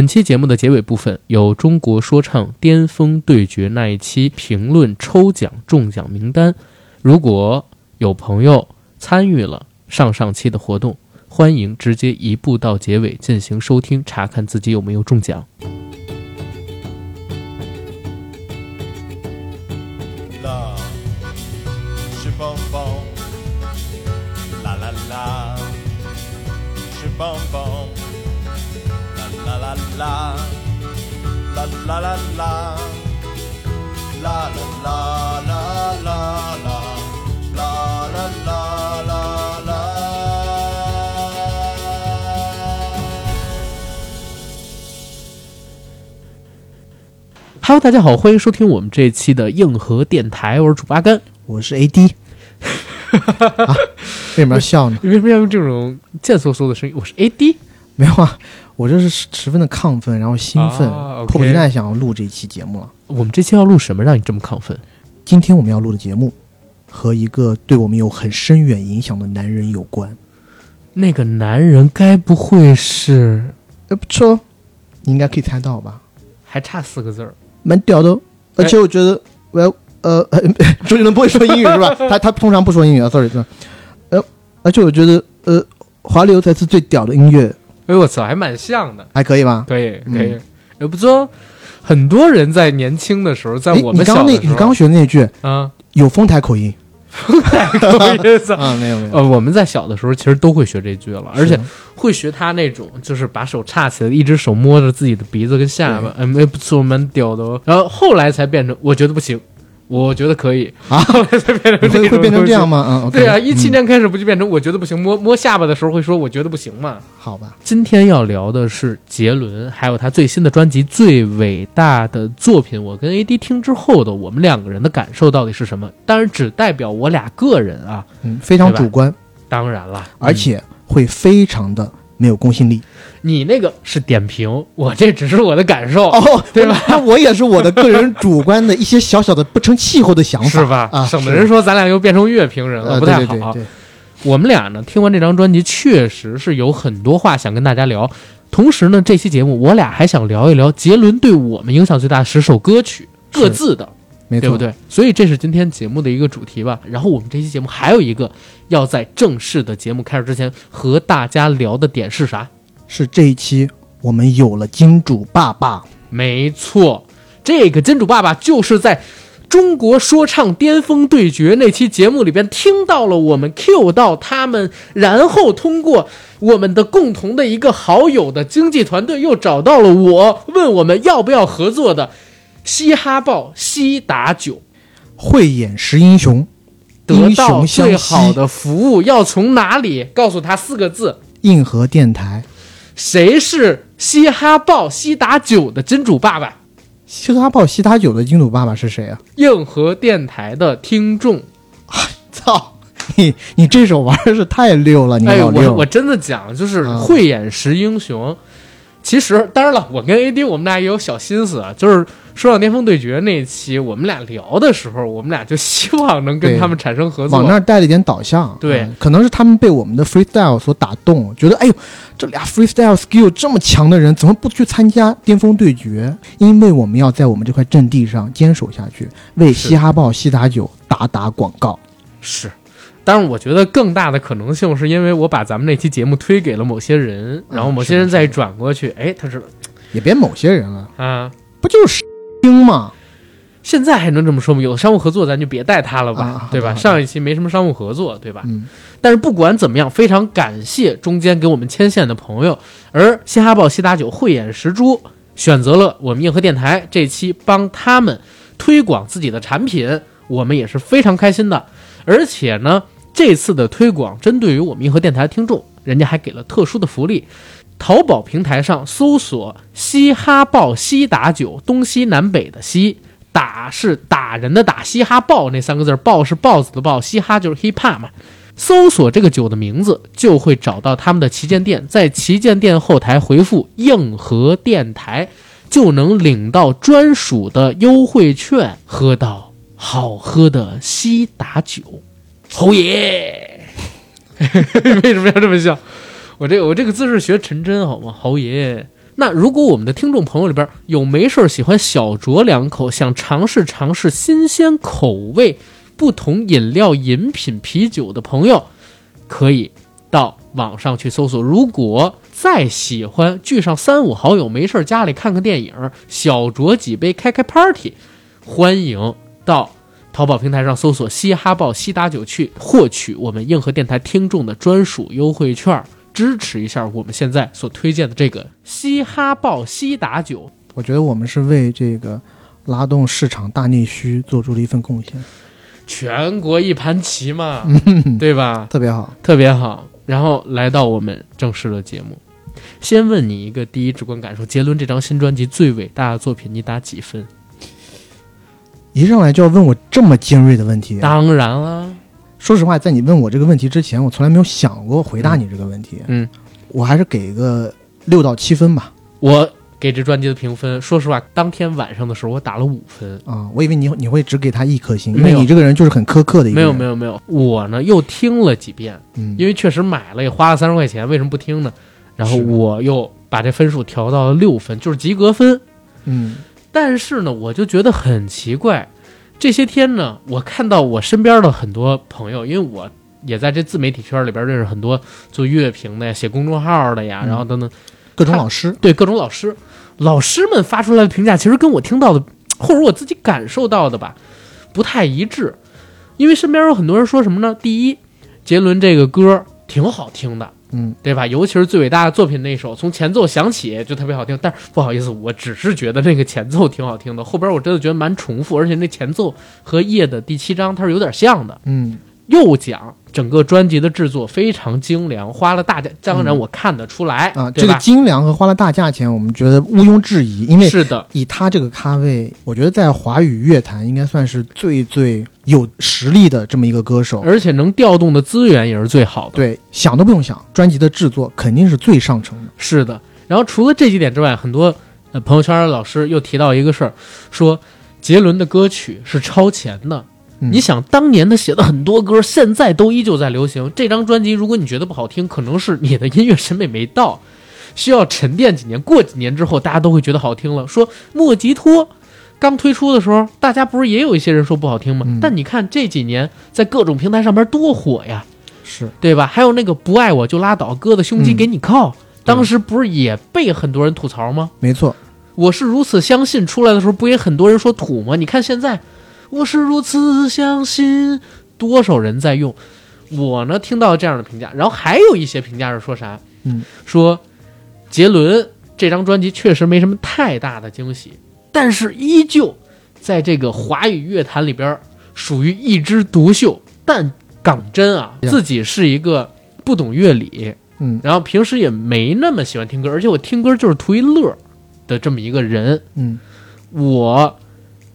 本期节目的结尾部分有中国说唱巅峰对决那一期评论抽奖中奖名单，如果有朋友参与了上上期的活动，欢迎直接移步到结尾进行收听，查看自己有没有中奖。 là je bonbon la la la je bonbon la la la la la la la la la la la la la la la la la la la Hello，大家好，欢迎收听我们这一期的硬核电台，我是主八甘。我是 AD。啊，为什么要笑 呢？你为什么要用这种贱嗖嗖的声音？我是 AD，没有啊，我这是十十分的亢奋，然后兴奋，啊，OK 迫不及待想要录这一期节目了。我们这期要录什么让你这么亢奋？今天我们要录的节目和一个对我们有很深远影响的男人有关。那个男人该不会是哎，不错，你应该可以猜到吧？还差四个字儿？蛮屌的哦，哎而且我觉得，well，呃， 周杰伦不会说英语是 吧？他他通常不说英语啊，sorry，sorry 呃，而且我觉得，呃，华流才是最屌的音乐，哎呦我操，还蛮像的。还可以吧？可以，嗯可以。也不说，很多人在年轻的时候，在哎我们你小刚刚那，的时你候，刚刚学的那句啊， 有丰台口音我也 在啊？没有没有，呃，我们在小的时候其实都会学这句了，而是且的会学他那种，就是把手叉起来，一只手摸着自己的鼻子跟下巴，嗯，哎不错，蛮屌的哦。然后后来才变成，我觉得不行，我觉得可以啊 后来才变成会这会种变东成这西样。吗？嗯，OK，对啊，一七年开始不就变成我觉得不行，摸摸下巴的时候会说我觉得不行嘛。好吧，今天要聊的是杰伦，还有他最新的专辑《最伟大的作品》。我跟 AD 听之后的我们两个人的感受到底是什么？当然只代表我俩个人啊，嗯，非常对吧主观，当然了，而嗯、且会非常的没有公信力。你那个是点评，我这只是我的感受，哦， 对吧？那我也是我的个人主观的一些小小的不成气候的想法，是吧？啊，省得人说咱俩又变成乐评人是了，呃，不对太好。啊对对对，我们俩呢，听完这张专辑，确实是有很多话想跟大家聊。同时呢，这期节目我俩还想聊一聊杰伦对我们影响最大的十首歌曲，各是自的。没对错，不对？所以这是今天节目的一个主题吧。然后我们这期节目还有一个要在正式的节目开始之前和大家聊的点是啥？是这一期我们有了金主爸爸，没错，这个金主爸爸就是在中国说唱巅峰对决那期节目里边听到了我们 Q 到他们，然后通过我们的共同的一个好友的经纪团队又找到了我，问我们要不要合作的嘻哈报西达九。慧眼识英雄，得英到雄相最惜好的服务要从哪里？告诉他四个字：硬核电台，谁是嘻哈报西达九的金主爸爸？嘻哈报西塔九的金主爸爸是谁啊？硬核电台的听众，操！你你这手玩的是太溜了，你哎，老我六，我真的讲，就是啊慧眼识英雄。其实，当然了，我跟 AD 我们俩也有小心思啊，就是《说唱巅峰对决》那一期，我们俩聊的时候，我们俩就希望能跟对他们产生合作。往那儿带了一点导向，对嗯可能是他们被我们的 freestyle 所打动，觉得哎呦，这俩 freestyle skill 这么强的人，怎么不去参加巅峰对决？因为我们要在我们这块阵地上坚守下去，为是嘻哈报西达九打打广告。是，但是我觉得更大的可能性是因为我把咱们那期节目推给了某些人，嗯然后某些人再转过去，哎，他知道也别某些人了，啊。不就是 听吗？现在还能这么说吗？有商务合作，咱就别带他了吧，啊好的对吧？好的上一期没什么商务合作，对吧？嗯，但是不管怎么样，非常感谢中间给我们牵线的朋友。而嘻哈报西达九慧眼识珠，选择了我们硬核电台这期帮他们推广自己的产品，我们也是非常开心的。而且呢，这次的推广针对于我们硬核电台的听众，人家还给了特殊的福利。淘宝平台上搜索“嘻哈报西达九”，东西南北的西，打是打人的打，嘻哈报那三个字儿，报是豹子的豹，嘻哈就是 hip hop 嘛。搜索这个酒的名字，就会找到他们的旗舰店，在旗舰店后台回复“硬核电台”，就能领到专属的优惠券，喝到好喝的西达酒。侯爷，为什么要这么笑？我这我这个字是学陈真好吗？侯爷，那如果我们的听众朋友里边有没事儿喜欢小酌两口，想尝试尝试新鲜口味、不同饮料、饮品、啤酒的朋友，可以到网上去搜索。如果再喜欢聚上三五好友，没事儿家里看看电影，小酌几杯，开开 party，欢迎到淘宝平台上搜索“嘻哈报西打酒”去获取我们硬核电台听众的专属优惠券儿，支持一下我们现在所推荐的这个“嘻哈报西打酒我觉得我们是为这个拉动市场大内需做出了一份贡献，”，全国一盘棋嘛，对吧？特别好。特别好。然后来到我们正式的节目，先问你一个第一直观感受：杰伦这张新专辑最伟大的作品，你打几分？一上来就要问我这么尖锐的问题，当然啦，说实话，在你问我这个问题之前，我从来没有想过回答你这个问题。嗯，我还是给个六到七分吧。我给这专辑的评分，说实话，当天晚上的时候我打了五分。啊、我以为你你会只给他一颗星，因没为有你这个人就是很苛刻的一个没有没有，有没有，我呢又听了几遍，嗯，因为确实买了也花了三十块钱，为什么不听呢？然后是我又把这分数调到了六分，就是及格分。嗯但是呢，我就觉得很奇怪，这些天呢，我看到我身边的很多朋友，因为我也在这自媒体圈里边认识很多做乐评的呀、写公众号的呀，嗯然后等等，各种老师，对各种老师，老师们发出来的评价，其实跟我听到的，或者我自己感受到的吧，不太一致。因为身边有很多人说什么呢？第一，杰伦这个歌挺好听的，嗯，对吧？尤其是最伟大的作品那首，从前奏响起就特别好听。但是不好意思，我只是觉得那个前奏挺好听的，后边我真的觉得蛮重复，而且那前奏和夜的第七章它是有点像的。嗯，又讲整个专辑的制作非常精良，花了大价，当然我看得出来、嗯啊，对这个吧？精良和花了大价钱，我们觉得毋庸置疑，因为是的，以他这个咖位，我觉得在华语乐坛应该算是最最有实力的这么一个歌手。而且能调动的资源也是最好的。对，想都不用想，专辑的制作肯定是最上乘的。是的。然后除了这几点之外，很多呃朋友圈的老师又提到一个事儿，说杰伦的歌曲是超前的。嗯你想，当年他写的很多歌，现在都依旧在流行。这张专辑，如果你觉得不好听，可能是你的音乐审美没到，需要沉淀几年。过几年之后，大家都会觉得好听了。说莫吉托刚推出的时候，大家不是也有一些人说不好听吗？嗯但你看这几年在各种平台上边多火呀，是对吧？还有那个不爱我就拉倒，哥的胸肌嗯给你靠，当时不是也被很多人吐槽吗？没错，我是如此相信出来的时候，不也很多人说土吗？你看现在，我是如此相信，多少人在用。我呢听到这样的评价，然后还有一些评价是说啥？嗯，说杰伦这张专辑确实没什么太大的惊喜，但是依旧在这个华语乐坛里边儿属于一枝独秀。但港真啊，呀自己是一个不懂乐理，嗯然后平时也没那么喜欢听歌，而且我听歌就是图一乐儿的这么一个人。嗯我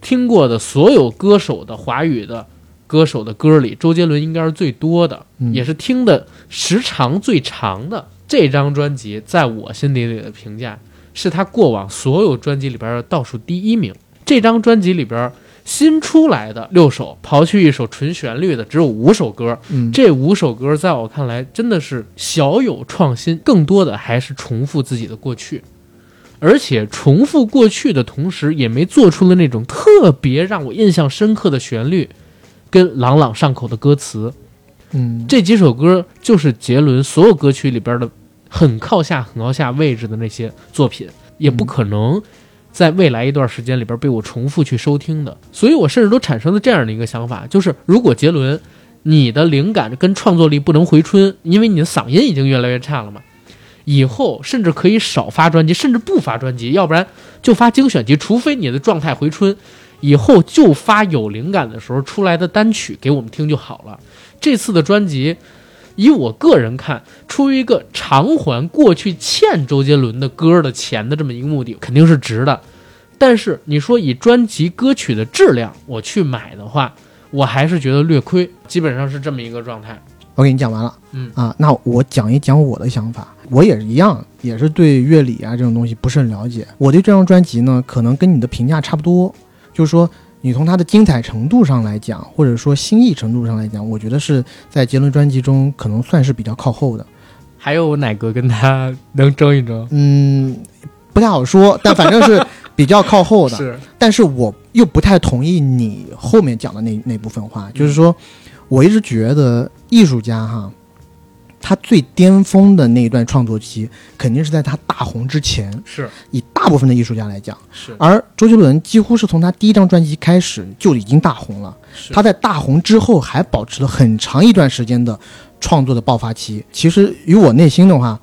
听过的所有歌手的华语的歌手的歌里，周杰伦应该是最多的，嗯也是听的时长最长的。这张专辑在我心底里的评价是他过往所有专辑里边的倒数第一名。这张专辑里边新出来的六首，刨去一首纯旋律的，只有五首歌，嗯，这五首歌在我看来真的是小有创新，更多的还是重复自己的过去，而且重复过去的同时，也没做出了那种特别让我印象深刻的旋律跟朗朗上口的歌词。嗯这几首歌就是杰伦所有歌曲里边的很靠下、很靠下位置的那些作品，也不可能在未来一段时间里边被我重复去收听的。所以我甚至都产生了这样的一个想法，就是如果杰伦你的灵感跟创作力不能回春，因为你的嗓音已经越来越差了嘛。以后甚至可以少发专辑，甚至不发专辑，要不然就发精选集，除非你的状态回春，以后就发有灵感的时候出来的单曲给我们听就好了。这次的专辑，以我个人看，出于一个偿还过去欠周杰伦的歌的钱的这么一个目的，肯定是值的。但是你说以专辑歌曲的质量，我去买的话，我还是觉得略亏，基本上是这么一个状态。我给你讲完了。嗯啊，那我讲一讲我的想法。我也是一样，也是对乐理啊这种东西不甚了解。我对这张专辑呢，可能跟你的评价差不多，就是说你从它的精彩程度上来讲，或者说新意程度上来讲，我觉得是在杰伦专辑中可能算是比较靠后的。 还有奶哥跟他能争一争？嗯，不太好说，但反正是比较靠后 的。是，但是我又不太同意你后面讲的那那部分话，就是说，我一直觉得艺术家哈，他最巅峰的那一段创作期，肯定是在他大红之前。是以大部分的艺术家来讲，是而周杰伦几乎是从他第一张专辑开始就已经大红了。是他在大红之后还保持了很长一段时间的创作的爆发期。其实与我内心的话，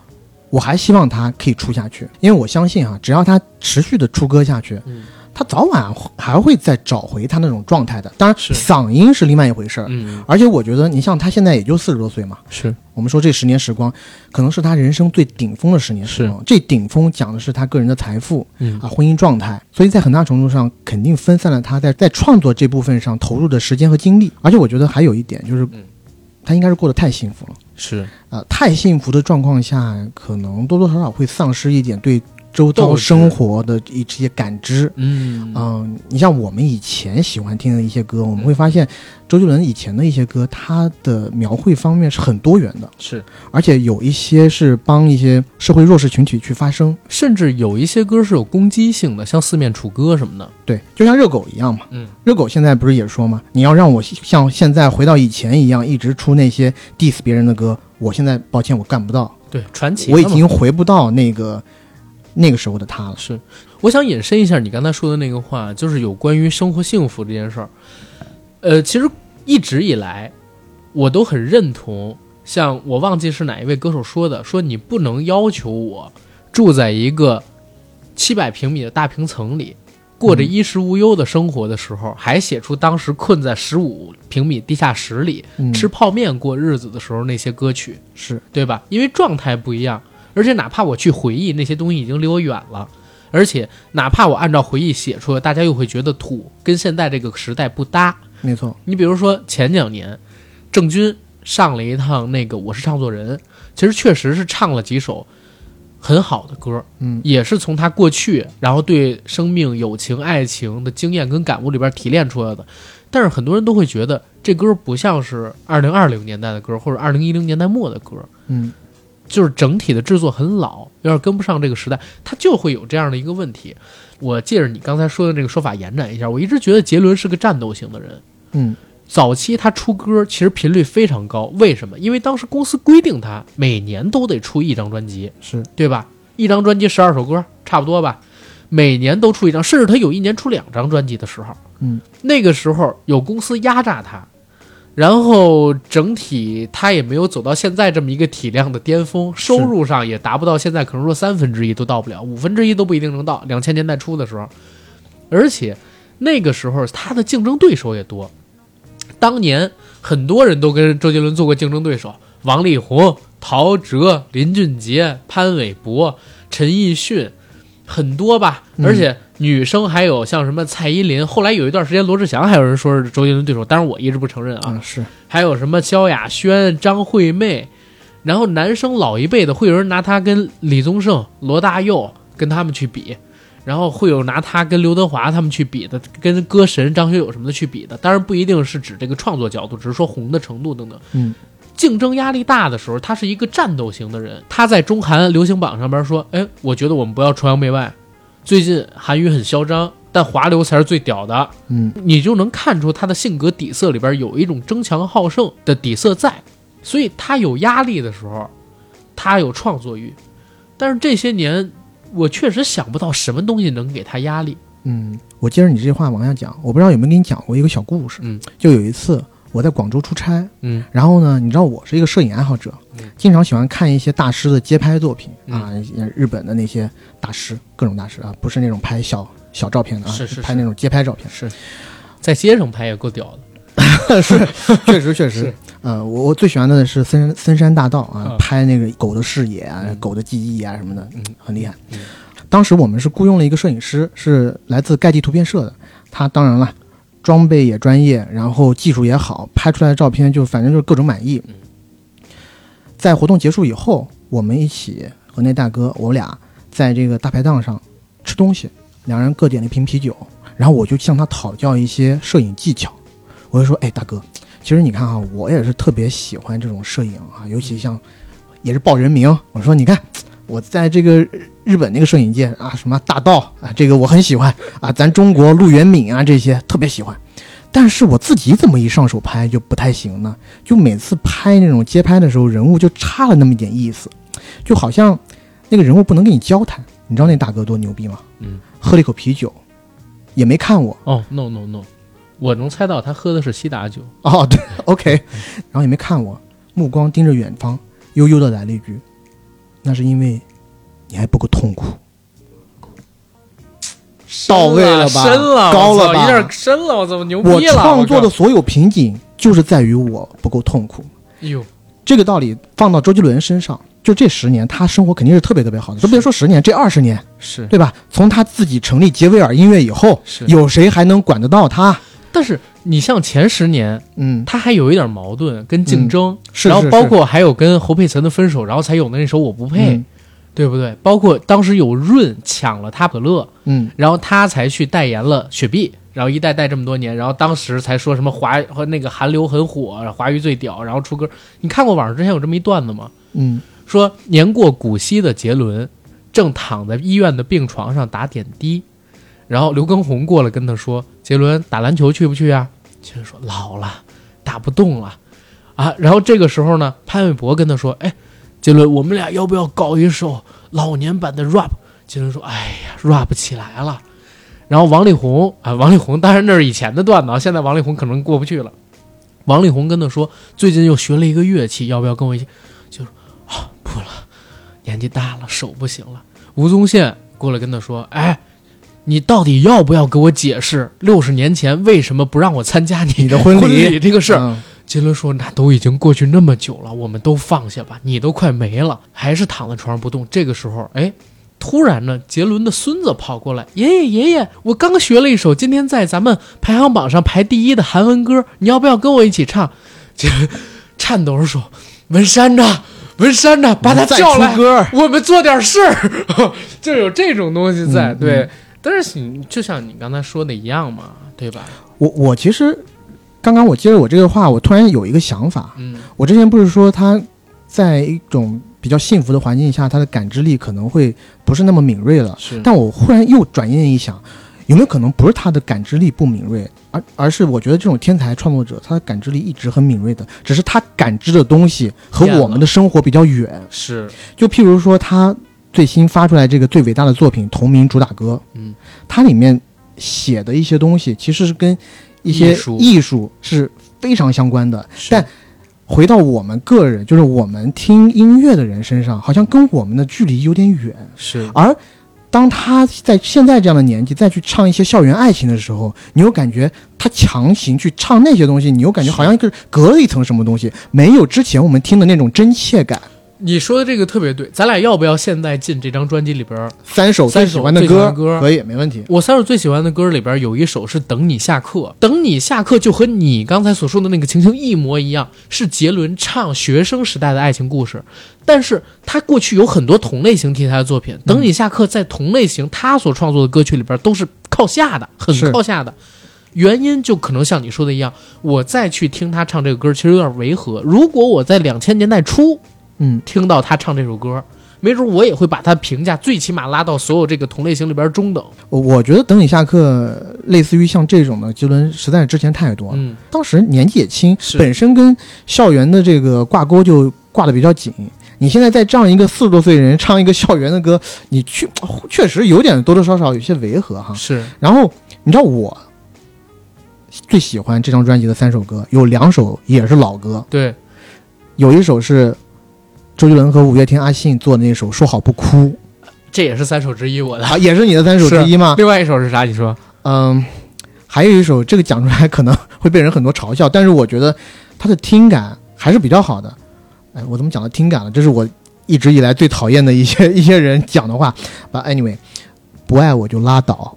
我还希望他可以出下去，因为我相信啊，只要他持续的出歌下去，嗯他早晚还会再找回他那种状态的。当然，是嗓音是另外一回事儿。嗯而且我觉得，你像他现在也就四十多岁嘛，是我们说这十年时光，可能是他人生最顶峰的十年时光。这顶峰讲的是他个人的财富嗯啊，婚姻状态，所以在很大程度上肯定分散了他在在创作这部分上投入的时间和精力。而且我觉得还有一点就是嗯，他应该是过得太幸福了是啊、太幸福的状况下，可能多多少少会丧失一点对周遭斗志生活的一些感知。嗯嗯，你像我们以前喜欢听的一些歌，我们会发现周杰伦以前的一些歌，他的描绘方面是很多元的，是，而且有一些是帮一些社会弱势群体去发声。甚至有一些歌是有攻击性的，像四面楚歌什么的。对，就像热狗一样嘛。嗯，热狗现在不是也说嘛，你要让我像现在回到以前一样，一直出那些 diss 别人的歌，我现在抱歉，我干不到，对，传奇我已嗯了嘛经回不到那个那个时候的他了。是，我想引申一下你刚才说的那个话，就是有关于生活幸福这件事儿。呃，其实一直以来，我都很认同，像我忘记是哪一位歌手说的，说你不能要求我住在一个七百平米的大平层里，过着衣食无忧的生活的时候，还写出当时困在十五平米地下室里嗯，吃泡面过日子的时候那些歌曲。是，对吧？因为状态不一样，而且哪怕我去回忆那些东西已经离我远了，而且哪怕我按照回忆写出来，大家又会觉得土，跟现在这个时代不搭。没错，你比如说前两年，郑钧上了一趟那个《我是唱作人》，其实确实是唱了几首很好的歌，嗯，也是从他过去，然后对生命、友情、爱情的经验跟感悟里边提炼出来的。但是很多人都会觉得这歌不像是二零二零年代的歌，或者二零一零年代末的歌，嗯，就是整体的制作很老，有点跟不上这个时代，它就会有这样的一个问题。我借着你刚才说的这个说法延展一下，我一直觉得杰伦是个战斗型的人。嗯，早期他出歌其实频率非常高，为什么？因为当时公司规定他每年都得出一张专辑，是，对吧？一张专辑十二首歌，差不多吧。每年都出一张，甚至他有一年出两张专辑的时候，嗯，那个时候有公司压榨他，然后整体他也没有走到现在这么一个体量的巅峰，收入上也达不到现在可能说三分之一都到不了，五分之一都不一定能到。两千年代初的时候，而且那个时候他的竞争对手也多，当年很多人都跟周杰伦做过竞争对手，王力宏、陶喆、林俊杰、潘玮柏、陈奕迅，很多吧。嗯而且女生还有像什么蔡依林，后来有一段时间罗志祥还有人说是周杰伦对手，当然我一直不承认啊。啊，是，还有什么萧亚轩、张惠妹，然后男生老一辈的会有人拿他跟李宗盛、罗大佑跟他们去比，然后会有拿他跟刘德华他们去比的，跟歌神张学友什么的去比的。当然不一定是指这个创作角度，只是说红的程度等等。嗯，竞争压力大的时候，他是一个战斗型的人。他在中韩流行榜上边说：“哎，我觉得我们不要崇洋媚外，最近韩语很嚣张，但华流才是最屌的。”嗯，你就能看出他的性格底色里边有一种争强好胜的底色在，所以他有压力的时候，他有创作欲。但是这些年，我确实想不到什么东西能给他压力。嗯，我接着你这话往下讲，我不知道有没有给你讲过一个小故事。嗯，就有一次我在广州出差，嗯然后呢，你知道我是一个摄影爱好者，嗯经常喜欢看一些大师的街拍作品、啊，日本的那些大师，各种大师啊，不是那种拍小小照片的啊，是是是拍那种街拍照片。 是， 在街上拍也够屌的。是，确实 确实是。呃，我我最喜欢的是森山森山大道啊，嗯拍那个狗的视野啊、嗯狗的记忆啊什么的，嗯，很厉害。嗯当时我们是雇佣了一个摄影师，是来自盖蒂图片社的，他当然了，装备也专业，然后技术也好，拍出来的照片就反正就是各种满意。嗯在活动结束以后，我们一起和那大哥，我俩在这个大排档上吃东西，两人各点了一瓶啤酒，然后我就向他讨教一些摄影技巧。我就说，哎，大哥，其实你看哈、我也是特别喜欢这种摄影啊，尤其像也是报人名。我说，你看我在这个日本那个摄影界啊，什么大道啊，这个我很喜欢啊，咱中国陆元敏啊这些特别喜欢。但是我自己怎么一上手拍就不太行呢？就每次拍那种街拍的时候，人物就差了那么一点意思，就好像那个人物不能跟你交谈。你知道那大哥多牛逼吗？嗯，喝了一口啤酒，也没看我，哦，no no no，我能猜到他喝的是西达酒。哦，对，OK，然后也没看我，目光盯着远方，悠悠的来了一句：“那是因为你还不够痛苦。”到位了吧？深了，高我了操有吧点？深了，我怎么牛我逼了？啊创作我的所有瓶颈就是在于我不够痛苦。靠，哟，这个道理放到周杰伦身上，就这十年，他生活肯定是特别特别好的。都别说十年，这二十年，是，对吧？从他自己成立杰威尔音乐以后，是有谁还能管得到他？但是你像前十年，嗯，他还有一点矛盾跟竞争，是然后是包是括还有跟侯佩岑的分手，然后才有的那首《我不配》嗯对不对？包括当时有润抢了他可乐，嗯，然后他才去代言了雪碧，然后一代代这么多年，然后当时才说什么华和那个韩流很火，华语最屌，然后出歌。你看过网上之前有这么一段子吗？嗯，说年过古稀的杰伦正躺在医院的病床上打点滴，然后刘畊宏过来跟他说：“杰伦打篮球去不去啊？”杰伦说：“老了，打不动了啊。”然后这个时候呢，潘玮柏跟他说：“哎，杰伦，我们俩要不要搞一首老年版的 rap？” 杰伦说：“哎呀，rap 不起来了。”然后王力宏啊，王力宏当然那是以前的段子啊，现在王力宏可能过不去了。王力宏跟他说：“最近又学了一个乐器，要不要跟我一起？”就说：“啊，不了，年纪大了，手不行了。”吴宗宪过来跟他说：“哎，你到底要不要给我解释六十年前为什么不让我参加你你的婚礼礼这个事儿？”嗯杰伦说：“那都已经过去那么久了，我们都放下吧。你都快没了，还是躺在床上不动。”这个时候，哎，突然呢，杰伦的孙子跑过来：“爷爷，爷爷，我刚学了一首今天在咱们排行榜上排第一的韩文歌，你要不要跟我一起唱？”杰伦 颤抖着说：“文山呐，文山呐，把他再叫出来，歌儿我们做点事儿。” 就有这种东西在，嗯对。嗯但是你就像你刚才说的一样嘛，对吧？我我其实刚刚我接着我这个话，我突然有一个想法，嗯，我之前不是说他在一种比较幸福的环境下，他的感知力可能会不是那么敏锐了。是。但我忽然又转念一想，有没有可能不是他的感知力不敏锐，而而是我觉得这种天才创作者，他的感知力一直很敏锐的，只是他感知的东西和变了我们的生活比较远。是，就譬如说，他最新发出来这个最伟大的作品《同名主打歌》，嗯，它里面写的一些东西，其实是跟一艺些术艺术是非常相关的。是但回到我们个人，就是我们听音乐的人身上，好像跟我们的距离有点远。是而当他在现在这样的年纪再去唱一些校园爱情的时候，你又感觉他强行去唱那些东西，你又感觉是好像是隔了一层什么东西，没有之前我们听的那种真切感。你说的这个特别对，咱俩要不要现在进这张专辑里边儿？三首最三首喜欢的最喜欢歌，的歌可以没问题。我三首最喜欢的歌里边有一首是《等你下课》，《等你下课》就和你刚才所说的那个情形一模一样，是杰伦唱学生时代的爱情故事。但是他过去有很多同类型题材的作品，《等你下课》在同类型他所创作的歌曲里边都是靠下的，很是靠下的。原因就可能像你说的一样，我再去听他唱这个歌，其实有点违和。如果我在两千年代初嗯，听到他唱这首歌，没准我也会把他评价最起码拉到所有这个同类型里边中等。我我觉得等你下课，类似于像这种的杰伦，实在是之前太多了。嗯，当时年纪也轻是，本身跟校园的这个挂钩就挂的比较紧。你现在在这样一个四十多岁的人唱一个校园的歌，你确 确实有点多多少少有些违和哈。是然后你知道我最喜欢这张专辑的三首歌，有两首也是老歌，对，有一首是周杰伦和五月天阿信做的那首《说好不哭》这 也是三首之一我的。啊，也是你的三首之一吗？ 另外一首是啥？你说？嗯，还有一首，这个讲出来可能会被人很多嘲笑，但是我觉得它的听感还是比较好的。哎，我怎么讲到听感了？这是我一直以来最讨厌的一些一些人讲的话。But anyway，不爱我就拉倒。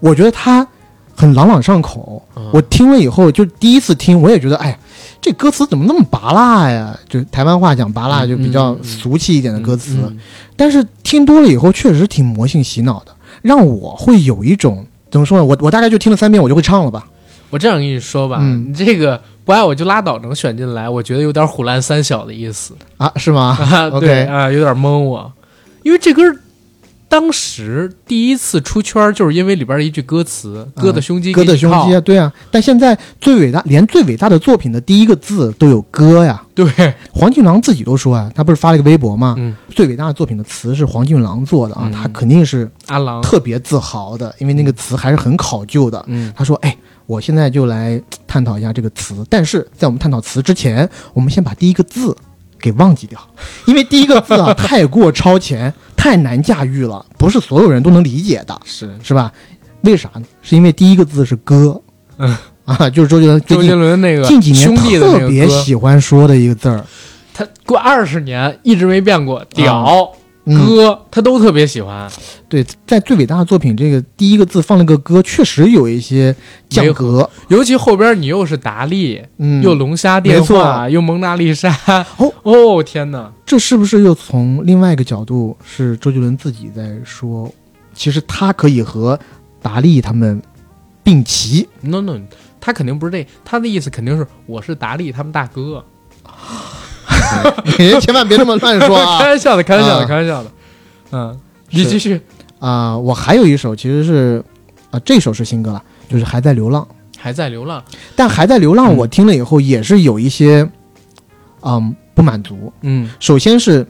我觉得他很朗朗上口，我听了以后就第一次听，我也觉得，哎呀，这歌词怎么那么拔辣呀？就台湾话讲拔辣，嗯就比较嗯嗯俗气一点的歌词。嗯嗯但是听多了以后，确实挺魔性洗脑的，让我会有一种怎么说呢？我我大概就听了三遍，我就会唱了吧。我这样跟你说吧，嗯这个不爱我就拉倒能选进来，我觉得有点虎烂三小的意 思 啊，是吗？啊， OK 对啊，有点蒙我，因为这歌儿当时第一次出圈儿就是因为里边儿的一句歌词“嗯哥的胸肌”，歌的胸肌啊，对啊。但现在最伟大，连最伟大的作品的第一个字都有歌呀。对，黄俊郎自己都说啊，他不是发了一个微博吗？嗯，最伟大的作品的词是黄俊郎做的啊，嗯他肯定是阿郎，特别自豪的，因为那个词还是很考究的。嗯他说：“哎，我现在就来探讨一下这个词，但是在我们探讨词之前，我们先把第一个字给忘 记掉，因为第一个字啊太过超前，太难驾驭了，不是所有人都能理解的，是是吧？为啥呢？是因为第一个字是歌，嗯啊，就是周杰伦最周杰近伦那个近几年兄弟的那特个别歌，喜欢说的一个字儿，他过二十年一直没变过，屌、嗯，哥他都特别喜欢，对，在最伟大的作品这个第一个字放了个歌，确实有一些降格，尤其后边你又是达利，嗯，又龙虾电没话，错又蒙娜丽莎，哦哦天哪，这是不是又从另外一个角度是周杰伦自己在说，其实他可以和达利他们并齐 no no，他肯定不是这，他的意思肯定是我是达利他们大哥，哎你千万别这么乱 说开啊！玩笑的，开玩笑的，啊开玩笑的，嗯，你是继续，啊、我还有一首其实是啊、这首是新歌了，就是《还在流浪》。还在流浪，但《还在流浪》嗯我听了以后也是有一些嗯不满足。嗯，首先是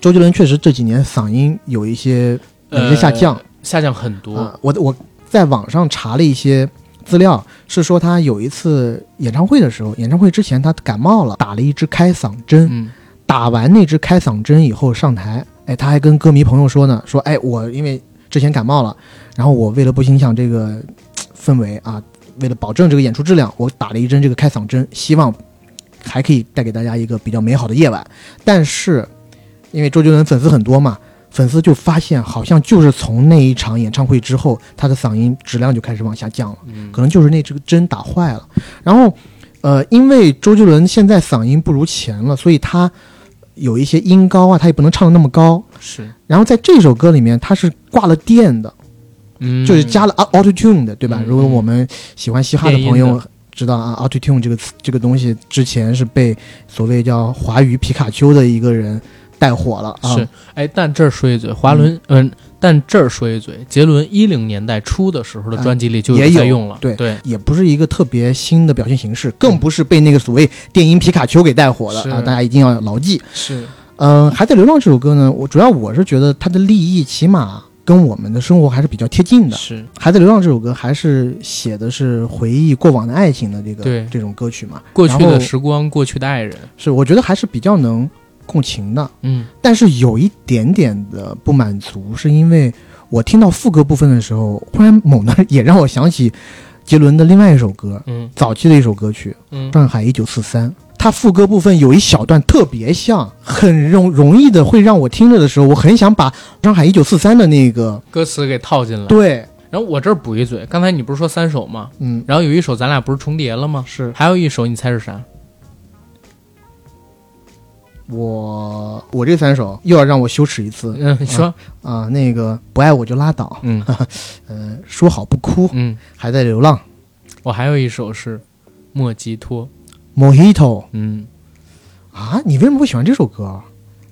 周杰伦确实这几年嗓音有一些有一些下降，呃下降很多，啊，我我在网上查了一些资料，是说他有一次演唱会的时候，演唱会之前他感冒了，打了一支开嗓针，嗯打完那支开嗓针以后上台，哎，他还跟歌迷朋友说呢，说哎，我因为之前感冒了，然后我为了不影响这个嘖氛围啊，为了保证这个演出质量，我打了一针这个开嗓针，希望还可以带给大家一个比较美好的夜晚。但是因为周杰伦粉丝很多嘛，粉丝就发现好像就是从那一场演唱会之后，他的嗓音质量就开始往下降了。嗯可能就是那这个针打坏了。然后，呃，因为周杰伦现在嗓音不如前了，所以他有一些音高啊，他也不能唱的那么高。是，然后在这首歌里面，他是挂了电的，嗯，就是加了 auto tune 的，对吧？嗯如果我们喜欢嘻哈的朋电音友知道啊，auto tune 这个词这个东西之前是被所谓叫华语皮卡丘的一个人带火了啊。是，哎，但这儿说一嘴，华伦，嗯、但这儿说一嘴，杰伦一零年代初的时候的专辑里就嗯也在有用了，对对，也不是一个特别新的表现形式，更不是被那个所谓电音皮卡丘给带火的是啊！大家一定要牢记。是，嗯，还在流浪》这首歌呢，我主要我是觉得它的立意起码跟我们的生活还是比较贴近的。《是，还在流浪》这首歌还是写的是回忆过往的爱情的这对个这种歌曲嘛，过去然的后时光，过去的爱人，是我觉得还是比较能共情的。嗯但是有一点点的不满足，是因为我听到副歌部分的时候，忽然猛地也让我想起杰伦的另外一首歌，嗯早期的一首歌曲嗯《上海一九四三》，它副歌部分有一小段特别像，很容容易的会让我听着的时候，我很想把《上海一九四三》的那个歌词给套进来。对，然后我这儿补一嘴，刚才你不是说三首吗？嗯，然后有一首咱俩不是重叠了吗？是还有一首，你猜是啥？我我这三首又要让我羞耻一次嗯，你说，啊、那个不爱我就拉倒，嗯呃，说好不哭，嗯，还在流浪我还有一首是莫吉托， ，Mojito 嗯，啊，你为什么会喜欢这首歌？啊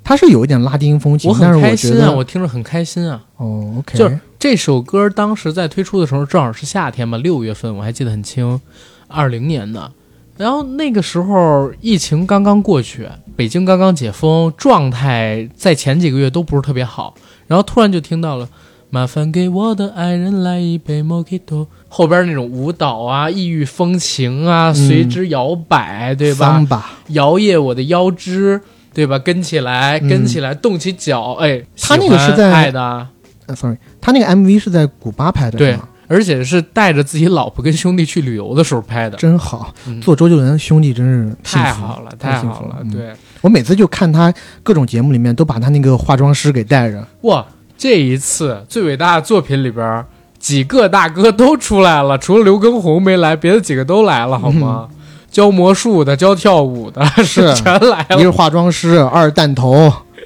它是有一点拉丁风情我，但是很我开觉心啊，得我听着很开心啊。哦，OK，就是这首歌当时在推出的时候，正好是夏天嘛，六月份，我还记得很清，二零年的。然后那个时候疫情刚刚过去，北京刚刚解封，状态在前几个月都不是特别好。然后突然就听到了“麻烦给我的爱人来一杯 Mojito”，后边那种舞蹈啊、异域风情啊，随嗯之摇摆，对吧？桑巴，摇曳我的腰肢，对吧？跟起来，嗯跟起来，动起脚，哎，他那个喜欢是在爱的啊。呃，sorry，他那个 MV 是在古巴拍的，对是吗而且是带着自己老婆跟兄弟去旅游的时候拍的，真好，嗯做周杰伦的兄弟真是幸太福好了，太太幸好福了，嗯对，我每次就看他各种节目里面都把他那个化妆师给带着，哇，这一次最伟大的作品里边儿，几个大哥都出来了，除了刘畊宏没来，别的几个都来了，好吗？教魔术的，教跳舞 的，嗯是全来 一个了，是化妆师，二是弹头，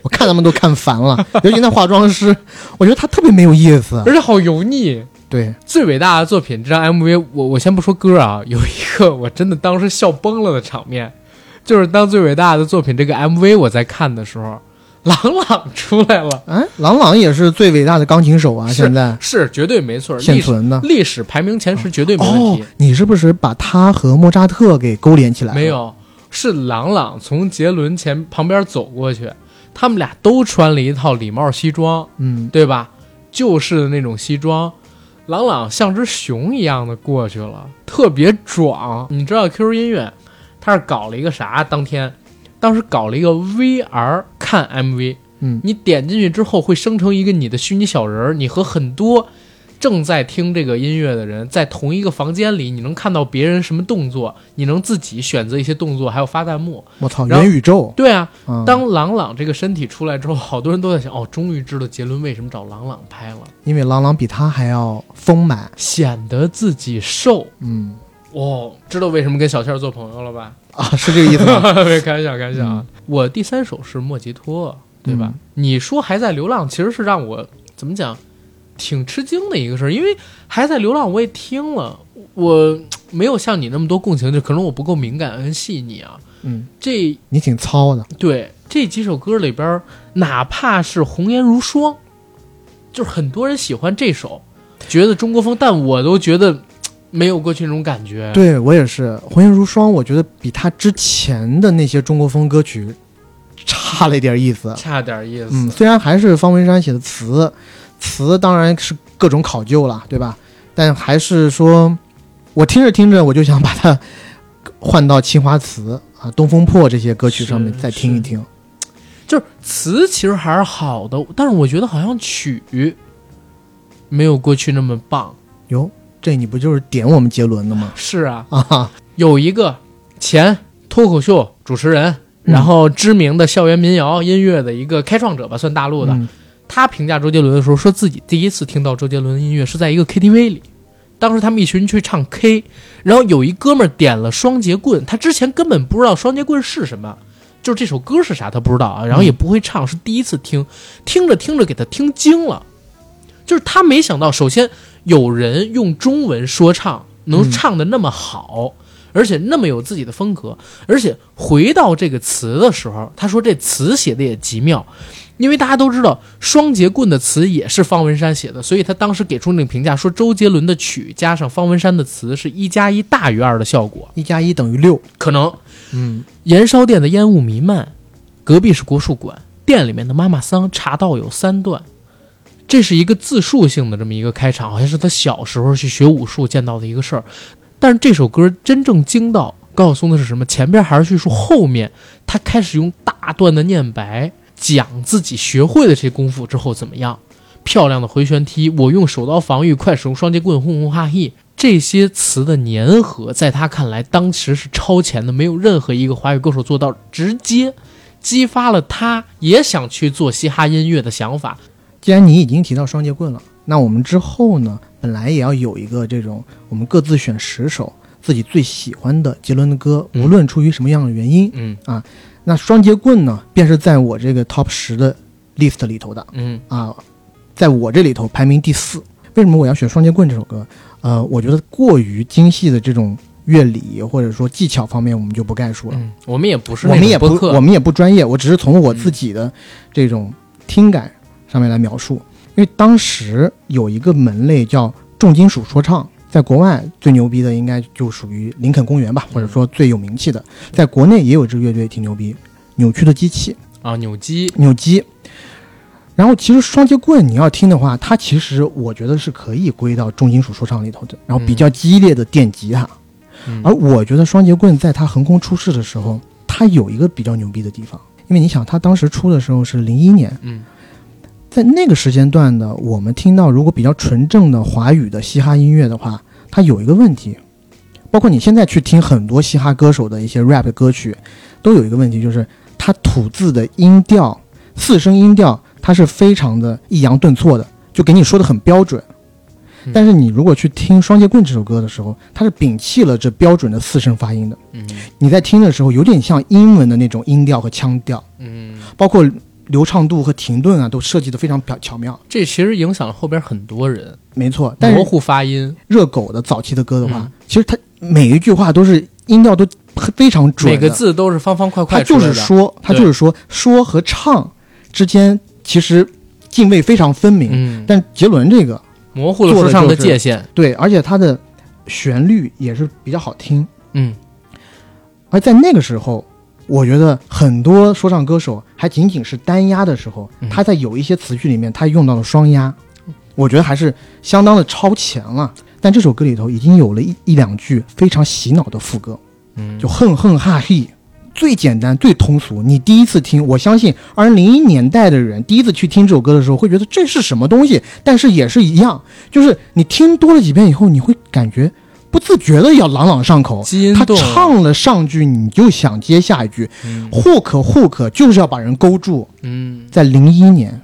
我 看他们都看烦了。尤其那化妆师，我觉得他特别没有意思。而且好油腻，对，最伟大的作品这张 MV，我我先不说歌啊，有一个我真的当时笑崩了的场面，就是当最伟大的作品这个 MV 我在看的时候，朗朗出来了，哎，郎朗也是最伟大的钢琴手啊，是现在是绝对没错，现历史存的。历史排名前十绝对没问哦题，，你是不是把他和莫扎特给勾连起来？没，有，是朗朗从杰伦前旁边走过去，他们俩都穿了一套礼帽西装，嗯，对吧？旧式的那种西装，朗朗像只熊一样的过去了，特别壮。你知道 QQ 音乐，它是搞了一个啥？当天，当时搞了一个 VR 看 MV，嗯你点进去之后会生成一个你的虚拟小人儿，你和很多正在听这个音乐的人在同一个房间里，你能看到别人什么动作，你能自己选择一些动作，还有发弹幕。我操，然后元宇宙对啊，啊！当朗朗这个身体出来之后，好多人都在想，哦，终于知道杰伦为什么找朗朗拍了，因为郎朗比他还要丰满，显得自己瘦。嗯哦，知道为什么跟小倩儿做朋友了吧？啊，是这个意 思吗？ 没开玩笑，开玩笑嗯啊！我第三首是莫吉托，对吧？你说还在流浪，其实是让我怎么讲，挺吃惊的一个事儿，因为还在流浪我也听了，我没有像你那么多共情，就可能我不够敏感跟细腻啊。嗯，这你挺糙的，对这几首歌里边儿，哪怕是红颜如霜，就是很多人喜欢这首，觉得中国风，但我都觉得没有过去那种感觉。对我也是。红颜如霜，我觉得比他之前的那些中国风歌曲差了一点意思。差点意思。嗯，虽然还是方文山写的词，词当然是各种考究了，对吧？但还是说，我听着听着我就想把它换到《青花瓷》啊、《东风破》这些歌曲上面是再听一听。就是词其实还是好的，但是我觉得好像曲没有过去那么棒。哟，这你不就是点我们杰伦的吗？是啊，啊哈，有一个前脱口秀主持人，然后知名的校园民谣音乐的一个开创者吧，算大陆的，嗯他评价周杰伦的时候，说自己第一次听到周杰伦的音乐是在一个 KTV 里。当时他们一群人去唱 K，然后有一哥们儿点了双节棍，他之前根本不知道双节棍是什么，就是这首歌是啥他不知道啊，然后也不会唱，是第一次听，听着听着给他听惊了，就是他没想到，首先有人用中文说唱能嗯唱的那么好，而且那么有自己的风格，而且回到这个词的时候，他说这词写的也极妙，因为大家都知道双节棍的词也是方文山写的，所以他当时给出那个评价说周杰伦的曲加上方文山的词是一加一大于二的效果，一加一等于六。可能嗯，燃烧店的烟雾弥漫，隔壁是国术馆，店里面的妈妈桑茶道有三段。这是一个自述性的这么一个开场，好像是他小时候去学武术见到的一个事儿。但是这首歌真正惊到高晓松的是什么？前边还是叙述，后面他开始用大段的念白讲自己学会了这些功夫之后怎么样，漂亮的回旋踢，我用手刀防御，快使用双截棍，轰轰哈嘿，这些词的粘合，在他看来，当时是超前的，没有任何一个华语歌手做到，直接激发了他也想去做嘻哈音乐的想法。既然你已经提到双截棍了，那我们之后呢，本来也要有一个这种，我们各自选十首自己最喜欢的杰伦的歌，嗯无论出于什么样的原因，嗯那双截棍呢，便是在我这个 top 十的 list 里头的嗯啊，在我这里头排名第四。为什么我要选双截棍这首歌？呃，我觉得过于精细的这种乐理或者说技巧方面，我们就不概述了。嗯，我们也不是我那们种也不播客，嗯我们也不专业，我只是从我自己的这种听感上面来描述。因为当时有一个门类叫重金属说唱，在国外最牛逼的应该就属于林肯公园吧，或嗯者说最有名气的，在国内也有支乐队挺牛逼，扭曲的机器啊扭机，扭机。然后其实双截棍你要听的话，它其实我觉得是可以归到重金属说唱里头的，然后比较激烈的电吉他。嗯而我觉得双截棍在它横空出世的时候，它有一个比较牛逼的地方，因为你想，它当时出的时候是零一年，嗯在那个时间段的，我们听到如果比较纯正的华语的嘻哈音乐的话，它有一个问题，包括你现在去听很多嘻哈歌手的一些 rap 歌曲，都有一个问题，就是它吐字的音调、四声音调，它是非常的抑扬顿挫的，就给你说的很标准嗯。但是你如果去听《双截棍》这首歌的时候，它是摒弃了这标准的四声发音的。嗯你在听的时候，有点像英文的那种音调和腔调，嗯包括流畅度和停顿啊，都设计的非常巧巧妙。这其实影响了后边很多人，没错，但模是糊发音，热狗的早期的歌的话，嗯其实它每一句话都是音调都非常准每的，个字都是方方块他块出就来的，是说，他就是说说和唱之间其实泾渭非常分明。嗯，但杰伦这个模糊了做说的唱的就是界限，对，而且他的旋律也是比较好听。嗯，而在那个时候，我觉得很多说唱歌手还仅仅是单押的时候，嗯他在有一些词句里面他用到了双押，我觉得还是相当的超前了。但这首歌里头已经有了一一两句非常洗脑的副歌，嗯就哼哼哈嘿，最简单最通俗。你第一次听，我相信二零零一年代的人第一次去听这首歌的时候，会觉得这是什么东西，但是也是一样，就是你听多了几遍以后，你会感觉不自觉的要朗朗上口。基因他动了唱了上句，你就想接下一句嗯，hook hook 就是要把人勾住。嗯，在零一年，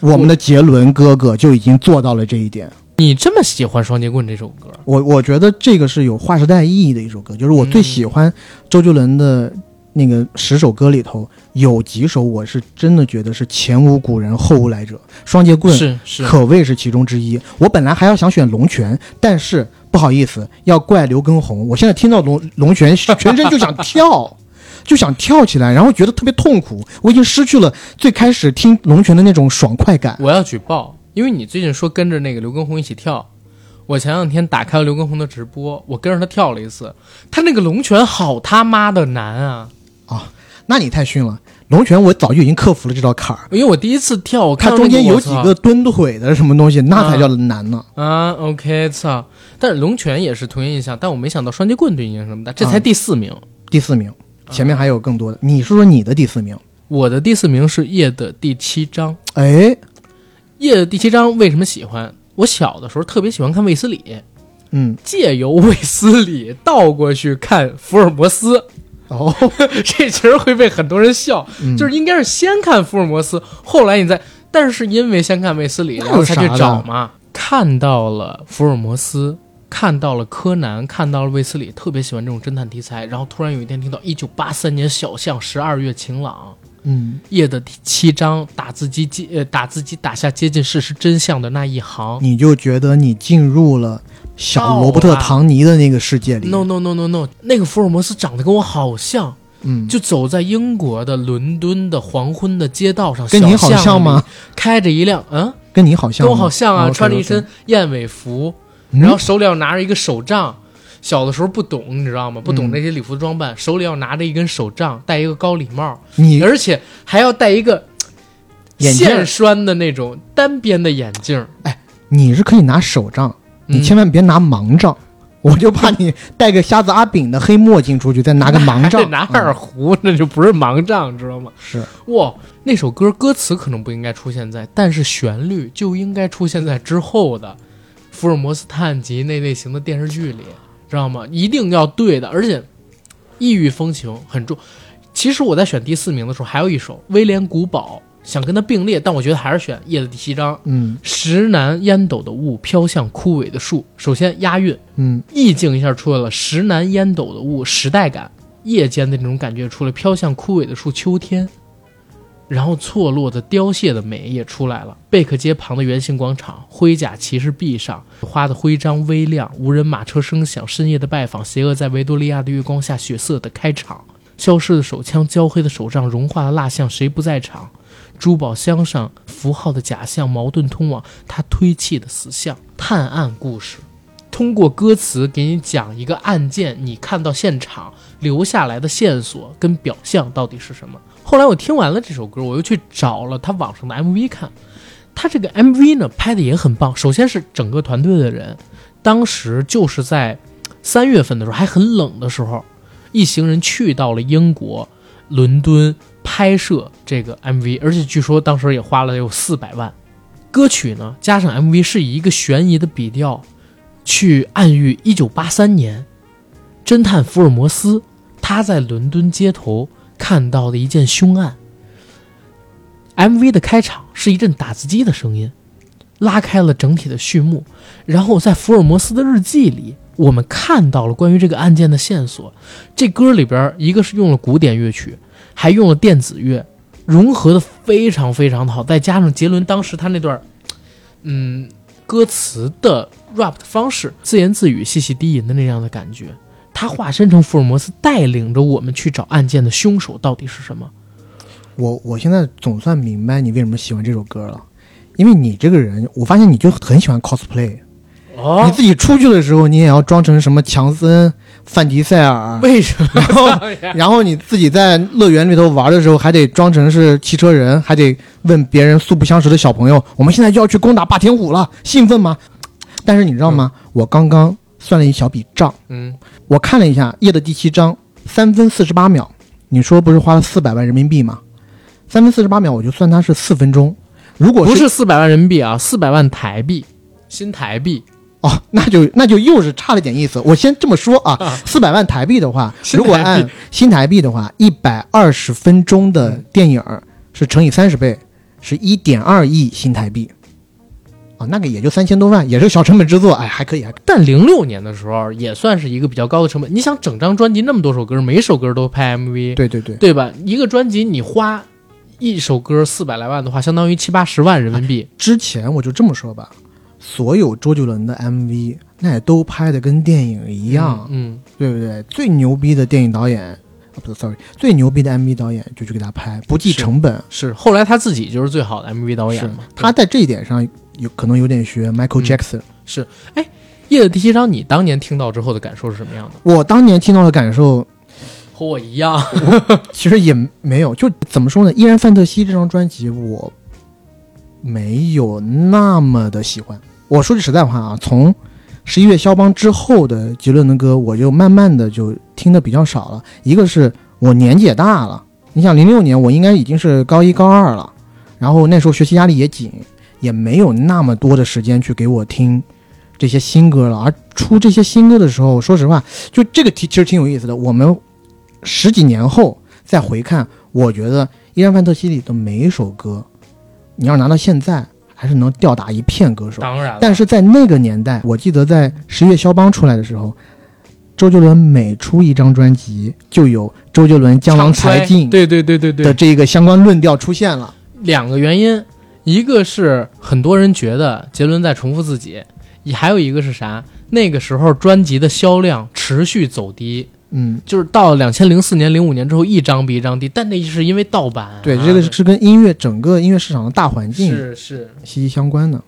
我们的杰伦哥哥就已经做到了这一点。你这么喜欢双截棍这首歌，我我觉得这个是有划时代意义的一首歌，就是我最喜欢周杰伦的那个十首歌里头，有几首我是真的觉得是前无古人后无来者，《双截棍》是是，可谓是其中之一。我本来还要想选《龙泉》，但是不好意思，要怪刘畊宏。我现在听到龙《龙泉》， 全身就想跳。就想跳起来，然后觉得特别痛苦。我已经失去了最开始听《龙泉》的那种爽快感。我要举报，因为你最近说跟着那个刘畊宏一起跳，我前两天打开了刘畊宏的直播，我跟着他跳了一次，他那个龙拳好他妈的难啊！那你太逊了，《龙泉》我早就已经克服了这道坎儿。因为我第一次跳，我看它到中间那有我几操个蹲腿的什么东西，那才叫难呢。啊，OK，操！但是龙拳也是同样印象，但我没想到双截棍对你影响这么大，这才啊第四名。第四名，前面还有更多嗯的。你说说你的第四名？我的第四名是夜的第七章，哎，夜的第七章为什么喜欢？我小的时候特别喜欢看卫斯理，嗯，借由卫斯理倒过去看福尔摩斯，哦， 这其实会被很多人笑，嗯就是应该是先看福尔摩斯，后来你再，但是因为先看卫斯理，那有然后才去啥的找嘛，看到了福尔摩斯。看到了柯南，看到了卫斯理，特别喜欢这种侦探题材。然后突然有一天听到一九八三年小巷十二月晴朗嗯夜的第七章，打字机接呃打字机打下接近事实真相的那一行，你就觉得你进入了小罗伯特·唐尼的那个世界里。 No no no no no，那个福尔摩斯长得跟我好像，嗯，就走在英国的伦敦的黄昏的街道上，跟你好小巷像吗里？？开着一辆，嗯，跟你好像跟吗，我好像啊，哦穿着一 OK，OK 身燕尾服，嗯然后手里要拿着一个手杖。小的时候不懂，你知道吗？不懂嗯那些礼服装扮，手里要拿着一根手杖，戴一个高礼帽，你而且还要戴一个眼镜线栓的那种单边的眼镜儿。你是可以拿手杖，你嗯 千万别拿盲杖。 我就怕你戴个瞎子阿炳的黑墨镜出去，再拿个盲还得杖， 拿二嗯胡，那就不是盲杖，知道吗？是哇，那首歌歌词可能不应该出现在，但是旋律就应该出现在之后的福尔摩斯探集那类型的电视剧里，知道吗？一定要对的，而且异域风情很重。其实我在选第四名的时候，还有一首威廉古堡，想跟它并列，但我觉得还是选《夜的第七章》。嗯石楠烟斗的雾飘向枯萎的树，首先押 韵，嗯意境一下出来了，石楠烟斗的雾，时代感，夜间的那种感觉出来，飘向枯萎的树，秋天，然后错落的凋谢的美也出来了。贝克街旁的圆形广场，盔甲骑士壁上，花的徽章微亮，无人马车声响，深夜的拜访，邪恶在维多利亚的月光下血色的开场，消失的手枪，焦黑的手杖，融化的蜡像，谁不在场？珠宝箱上符号的假象，矛盾通往他推弃的死相，探案故事。通过歌词给你讲一个案件，你看到现场留下来的线索跟表象到底是什么。后来我听完了这首歌，我又去找了他网上的 MV 看，他这个 MV 呢拍的也很棒。首先是整个团队的人，当时就是在三月份的时候还很冷的时候，一行人去到了英国伦敦拍摄这个 MV，而且据说当时也花了有四百万。歌曲呢加上 MV 是以一个悬疑的笔调去暗喻一九八三年，侦探福尔摩斯他在伦敦街头看到的一件凶案。MV 的开场是一阵打字机的声音，拉开了整体的序幕。然后在福尔摩斯的日记里，我们看到了关于这个案件的线索。这歌里边，一个是用了古典乐曲，还用了电子乐，融合的非常非常的好，再加上杰伦当时他那段，嗯，歌词的 rap 的方式，自言自语、细细低吟的那样的感觉，他化身成福尔摩斯，带领着我们去找案件的凶手到底是什么。我我现在总算明白你为什么喜欢这首歌了，因为你这个人，我发现你就很喜欢 cosplay，、你哦，自己出去的时候，你也要装成什么强森、范迪 塞尔，为什么？然后然后你自己在乐园里头玩的时候，还得装成是汽车人，还得问别人素不相识的小朋友，我们现在就要去攻打霸天虎了，兴奋吗？但是你知道吗？我刚刚算了一小笔账，嗯，我看了一下夜的第七章，三分四十八秒，你说不是花了四百万人民币吗？三分四十八秒，我就算它是四分钟。如果不是四百万人民币啊，四百万台币，新台币。哦，那就那就又是差了点意思。我先这么说啊啊，四百万台币的话，新台币如果按新台币的话，一百二十分钟的电影儿是乘以三十倍，是一点二亿新台币。啊，那个也就三千多万，也是小成本制作，哎，还可以，还可以但零六年的时候也算是一个比较高的成本。你想，整张专辑那么多首歌，每首歌都拍 MV，对对对，对吧？一个专辑你花一首歌四百来万的话，相当于七八十万人民币。之前我就这么说吧，所有周杰伦的 MV 那也都拍的跟电影一样，嗯，对不对？最牛逼的电影导演，啊，不是，sorry，最牛逼的 MV 导演就去给他拍，不计是成本。是。后来他自己就是最好的 MV 导演是嘛。他在这一点上有可能有点学 Michael 嗯 Jackson。夜的第七章，你当年听到之后的感受是什么样的？我当年听到的感受和我一样。其实也没有，就怎么说呢？《依然范特西》这张专辑我没有那么的喜欢。我说句实在话啊，从十一月肖邦之后的杰伦的歌，我就慢慢的就听的比较少了。一个是我年纪也大了，你想零六年我应该已经是高一高二了，然后那时候学习压力也紧，也没有那么多的时间去给我听这些新歌了。而出这些新歌的时候，说实话，就这个题其实挺有意思的。我们十几年后再回看，我觉得《依然范特西》里的每一首歌，你要拿到现在，还是能吊打一片歌手。 当然了，但是在那个年代，我记得在十月肖邦出来的时候，周杰伦每出一张专辑，就有周杰伦江郎才尽对对对对对的这个相关论调出现了。两个原因，一个是很多人觉得杰伦在重复自己，也还有一个是啥？那个时候专辑的销量持续走低，嗯，就是到两千零四年、零五年之后，一张比一张低。但那是因为盗版啊、对，这个是跟音乐整个音乐市场的大环境是是息息相关的。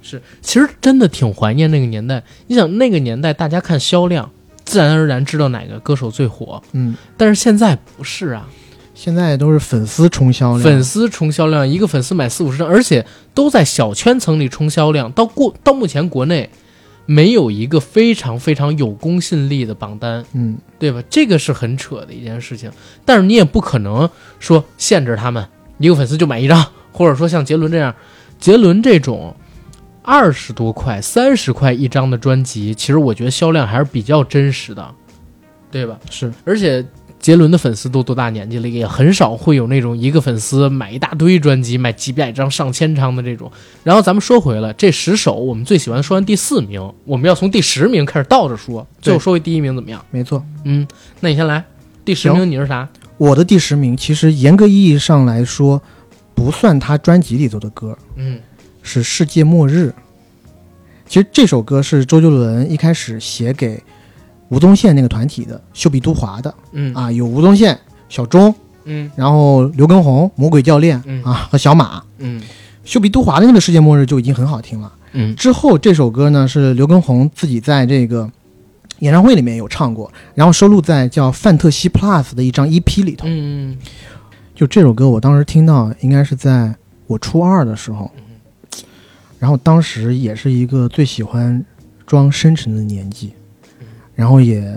是，其实真的挺怀念那个年代。你想那个年代，大家看销量，自然而然知道哪个歌手最火。嗯，但是现在不是啊，现在都是粉丝冲销量，粉丝冲销量，一个粉丝买四五十张，而且都在小圈层里冲销量。到过到目前国内，没有一个非常非常有公信力的榜单，嗯，对吧？这个是很扯的一件事情。但是你也不可能说限制他们一个粉丝就买一张，或者说像杰伦这样，杰伦这种。二十多块、三十块一张的专辑，其实我觉得销量还是比较真实的，对吧？是而且杰伦的粉丝都多大年纪了，也很少会有那种一个粉丝买一大堆专辑，买几百张、上千张的这种。然后咱们说回来，这十首我们最喜欢说完第四名，我们要从第十名开始倒着说，对最后说回第一名怎么样？没错。嗯，那你先来，第十名你是啥？我的第十名其实严格意义上来说，不算他专辑里头的歌，嗯是《世界末日》。其实这首歌是周杰伦一开始写给吴宗宪那个团体的，秀比都华的嗯啊，有吴宗宪、小钟，嗯然后刘畊宏、魔鬼教练嗯啊和小马。嗯秀比都华的那个《世界末日》就已经很好听了。嗯之后这首歌呢是刘畊宏自己在这个演唱会里面有唱过，然后收录在叫《范特西 Plus》的一张 EP 里头。嗯就这首歌，我当时听到应该是在我初二的时候，然后当时也是一个最喜欢装深沉的年纪，然后也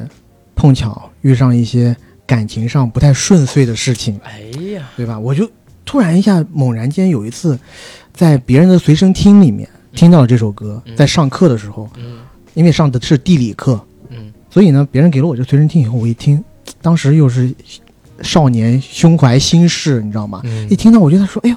碰巧遇上一些感情上不太顺遂的事情，哎呀，对吧？我就突然一下猛然间有一次，在别人的随身听里面听到了这首歌，嗯在上课的时候，嗯因为上的是地理课，嗯所以呢，别人给了我这随身听以后，我一听，当时又是少年胸怀心事，你知道吗？嗯一听到我就在说，哎呦，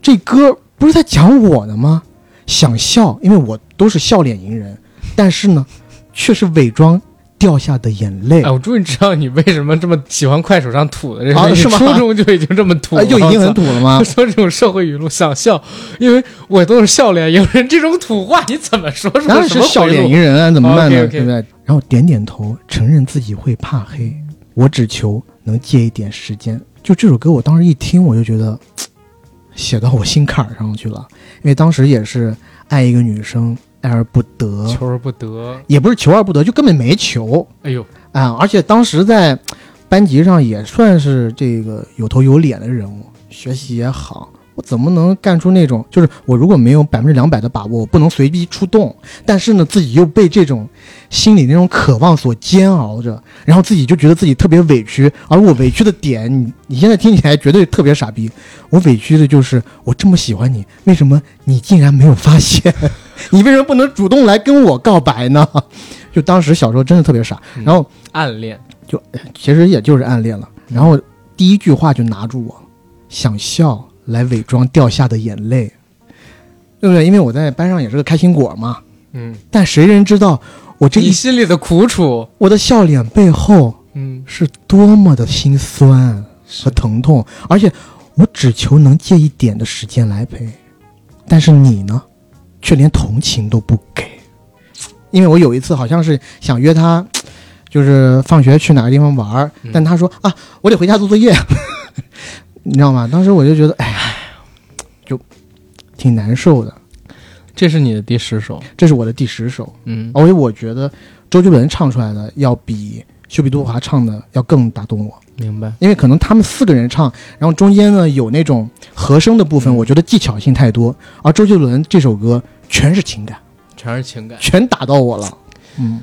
这歌不是在讲我的吗？想笑，因为我都是笑脸迎人，但是呢，却是伪装掉下的眼泪哎，。我终于知道你为什么这么喜欢快手上吐的这啊个，你是吗初中就已经这么吐了，哎，就已经我很操土了吗他？ 说这种社会语录想笑，因为我都是笑脸迎人，这种土话你怎么 说出当来然什是么笑回脸路？迎人啊，怎么办呢？ OK，OK 对不对？然后点点头，承认自己会怕黑，我只求能借一点时间。就这首歌，我当时一听我就觉得，写到我心坎儿上去了，因为当时也是爱一个女生，爱而不得，求而不得，也不是求而不得，就根本没求哎呦，啊、而且当时在班级上也算是这个有头有脸的人物，学习也好。我怎么能干出那种？就是我如果没有百分之两百的把握，我不能随机出动。但是呢，自己又被这种心里那种渴望所煎熬着，然后自己就觉得自己特别委屈。而我委屈的点，你你现在听起来绝对特别傻逼。我委屈的就是我这么喜欢你，为什么你竟然没有发现？ 你为什么不能主动来跟我告白呢？ 就当时小时候真的特别傻，嗯然后暗恋，其实也就是暗恋了。然后第一句话就拿住我，想笑来伪装掉下的眼泪，对不对？因为我在班上也是个开心果嘛。嗯，但谁人知道我这你一心里的苦楚，我的笑脸背后嗯，是多么的心酸和疼痛，而且我只求能借一点的时间来陪，但是你呢，却连同情都不给。因为我有一次好像是想约他，就是放学去哪个地方玩儿嗯，但他说啊，我得回家做作业， 你知道吗？当时我就觉得，哎呀，就挺难受的。这是你的第十首，这是我的第十首，嗯，而且我觉得周杰伦唱出来的要比修比杜华唱的要更打动我。明白，因为可能他们四个人唱，然后中间呢有那种和声的部嗯分，我觉得技巧性太多。而周杰伦这首歌全是情感，全是情感。全打到我了。嗯，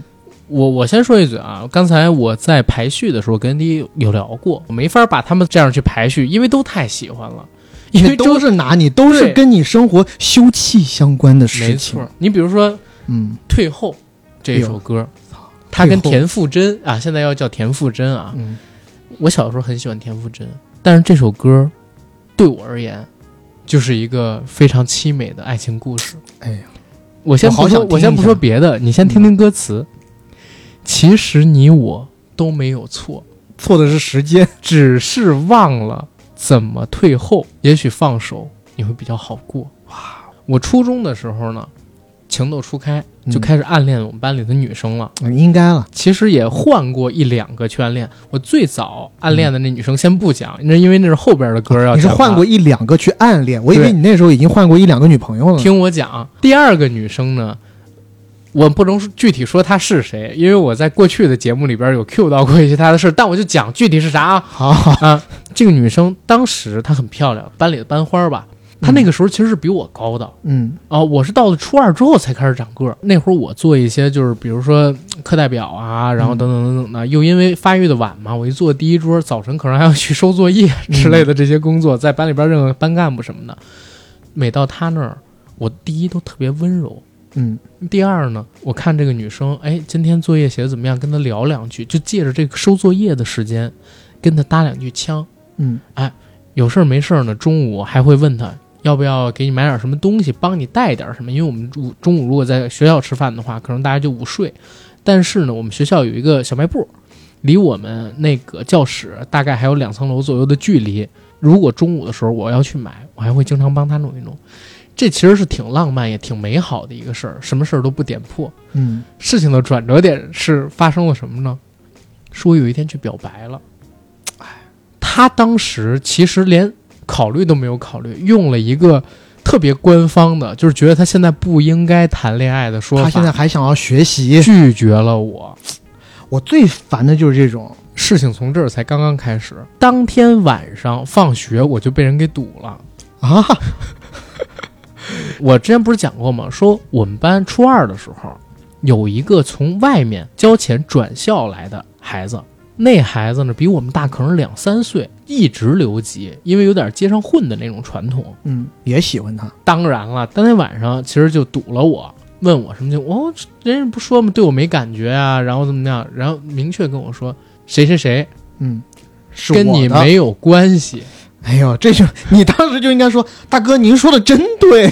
我我先说一嘴啊，刚才我在排序的时候跟你有聊过，我没法把他们这样去排序，因为都太喜欢了，因为都是拿你，都是对跟你生活休戚相关的没事情错。。你比如说嗯《退后》这一首歌，他退跟后田馥甄啊，现在要叫田馥甄啊，嗯，我小时候很喜欢田馥甄，但是这首歌对我而言就是一个非常凄美的爱情故事。哎呀，我先我好不说，想我听先一不下说别的，你先听听歌词。其实你我都没有错，错的是时间。只是忘了怎么退后。也许放手你会比较好过。哇，哦我初中的时候呢，情窦初开，就嗯开始暗恋我们班里的女生了。嗯，应该了。其实也换过一两个去暗恋。我最早暗恋的那女生先不讲，那、因为那是后边的歌要你是讲换了过一两个去暗恋，我以啊对为你那时候已经换过一两个女朋友了。听我讲，第二个女生呢，我不能说具体说她是谁，因为我在过去的节目里边有 cue 到过一些她的事，但我就讲具体是啥啊。好好，啊这个女生当时她很漂亮，班里的班花吧。她那个时候其实是比我高的嗯啊、我是到了初二之后才开始长个儿。那会儿我做一些就是比如说课代表啊，然后等等等等的，又因为发育的晚嘛，我一坐第一桌，早晨可能还要去收作业之类的这些工作，在班里边任何班干部什么的。每到她那儿，我第一都特别温柔，嗯，第二呢，我看这个女生，哎，今天作业写的怎么样？跟她聊两句，就借着这个收作业的时间，跟她搭两句腔。嗯，有事儿没事儿呢，中午还会问她要不要给你买点什么东西，帮你带点什么。因为我们午中午如果在学校吃饭的话，可能大家就午睡。但是呢，我们学校有一个小卖部，离我们那个教室大概还有两层楼左右的距离。如果中午的时候我要去买，我还会经常帮她弄一弄。这其实是挺浪漫也挺美好的一个事儿，什么事儿都不点破。嗯，事情的转折点是发生了什么呢？是我有一天去表白了。哎，他当时其实连考虑都没有考虑，用了一个特别官方的，就是觉得他现在不应该谈恋爱的说法，他现在还想要学习。拒绝了我。我最烦的就是这种，事情从这儿才刚刚开始。当天晚上放学，我就被人给堵了啊！ 我之前不是讲过吗？说我们班初二的时候，有一个从外面交钱转校来的孩子，那孩子呢比我们大可能两三岁，一直留级，因为有点街上混的那种传统。嗯，也喜欢他。当然了，当天晚上其实就堵了我，问我什么情况，哦，这人家不说吗？对我没感觉啊，然后怎么样？然后明确跟我说谁谁谁嗯，是跟我你的没有关系。哎呦，这就你当时就应该说，大哥您说的真 对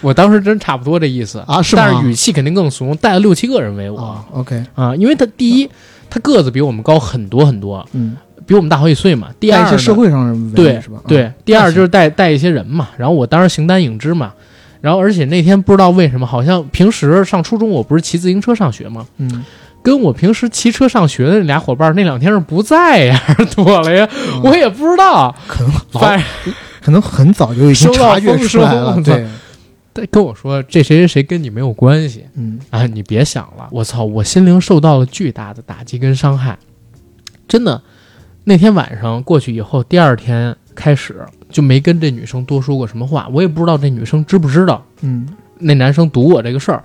我当时真差不多这意思啊是吗但是语气肯定更怂，带了六七个人围我啊。OK，啊，因为他第一，他个子比我们高很多很多，嗯，比我们大好几岁嘛。第带二一些呢社会上的文对是吧？啊对，第二行就是带带一些人嘛。然后我当时形单影只嘛。然后而且那天不知道为什么，好像平时上初中我不是骑自行车上学嘛，嗯，跟我平时骑车上学的那俩伙伴那两天是不在呀， 躲了呀，我也不知道。可能反嗯老可能很早就已经收到察觉风出来声了，了对，正跟我说这谁谁谁跟你没有关系，嗯啊，你别想了，我操，我心灵受到了巨大的打击跟伤害，真的。那天晚上过去以后，第二天开始就没跟这女生多说过什么话，我也不知道这女生知不知道嗯那男生堵我这个事儿。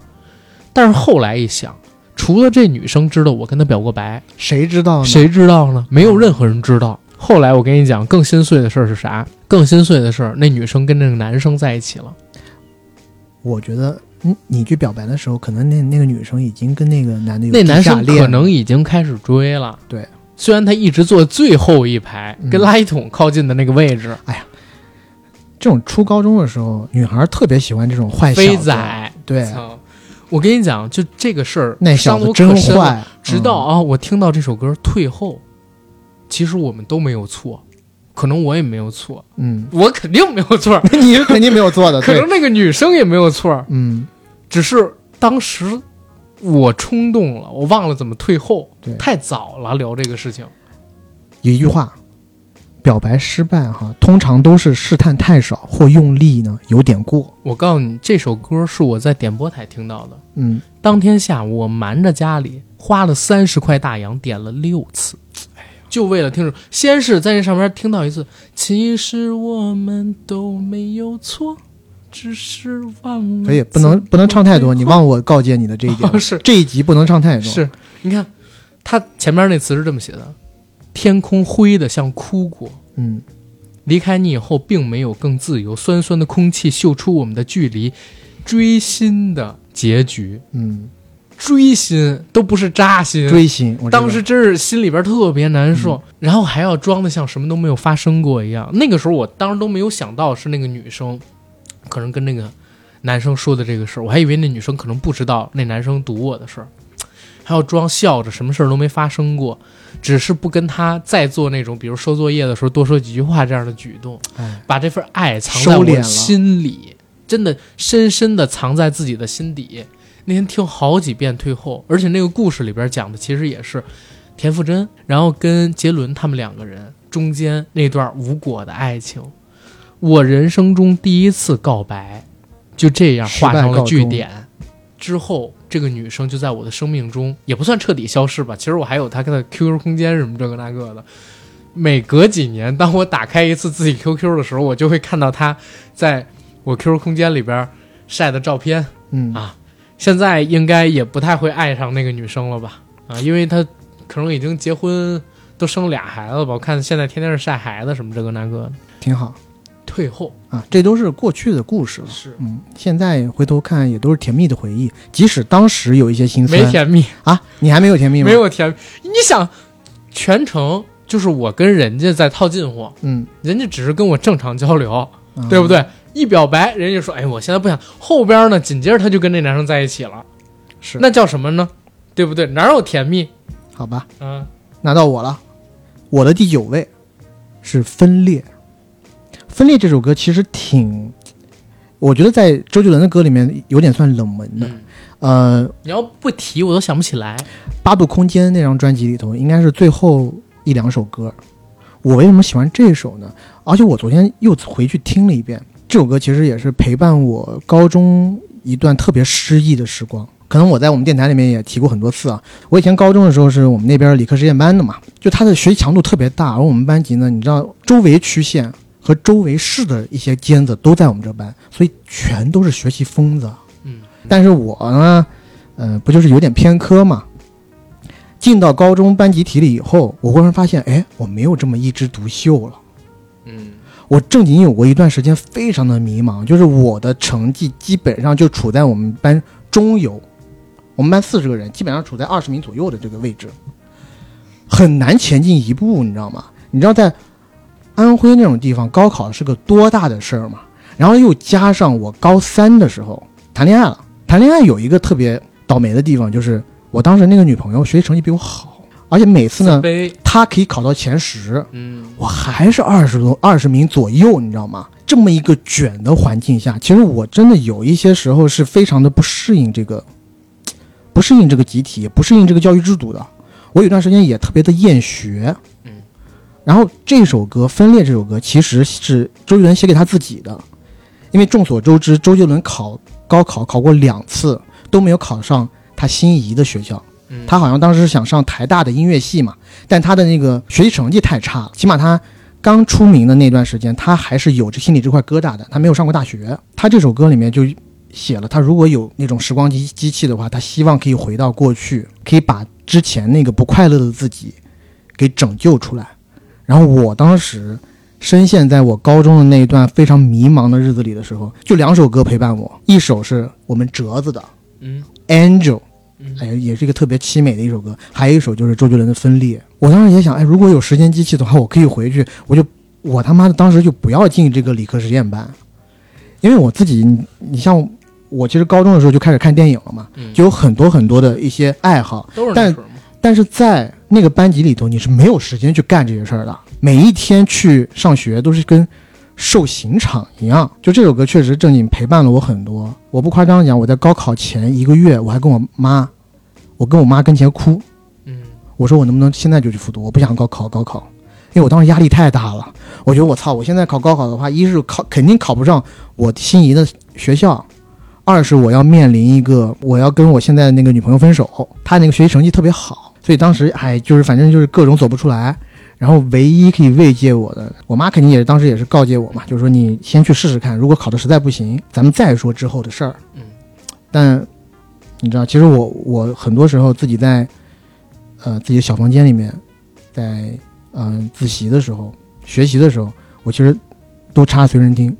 但是后来一想，除了这女生知道我跟她表过白，谁知道呢？谁知道呢？没有任何人知道。后来我跟你讲，更心碎的事儿是啥？更心碎的事儿，那女生跟那个男生在一起了。我觉得，嗯，你去表白的时候，可能那那个女生已经跟那个男的有那男地下生恋可能已经开始追了。对，虽然他一直坐最后一排，嗯跟垃圾桶靠近的那个位置，这种初高中的时候，女孩特别喜欢这种坏小子飞仔。对，操！我跟你讲，就这个事儿，那伤得小子我真可深了。坏，直到嗯啊，我听到这首歌《退后》，其实我们都没有错，可能我也没有错，嗯， 我肯定没有错，你是肯定没有做的，可啊对能，那个女生也没有错，嗯，只是当时我冲动了，我忘了怎么退后对，太早了聊这个事情。有一句话，表白失败哈，通常都是试探太少或用力呢有点过，我告诉你，这首歌是我在点播台听到的。嗯，当天下午，我瞒着家里花了三十块大洋点了六次，就为了听着。先是在这上面听到一次，其实我们都没有错，只是忘了。，所以不能不能唱太多，你忘我告诫你的这一点了嗯 是这一集不能唱太多，是，你看，他前面那词是这么写的：天空灰的像哭过，嗯，离开你以后，并没有更自由。酸酸的空气嗅出我们的距离，追心的结局，嗯追心都不是扎心嗯，。追星，嗯我知道当时真是心里边特别难受，然后还要装的像什么都没有发生过一样。那个时候我当时都没有想到是那个女生，可能跟那个男生说的这个事儿，我还以为那女生可能不知道那男生堵我的事儿，还要装笑着什么事儿都没发生过，只是不跟他再做那种比如收作业的时候多说几句话这样的举动，哎把这份爱藏在收敛我了心里，真的深深的藏在自己的心底。那天听好几遍退后，而且那个故事里边讲的其实也是田馥甄，然后跟杰伦他们两个人中间那段无果的爱情，我人生中第一次告白，就这样画上了句点。之后，这个女生就在我的生命中也不算彻底消失吧。其实我还有她的 QQ 空间什么这个那个的。每隔几年，当我打开一次自己 QQ 的时候，我就会看到她在我 QQ 空间里边晒的照片。嗯啊现在应该也不太会爱上那个女生了吧？啊，因为她可能已经结婚，都生俩孩子吧。我看现在天天是晒孩子什么这个那个的。挺好退后啊，这都是过去的故事了。是嗯，现在回头看也都是甜蜜的回忆，即使当时有一些心酸没甜蜜，啊，你还没有甜蜜吗？没，有甜蜜。你想，全程就是我跟人家在套近乎，嗯，人家只是跟我正常交流，啊对不？对？一表白，人家就说：“哎，我现在不想。”后边呢，紧接着他就跟那男生在一起了，是那叫什么呢？对不对？哪有甜蜜？好吧，嗯，那到我了，我的第九位是《分裂》。《分裂》这首歌其实挺，我觉得在周杰伦的歌里面有点算冷门的。嗯呃，你要不提我都想不起来。八度空间那张专辑里头，应该是最后一两首歌。我为什么喜欢这首呢？而且我昨天又回去听了一遍，这首歌其实也是陪伴我高中一段特别诗意的时光。可能我在我们电台里面也提过很多次啊。我以前高中的时候是我们那边理科实验班的嘛，就他的学习强度特别大，而我们班级呢，你知道周围区县和周围市的一些尖子都在我们这班，所以全都是学习疯子。嗯，但是我呢，呃，不就是有点偏科嘛？进到高中班级体里以后，我忽然发现，哎，我没有这么一枝独秀了。嗯我正经有过一段时间非常的迷茫，就是我的成绩基本上就处在我们班中游，我们班四十个人，基本上处在二十名左右的这个位置，很难前进一步，你知道吗？你知道在安徽那种地方，高考是个多大的事儿嘛？然后又加上我高三的时候谈恋爱了，谈恋爱有一个特别倒霉的地方，就是我当时那个女朋友学习成绩比我好，而且每次呢，杯，她可以考到前十，嗯，我还是二十多二十名左右，你知道吗？这么一个卷的环境下，其实我真的有一些时候是非常的不适应这个，不适应这个集体，不适应这个教育制度的。我有段时间也特别的厌学，嗯。然后这首歌《分裂》这首歌其实是周杰伦写给他自己的，因为众所周知，周杰伦考高考考过两次都没有考上他心仪的学校。嗯他好像当时是想上台大的音乐系嘛，但他的那个学习成绩太差了，起码他刚出名的那段时间，他还是有这心里这块疙瘩的，他没有上过大学。他这首歌里面就写了，他如果有那种时光机机器的话，他希望可以回到过去，可以把之前那个不快乐的自己给拯救出来。然后我当时深陷在我高中的那一段非常迷茫的日子里的时候，就两首歌陪伴我，一首是我们折子的嗯， 《Angel》。嗯哎，也是一个特别凄美的一首歌。还有一首就是周杰伦的《分裂》，我当时也想，哎，如果有时间机器的话，我可以回去，我就我他妈的当时就不要进这个理科实验班，因为我自己，你你像我其实高中的时候就开始看电影了嘛，嗯就有很多很多的一些爱好，都是那但时候嘛，但是在那个班级里头，你是没有时间去干这些事儿的。每一天去上学都是跟受刑场一样。就这首歌确实正经陪伴了我很多。我不夸张地讲，我在高考前一个月，我还跟我妈，我跟我妈跟前哭，嗯，我说我能不能现在就去复读？我不想高考，高考，因为我当时压力太大了。我觉得我操，我现在考高考的话，一是考肯定考不上我心仪的学校，二是我要面临一个我要跟我现在的那个女朋友分手，她那个学习成绩特别好，所以当时哎，就是反正就是各种走不出来。然后唯一可以慰藉我的，我妈肯定也是当时也是告诫我嘛，就是说你先去试试看，如果考的实在不行，咱们再说之后的事儿。嗯，但你知道，其实我我很多时候自己在呃自己的小房间里面，在嗯、呃自习的时候、学习的时候，我其实都插随身听，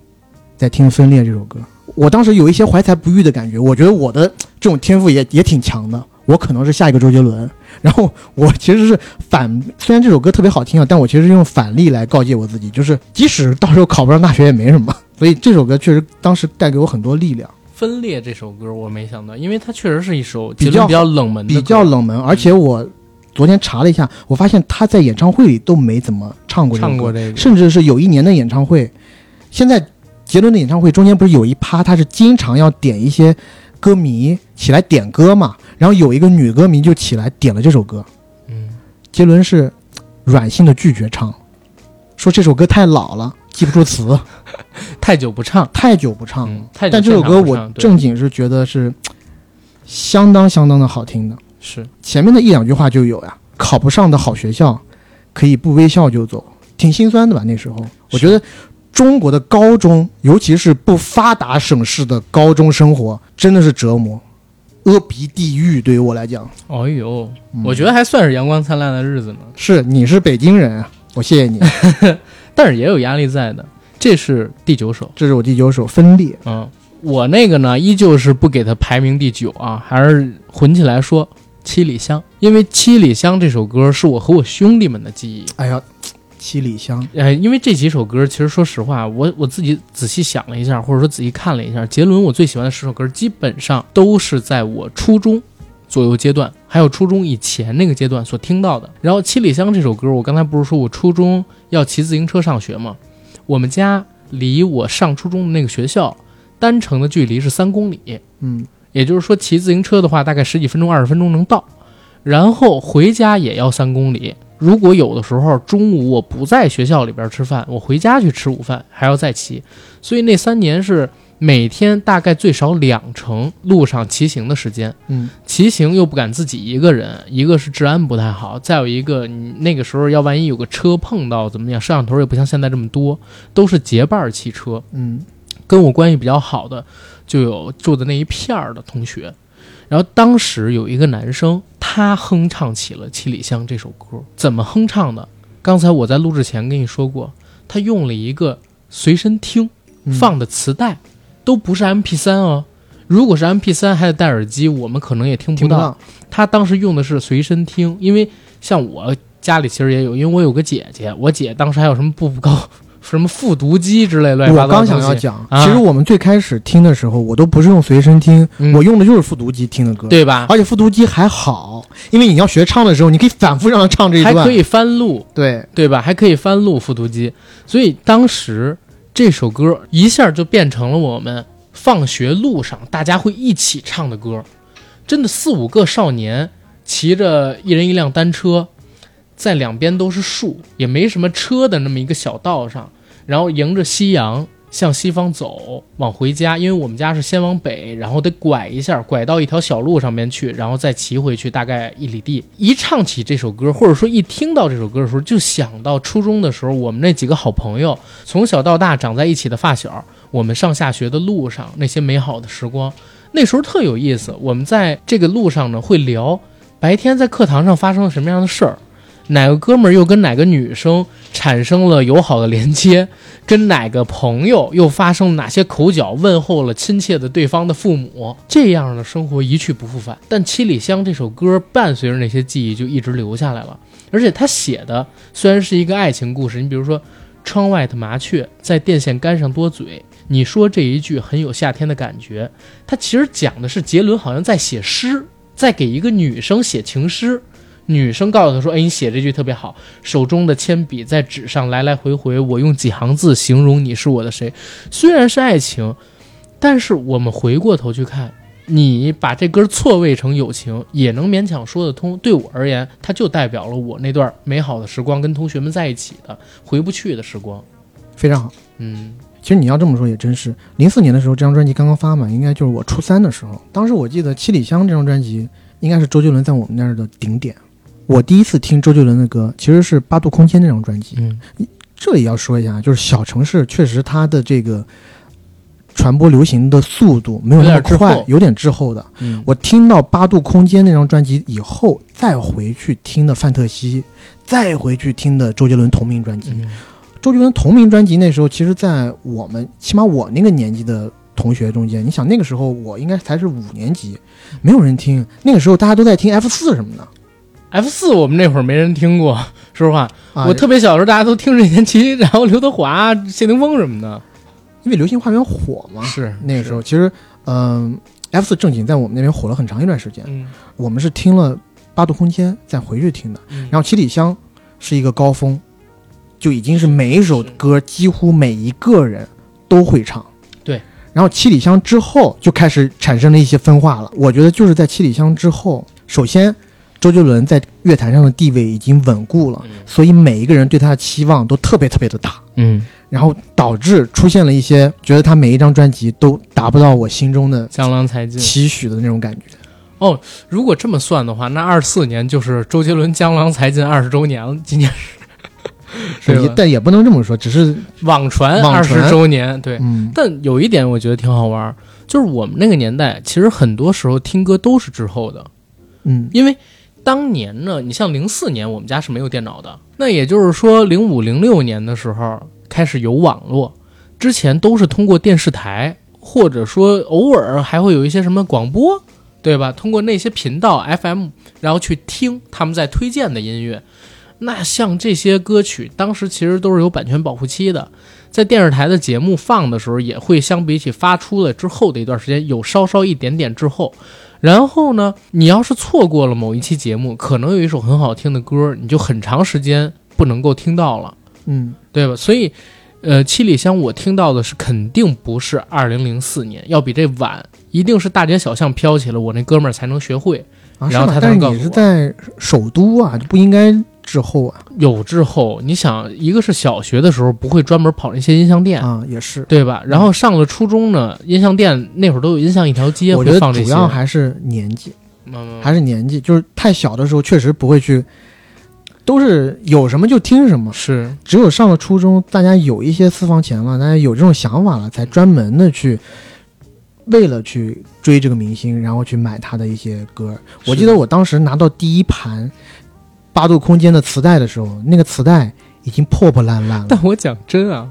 在听《分裂》这首歌。我当时有一些怀才不遇的感觉，我觉得我的这种天赋也也挺强的，我可能是下一个周杰伦。然后我其实是反，虽然这首歌特别好听啊，但我其实用反例来告诫我自己，就是即使到时候考不上大学也没什么。所以这首歌确实当时带给我很多力量，分裂这首歌我没想到，因为它确实是一首比比较较比较冷门的歌，比较冷门，而且嗯我昨天查了一下，我发现他在演唱会里都没怎么唱过这首歌唱过这个，甚至是有一年的演唱会，现在杰伦的演唱会中间不是有一趴，他是经常要点一些歌迷起来点歌嘛，然后有一个女歌迷就起来点了这首歌，嗯，杰伦是软性的拒绝唱，说这首歌太老了，记不住词，太久不唱，太久不唱了。嗯，太久但这首歌现场不我唱对正经是觉得是相当相当的好听的，是前面的一两句话就有呀、考不上的好学校，可以不微笑就走，挺心酸的吧？那时候，我觉得中国的高中，尤其是不发达省市的高中生活，真的是折磨，阿鼻地狱。对于我来讲，哦呦，嗯我觉得还算是阳光灿烂的日子呢，是你是北京人啊，我谢 谢你。但是也有压力在的。这是第九首，这是我第九首《分裂》，嗯，我那个呢，依旧是不给它排名第九啊，还是混起来说《七里香》，因为《七里香》这首歌是我和我兄弟们的记忆。哎呀，七里香，呃，因为这几首歌，其实说实话，我我自己仔细想了一下，或者说仔细看了一下，杰伦我最喜欢的十首歌，基本上都是在我初中左右阶段，还有初中以前那个阶段所听到的。然后《七里香》这首歌，我刚才不是说我初中要骑自行车上学吗？我们家离我上初中的那个学校单程的距离是三公里，嗯，也就是说骑自行车的话，大概十几分钟、二十分钟能到，然后回家也要三公里。如果有的时候中午我不在学校里边吃饭，我回家去吃午饭，还要再骑，所以那三年是每天大概最少两成路上骑行的时间。嗯，骑行又不敢自己一个人，一个是治安不太好，再有一个你那个时候要万一有个车碰到怎么样，摄像头也不像现在这么多，都是结伴儿骑车。嗯，跟我关系比较好的，就有住的那一片儿的同学。然后当时有一个男生，他哼唱起了《七里香》这首歌，怎么哼唱的？刚才我在录制前跟你说过，他用了一个随身听嗯放的磁带，都不是 MP 3哦。如果是 MP 3还得戴耳机，我们可能也听听不不到。到，他当时用的是随身听，因为像我家里其实也有，因为我有个姐姐，我姐当时还有什么步步高、 什么复读机之类乱七八我糟刚的想东要西，讲，啊其实我们最开始听的时候，我都不是用随身听，嗯我用的嗯就是复读机听的歌。，对吧？而且复读机还好，因为你要学唱的时候，你可以反复让它唱这一还段。可以翻录，对，对吧？还可以翻录复读机，所以当时这首歌一下就变成了我们放学路上大家会一起唱的歌。真的，四五个少年骑着一人一辆单车，在两边都是树，也没什么车的那么一个小道上，然后迎着夕阳向西方走，往回家。因为我们家是先往北，然后得拐一下，拐到一条小路上面去，然后再骑回去，大概一里地。一唱起这首歌，或者说一听到这首歌的时候，就想到初中的时候，我们那几个好朋友从小到大长在一起的发小，我们上下学的路上那些美好的时光。那时候特有意思，我们在这个路上呢会聊白天在课堂上发生了什么样的事儿，哪个哥们儿又跟哪个女生产生了友好的连接，跟哪个朋友又发生了哪些口角，问候了亲切的对方的父母，这样的生活一去不复返。但《七里香》这首歌伴随着那些记忆就一直留下来了，而且他写的虽然是一个爱情故事，你比如说。窗外的麻雀在电线杆上多嘴，你说这一句很有夏天的感觉。他其实讲的是杰伦好像在写诗，在给一个女生写情诗。女生告诉他说：“哎，你写这句特别好，手中的铅笔在纸上来来回回，我用几行字形容你是我的谁。”虽然是爱情，但是我们回过头去看，你把这歌错位成友情，也能勉强说得通。对我而言，它就代表了我那段美好的时光，跟同学们在一起的回不去的时光。非常好。嗯其实你要这么说也真是，零四年的时候这张专辑刚刚发嘛，应该就是我初三的时候。当时我记得《七里香》这张专辑应该是周杰伦在我们那儿的顶点。我第一次听周杰伦的歌其实是《八度空间》这张专辑。嗯这里要说一下，就是小城市确实它的这个传播流行的速度没有那么有点滞快后，有点滞后的。嗯，我听到《八度空间》那张专辑以后，再回去听的范特西，再回去听的周杰伦同名专辑。嗯周杰伦同名专辑那时候，其实，在我们起码我那个年纪的同学中间，你想那个时候我应该才是五年级，没有人听。那个时候大家都在听 F 四什么的 F 四我们那会儿没人听过，说实话，啊，我特别小的时候大家都听任贤齐，然后刘德华、谢霆锋什么的。因为《流星花园》火嘛，是那个时，是候其实，嗯、f 四正经在我们那边火了很长一段时间。嗯，我们是听了《八度空间》再回去听的，然然后《七里香》是一个高峰，就已经是每一首歌几乎每一个人都会唱。对，然后《七里香》之后就开始产生了一些分化了。我觉得就是在《七里香》之后，首先周杰伦在乐坛上的地位已经稳固了，嗯所以每一个人对他的期望都特别特别的大。嗯，然后导致出现了一些觉得他每一张专辑都达不到我心中的江郎才尽。期许的那种感觉。如果这么算的话，那二四年就是周杰伦江郎才尽二十周年了。今年是，也对吧？但也不能这么说，只是网传网二传十周年，对。嗯，但有一点我觉得挺好玩儿，就是我们那个年代，其实很多时候听歌都是滞后的。嗯，因为当年呢，你像零四年我们家是没有电脑的，那也就是说零五零六年的时候开始有网络，之前都是通过电视台，或者说偶尔还会有一些什么广播，对吧？通过那些频道 FM，然后去听他们在推荐的音乐。那像这些歌曲，当时其实都是有版权保护期的，在电视台的节目放的时候，也会相比起发出了之后的一段时间，有稍稍一点点滞后。然后呢，你要是错过了某一期节目，可能有一首很好听的歌，你就很长时间不能够听到了，嗯，对吧？所以，呃，七里香我听到的是肯定不是二零零四年，要比这晚，一定是大街小巷飘起了，我那哥们儿才能学会。啊，然后是吗他但才是告诉你是我在首都啊，就不应该滞后啊有之后，你想，一个是小学的时候不会专门跑那些音像店，啊，也是。对吧？然后上了初中呢，音像店那会儿都有音像一条街，我觉得会放这主些，要还是年纪，嗯还是年纪，就是太小的时候确实不会去，都是有什么就听什么。是只有上了初中，大家有一些私房钱了，大家有这种想法了，才专门的去为了去追这个明星，然后去买他的一些歌。是我记得我当时拿到第一盘《八度空间》的磁带的时候，那个磁带已经破破烂烂了。 但我讲真啊，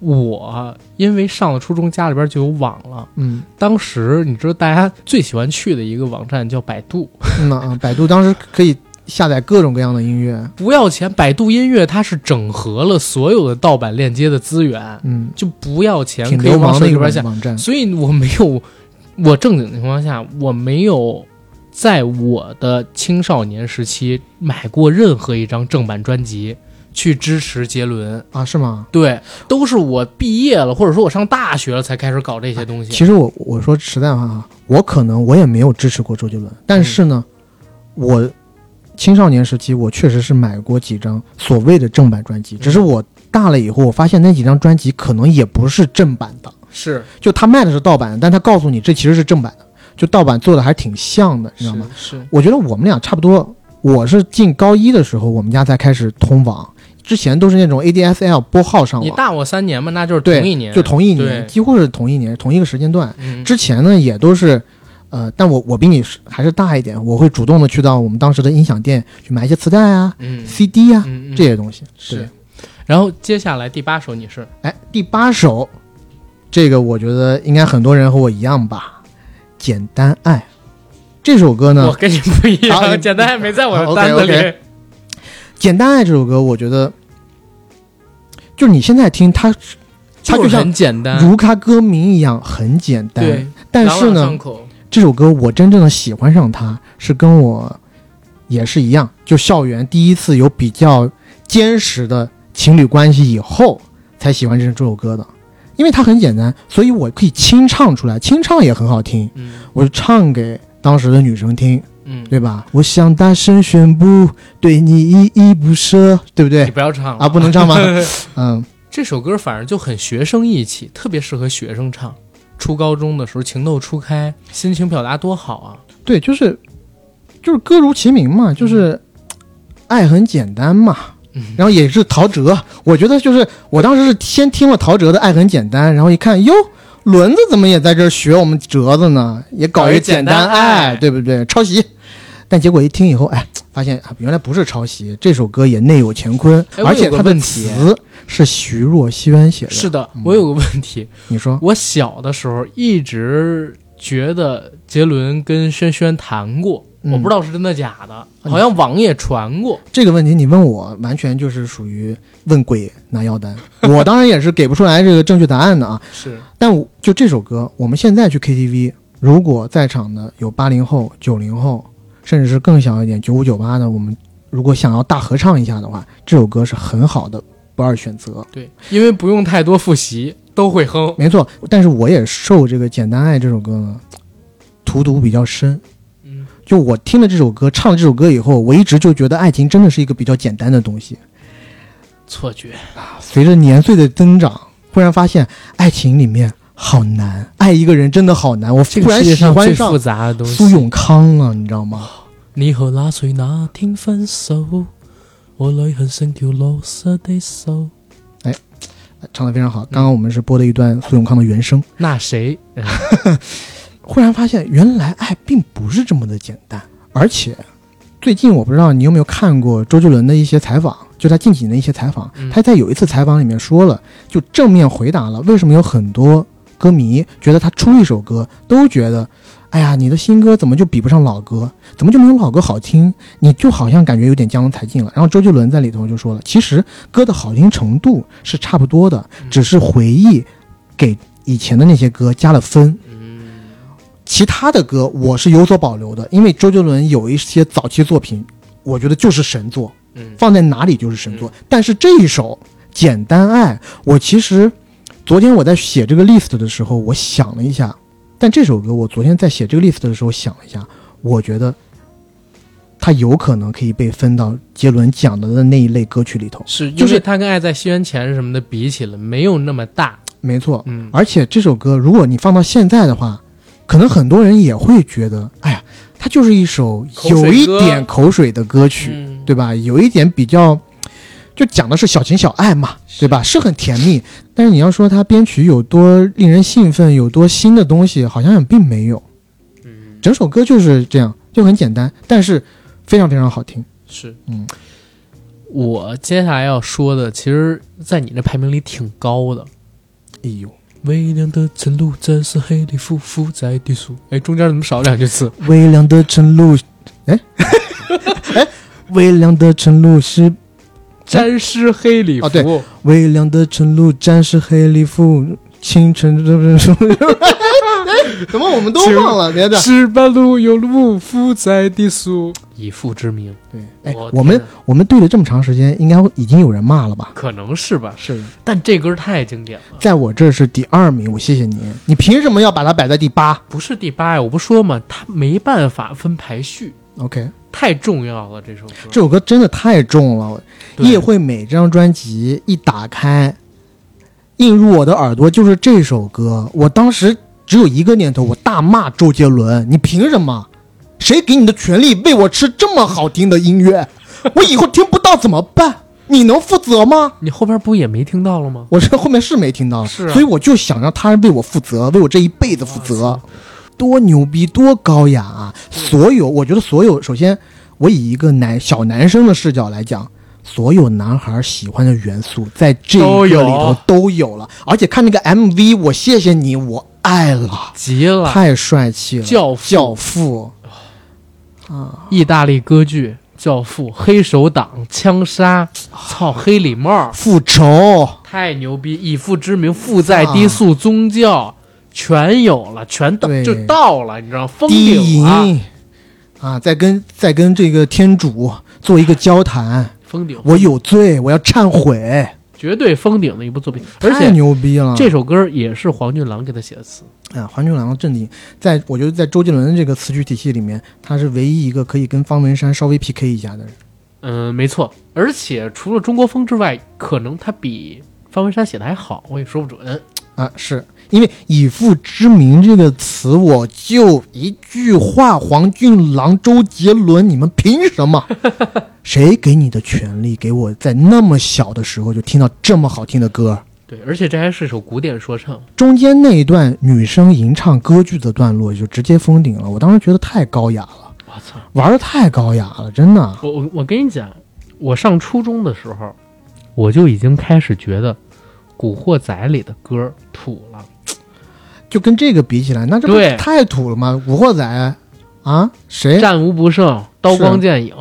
我因为上了初中，家里边就有网了。嗯，当时你知道大家最喜欢去的一个网站叫百度，嗯啊，百度当时可以下载各种各样的音乐，不要钱，百度音乐它是整合了所有的盗版链接的资源，嗯，就不要钱，挺可以流往氓手的一里个边下。网站。所以我没有，我正经情况下我没有在我的青少年时期买过任何一张正版专辑去支持杰伦。啊，是吗？对，都是我毕业了，或者说我上大学了才开始搞这些东西。其实我我说实在话啊，我可能我也没有支持过周杰伦，嗯但是呢，我青少年时期我确实是买过几张所谓的正版专辑，嗯只是我大了以后，我发现那几张专辑可能也不是正版的，是，就他卖的是盗版的，但他告诉你这其实是正版的，就盗版做的还挺像的，你知道吗？？嗯是，我觉得我们俩差不多。我是进高一的时候，我们家才开始通网，之前都是那种 ADSL 拨号上你网，大我三年嘛，那就是对同一年，就同一对年，几乎是同一年，同一个时间段。嗯，之前呢，也都是，呃，但我我比你是还是大一点，我会主动的去到我们当时的音响店去买一些磁带啊、嗯 CD 啊、嗯嗯这些东西。是对。然后接下来第八首你是哎，第八首，这个我觉得应该很多人和我一样吧，《简单爱》这首歌呢，我跟你不一好样，你简单还没在我的好单子里 OK，OK。《简单爱》这首歌，我觉得就是你现在听它，就它就是像很简单，如它歌名一样很简嗯对单。，但是朗朗上呢，口这首歌我真正的喜欢上它是跟我也是一样，就校园第一次有比较坚实的情侣关系以后才喜欢这这首歌的，因为它很简单，所以我可以清唱出来，清唱也很好听，嗯我就唱给当时的女生听。嗯，对吧？我想大声宣布对你依依不舍，对你不对？不要唱了啊，不 能唱吗？嗯，这首歌反正就很学生意气，特别适合学生唱。初高中的时候情窦初开，心情表达多好啊！对，就是就是歌如其名嘛，就是爱很简单嘛。嗯然后也是陶喆，我觉得就是我当时是先听了陶喆的《爱很简单》，然后一看哟，轮子怎么也在这儿学我们折子呢？也搞搞一一个简简单单爱，爱对不对？抄袭。但结果一听以后，哎，发现啊，原来不是抄袭，这首歌也内有乾坤，哎我而有且个它的问题词是徐若瑄写的。是的，我有个问题，你说我小的时候一直觉得杰伦跟轩轩谈过，嗯我不知道是真的假的，好像网也传过。这个问题，你问我，完全就是属于问鬼拿药单。 我当然也是给不出来这个正确答案的啊。是，但我就这首歌，我们现在去 KTV，如果在场的有八零后、九零后，甚至是更小一点九五九八的，我们如果想要大合唱一下的话，这首歌是很好的不二选择。对，因为不用太多复习，都会哼。没错，但是我也受这个《简单爱》这首歌呢荼毒比较深。嗯，就我听了这首歌，唱了这首歌以后，我一直就觉得爱情真的是一个比较简单的东西。错觉。随着年岁的增长，忽然发现爱情里面好难，爱一个人真的好难。我这忽个然世界喜上最欢复上杂的东西。苏永康了，你知道吗？你和那谁那天分手，我泪痕像條落色的手。唱的非常好。刚刚我们是播的一段苏永康的原声，那谁？忽然发现原来爱并不是这么的简单。而且，最近我不知道你有没有看过周杰伦的一些采访，就他近几年的一些采访嗯，他在有一次采访里面说了，就正面回答了为什么有很多歌迷觉得他出一首歌都觉得，哎呀，你的新歌怎么就比不上老歌，怎么就没有老歌好听？你就好像感觉有点江郎才尽了。然后周杰伦在里头就说了，其实歌的好听程度是差不多的，只是回忆给以前的那些歌加了分。嗯，其他的歌我是有所保留的，因为周杰伦有一些早期作品，我觉得就是神作，嗯放在哪里就是神作。但是这一首《简单爱》，我其实昨天我在写这个 list 的时候，我想了一下，但这首歌我昨天在写这个 list 的时候想了一下，我觉得它有可能可以被分到杰伦讲的那一类歌曲里头。是，就就是是他跟《爱在西元前》什么的比起来，没有那么大。没错，嗯，而且这首歌，如果你放到现在的话，可能很多人也会觉得，哎呀，它就是一首有一点口水的歌曲，嗯，对吧？有一点比较，就讲的是小情小爱嘛，对吧？是很甜蜜，但是你要说它编曲有多令人兴奋，有多新的东西，好像也并没有。嗯，整首歌就是这样，就很简单，但是非常非常好听。是，嗯。我接下来要说的，其实，在你这排名里挺高的。哎 呦，微凉的晨露，沾湿黑里浮浮在 低诉。哎，中间怎么少两句词？ 微凉的晨露，哎，哎，微凉的晨露是沾湿黑礼啊服，哦对微凉的晨露沾湿黑礼服，清晨这不 是怎么我们都忘了？别的石板路有路夫在低诉，以父之名。对，哎我，我们天哪我们对了这么长时间，应该已经有人骂了吧？可能是吧，是，但这歌太经典了，在我这儿是第二名，我谢谢你，你凭什么要把它摆在第八不是第八呀，我不说嘛，他没办法分排序， ？OK，太重要了这首歌。这首歌真的太重了，对叶惠美这张专辑一打开，映入我的耳朵就是这首歌。我当时只有一个念头，我大骂周杰伦：“你凭什么？谁给你的权利喂我吃这么好听的音乐？我以后听不到怎么办？你能负责吗你后边不也没听到了吗？”？我这后面是没听到，是啊所以我就想让他人为我负责，为我这一辈子负啊责，多牛逼，多高雅啊！所有，我觉得所有，首先，我以一个男小男生的视角来讲，所有男孩喜欢的元素在这都一有个里头都有了，而且看那个 MV，我谢谢你，我爱了，极了，太帅气了，教父教父啊，意大利歌剧《教父》，黑手党枪杀，操黑礼帽，复仇，太牛逼！以父之名，父在低速，宗教全有了，全到对就到了，你知道封低顶了，吟啊，在跟在跟这个天主做一个交谈。封顶，我有罪，我要忏悔，绝对封顶的一部作品。而太且牛逼了！这首歌也是黄俊郎给他写的词，啊，黄俊郎的镇定，在我觉得在周杰伦这个词曲体系里面，他是唯一一个可以跟方文山稍微 PK 一下的人。嗯，没错。而且除了中国风之外，可能他比方文山写的还好，我也说不准。啊，是因为“以父之名”这个词，我就一句话：黄俊郎、周杰伦，你们凭什 么？谁给你的权利，给我在那么小的时候就听到这么好听的歌？对，而且这还是一首古典说唱，中间那一段女生吟唱歌剧的段落，就直接封顶了。我当时觉得太高雅了，我操！玩的太高雅了，真的。我我我跟你讲，我上初中的时候，我就已经开始觉得《古惑仔》里的歌土了。就跟这个比起来，那这不对太土了吗？古惑仔啊，谁？战无不胜，刀光剑影，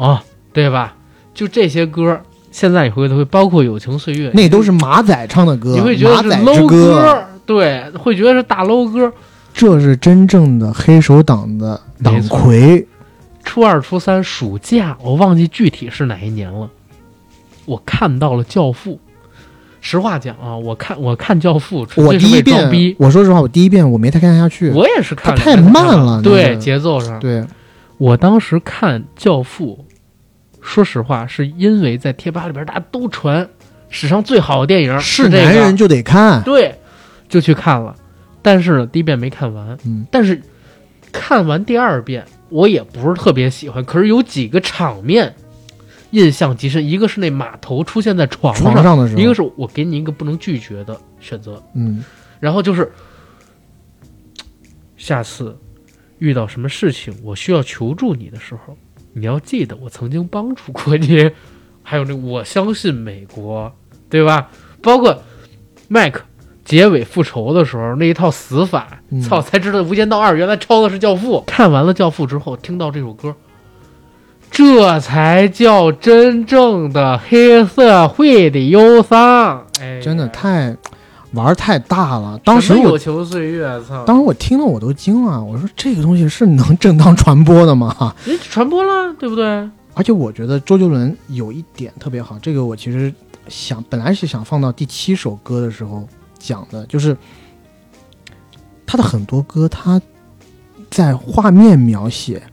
对吧？就这些歌，现在你回头会包括《友情岁月》，那都是马仔唱的歌，你会觉得马是仔 low 之歌，歌，对，会觉得是大 low 歌。这是真正的黑手党的党魁。初二、初三暑假，我忘记具体是哪一年了，我看到了《教父》。实话讲啊，我看我看《教父》纯我粹第是一为装遍逼，，我说实话，我第一遍我没太看下去。我也是看它太慢了那对个节奏上。对，我当时看《教父》，说实话，是因为在贴吧里边大家都传史上最好的电影是这个，男人就得看。 对，就去看了。但是呢，第一遍没看完，嗯，但是看完第二遍，我也不是特别喜欢。可是有几个场面印象极深，一个是那码头出现在床上，床上的时候，一个是我给你一个不能拒绝的选择，嗯，然后就是下次遇到什么事情，我需要求助你的时候，你要记得我曾经帮助过你。还有那个我相信美国，对吧？包括麦克结尾复仇的时候那一套死法，嗯操、才知道《无间道二》原来抄的是《教父》。看完了《教父》之后，听到这首歌。这才叫真正的黑社会的忧伤，哎呀，真的太玩儿太大了。当时什么啊我友情岁月，操！当时我听了我都惊了，我说这个东西是能正当传播的吗？人家传播了，对不对？而且我觉得周杰伦有一点特别好，这个我其实想本来是想放到第七首歌的时候讲的，就是他的很多歌，他在画面描写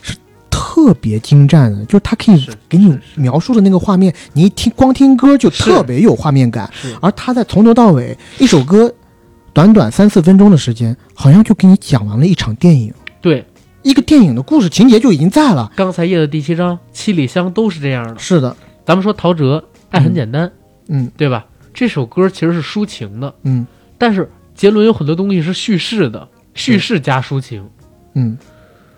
是特别精湛的，就是他可以是给你是是描述的那个画面，你一听光听歌就是特别有画面感，是而他在从头到尾一首歌，短短三四分钟的时间，好像就给你讲完了一场电影，对。一个电影的故事情节就已经在了。刚才夜的第七章《七里香》都是这样的。是的，咱们说陶喆《爱很简单》嗯对吧？这首歌其实是抒情的，嗯但是杰伦有很多东西是叙事的，叙事加抒情。嗯。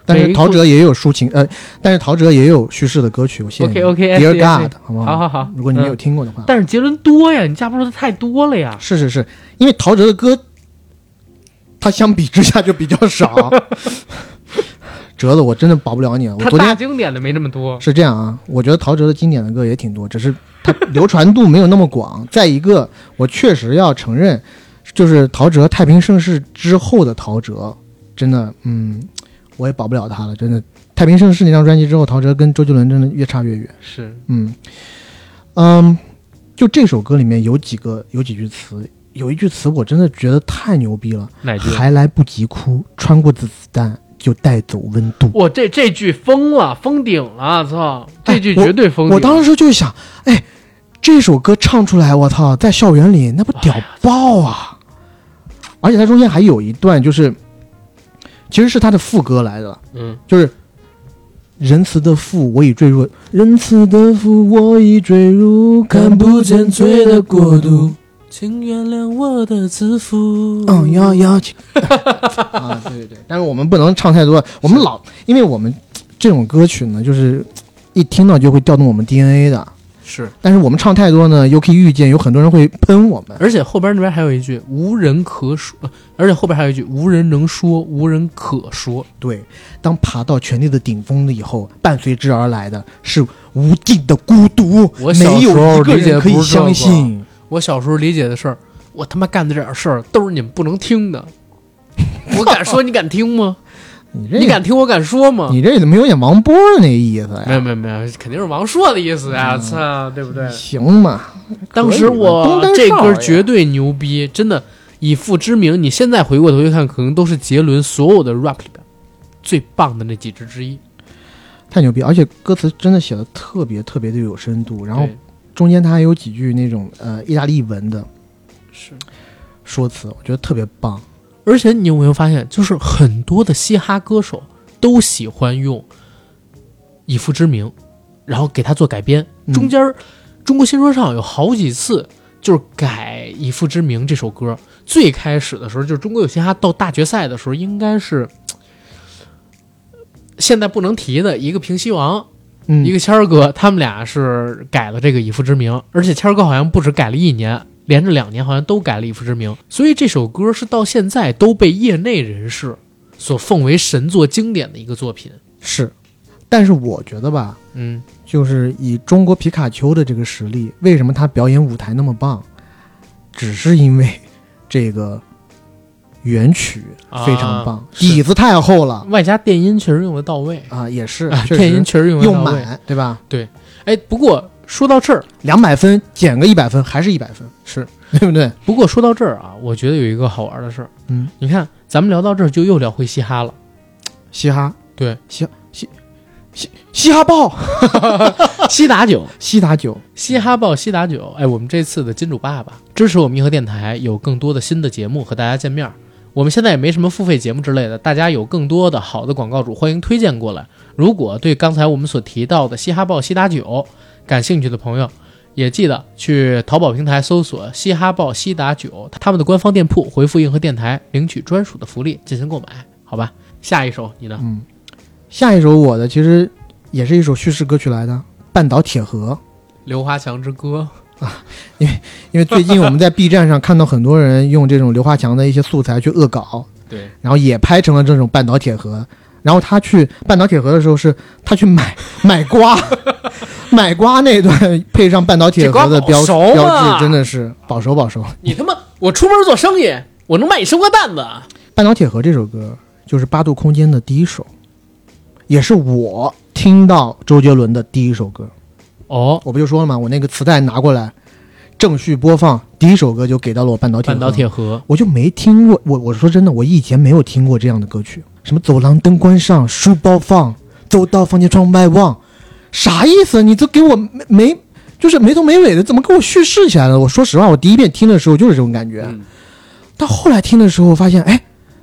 但每是一陶个喆也有抒情，呃，但是陶喆也有叙事的歌曲。我谢谢你 OK，OK， Dear I see, I see God，好不好好好，哦如果你没有嗯，听过的话，但是杰伦多呀，你架不住他太多了呀。是是是，因为陶喆的歌，他相比之下就比较少。折子我真的保不了你了。我他昨大天经典的没这么多，是这样啊，我觉得陶喆的经典的歌也挺多，只是它流传度没有那么广。 再一个，我确实要承认，就是陶喆《太平盛世》之后的陶喆，真的，嗯，我也保不了他了。真的，《太平盛世》那张专辑之后，陶喆跟周杰伦真的越差越远。是嗯，嗯，就这首歌里面有几个有几句词，有一句词我真的觉得太牛逼了，哪句？还来不及哭，穿过子弹就带走温度。我这这句疯了，封顶了，操！这句哎我绝对封顶。我当时就想，哎，这首歌唱出来，我操，在校园里那不哎屌爆啊！而且它中间还有一段，就是其实是它的副歌来的，嗯，就是仁慈的父，我已坠入仁慈的父，我已坠入看不见罪的国度。请原谅我的自负嗯，要要请 啊，对对对，但是我们不能唱太多，我们老，因为我们这种歌曲呢，就是一听到就会调动我们 DNA 的。是，但是我们唱太多呢，又可以预见有很多人会喷我们。而且后边那边还有一句无人可说，呃而且后边还有一句无人能说，无人可说。对，当爬到权力的顶峰了以后，伴随之而来的是无尽的孤独，我小没时有候一个理解人可以不是这相个信。我小时候理解的事儿，我他妈干的这点事儿都是你们不能听的，我敢说你敢听 吗？你这你敢听我敢说吗？你这怎么有点王波的那意思啊没呀？有没有没有，肯定是王朔的意思呀！嗯操、对不对？行吧，当时啊东我单这少歌爷绝对牛逼，真的以父之名，你现在回过头去看，可能都是杰伦所有的 rap 里边最棒的那几支之一。太牛逼！而且歌词真的写的特别特别的有深度，然后对中间他还有几句那种呃意大利文的是，说辞，我觉得特别棒。而且你有没有发现，就是很多的嘻哈歌手都喜欢用以父之名，然后给他做改编。嗯中间儿中国新说唱有好几次就是改《以父之名》这首歌。最开始的时候，就是中国有嘻哈到大决赛的时候，应该是呃现在不能提的一个平西王，嗯，一个谦儿哥，他们俩是改了这个《以父之名》，而且谦儿哥好像不止改了一年，连着两年好像都改了《以父之名》，所以这首歌是到现在都被业内人士所奉为神作、经典的一个作品。是，但是我觉得吧，嗯，就是以中国皮卡丘的这个实力，为什么他表演舞台那么棒，只是因为这个原曲非常棒，啊是底子太厚了啊外加电音确实用的到位，啊，也是啊，确电音实确实用得用到位。满对吧？哎，不过说到这儿，两百分减个一百分还是一 百分，是对不对？不过说到这儿啊，我觉得有一个好玩的事儿。嗯，你看，咱们聊到这儿就又聊回嘻哈 了。嘻哈对，嘻嘻嘻嘻哈爆西打酒，西打酒，嘻哈报西打酒。哎，我们这次的金主爸爸支持我们银河电台，有更多的新的节目和大家见面儿。我们现在也没什么付费节目之类的，大家有更多的好的广告主，欢迎推荐过来。如果对刚才我们所提到的嘻哈报西打酒感兴趣的朋友，也记得去淘宝平台搜索“嘻哈报西打酒”，他们的官方店铺回复“硬核电台”领取专属的福利进行购买，好吧？下一首你呢？嗯，下一首我的其实也是一首叙事歌曲来的，《半岛铁盒》。刘华强之歌，因为最近我们在 B 站上看到很多人用这种刘华强的一些素材去恶搞，对，然后也拍成了这种半岛铁盒。然后他去半岛铁盒的时候是，他去买买瓜， 买瓜那段配上半岛铁盒的标这瓜保熟啊标志，真的是保熟保熟。你他妈，我出门做生意，我能卖你生瓜蛋子。啊半岛铁盒这首歌就是八度空间的第一首，也是我听到周杰伦的第一首歌。哦，我不就说了吗？我那个磁带拿过来，正序播放，第一首歌就给到了我半岛铁盒。半岛铁盒，我就没听过。我我说真的，我以前没有听过这样的歌曲，什么走廊灯关上，书包放，走到房间窗外望，啥意思？你都给我没没 就是没头没尾的，怎么给我叙事起来了？我说实话，我第一遍听的时候就是这种感觉，嗯到后来听的时候发现，哎，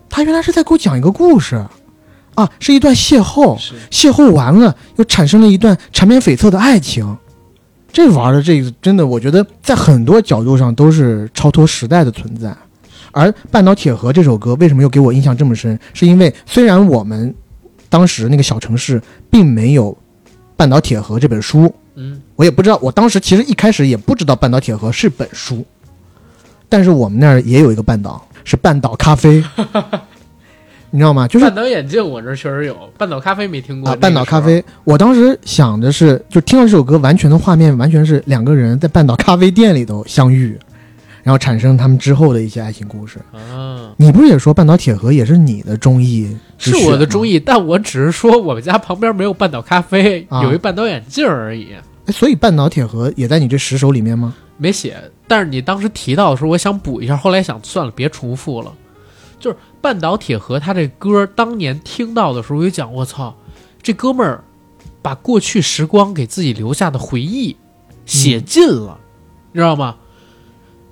他原来是在给我讲一个故事。啊，是一段邂逅，邂逅完了又产生了一段缠绵悱恻的爱情，这玩的这个真的，我觉得在很多角度上都是超脱时代的存在。而《半岛铁盒》这首歌为什么又给我印象这么深？是因为虽然我们当时那个小城市并没有《半岛铁盒》这本书，嗯，我也不知道，我当时其实一开始也不知道《半岛铁盒》是本书，但是我们那儿也有一个半岛，是半岛咖啡。你知道吗？就是半岛眼镜我这儿确实有，半岛咖啡没听过。啊，那个半岛咖时啡，我当时想的是，就听到这首歌，完全的画面完全是两个人在半岛咖啡店里头相遇，然后产生他们之后的一些爱情故事。候啊，你不是也说半岛铁盒也是你的中意？是我的中。意，但我只是说我们家旁边没有半岛咖啡，啊有一半岛眼镜而已，哎所以半岛铁盒也在你这十首里面吗？没写。但是你当时提到的时候，我想补一下，后来想算了，别重复了。就是半岛铁盒他这歌，当年听到的时候，我就讲我操，这哥们儿把过去时光给自己留下的回忆写尽了，你知道吗？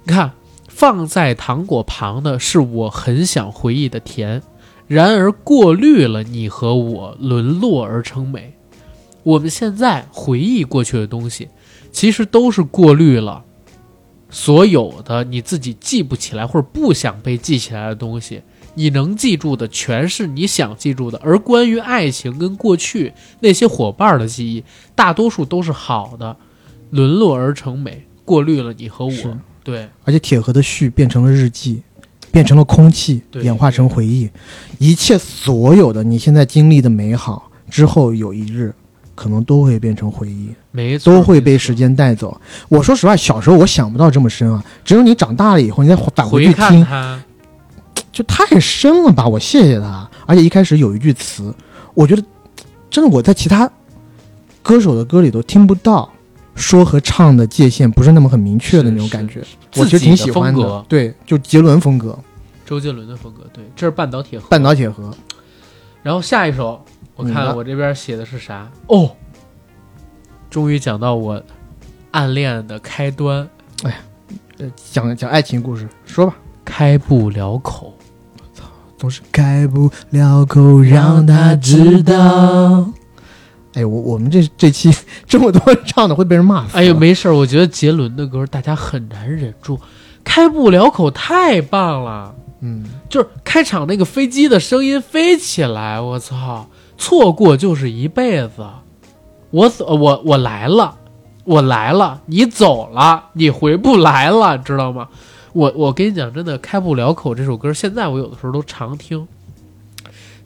你看，放在糖果旁的是我很想回忆的甜，然而过滤了你和我，沦落而成美。我们现在回忆过去的东西，其实都是过滤了所有的你自己记不起来或者不想被记起来的东西。你能记住的全是你想记住的，而关于爱情跟过去那些伙伴的记忆，大多数都是好的，沦落而成美，过滤了你和我。是对，而且铁盒的序变成了日记，变成了空气，对演化成回忆，一切所有的你现在经历的美好，之后有一日可能都会变成回忆。没错，都会被没时错间带走。我说实话，小时候我想不到这么深啊，只有你长大了以后，你再返回回去看听，它。就太深了吧！我谢谢他。而且一开始有一句词，我觉得真的我在其他歌手的歌里头听不到，说和唱的界限不是那么很明确的那种是感觉，是我其实挺自己喜的风欢格的。对，就杰伦风格，周杰伦的风格，对，这是半岛铁盒。半岛铁盒。然后下一首，我你看的我这边写的是啥？哦，终于讲到我暗恋的开端，呃，讲讲爱情故事，说吧。开不了口。总是开不了口，让他知道。哎，我我们这这期 这么多人唱的会被人骂死。啊哎呦，，没事儿，我觉得杰伦的歌大家很难忍住，开不了口太棒了，嗯，就是开场那个飞机的声音飞起来，我操，错过就是一辈子。我走，我我来了，我来了，你走了，你回不来了，知道吗？我我跟你讲，真的开不了口这首歌，现在我有的时候都常听。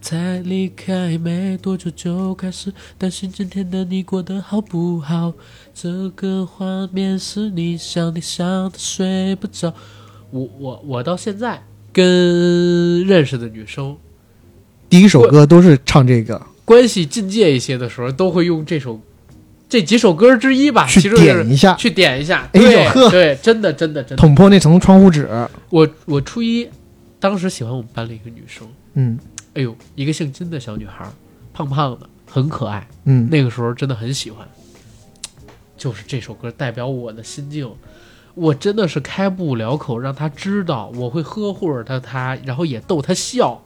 才离开没多久就开始担心今天的你过得好不好，这个画面是你想你想的睡不着。我我我到现在跟认识的女生第一首歌都是唱这个，关系进阶一些的时候，都会用这首这几首歌之一啊吧，其实去就是点一下，去点一下。哎呦对呵对，真的真的真的。捅破那层窗户纸。我我初一当时喜欢我们班里一个女生，嗯哎呦，一个姓金的小女孩，胖胖的，很可爱。嗯， 那个时候真的很喜欢，就是这首歌代表我的心境。我真的是开不了口让她知道，我会呵护着她，她然后也逗她笑，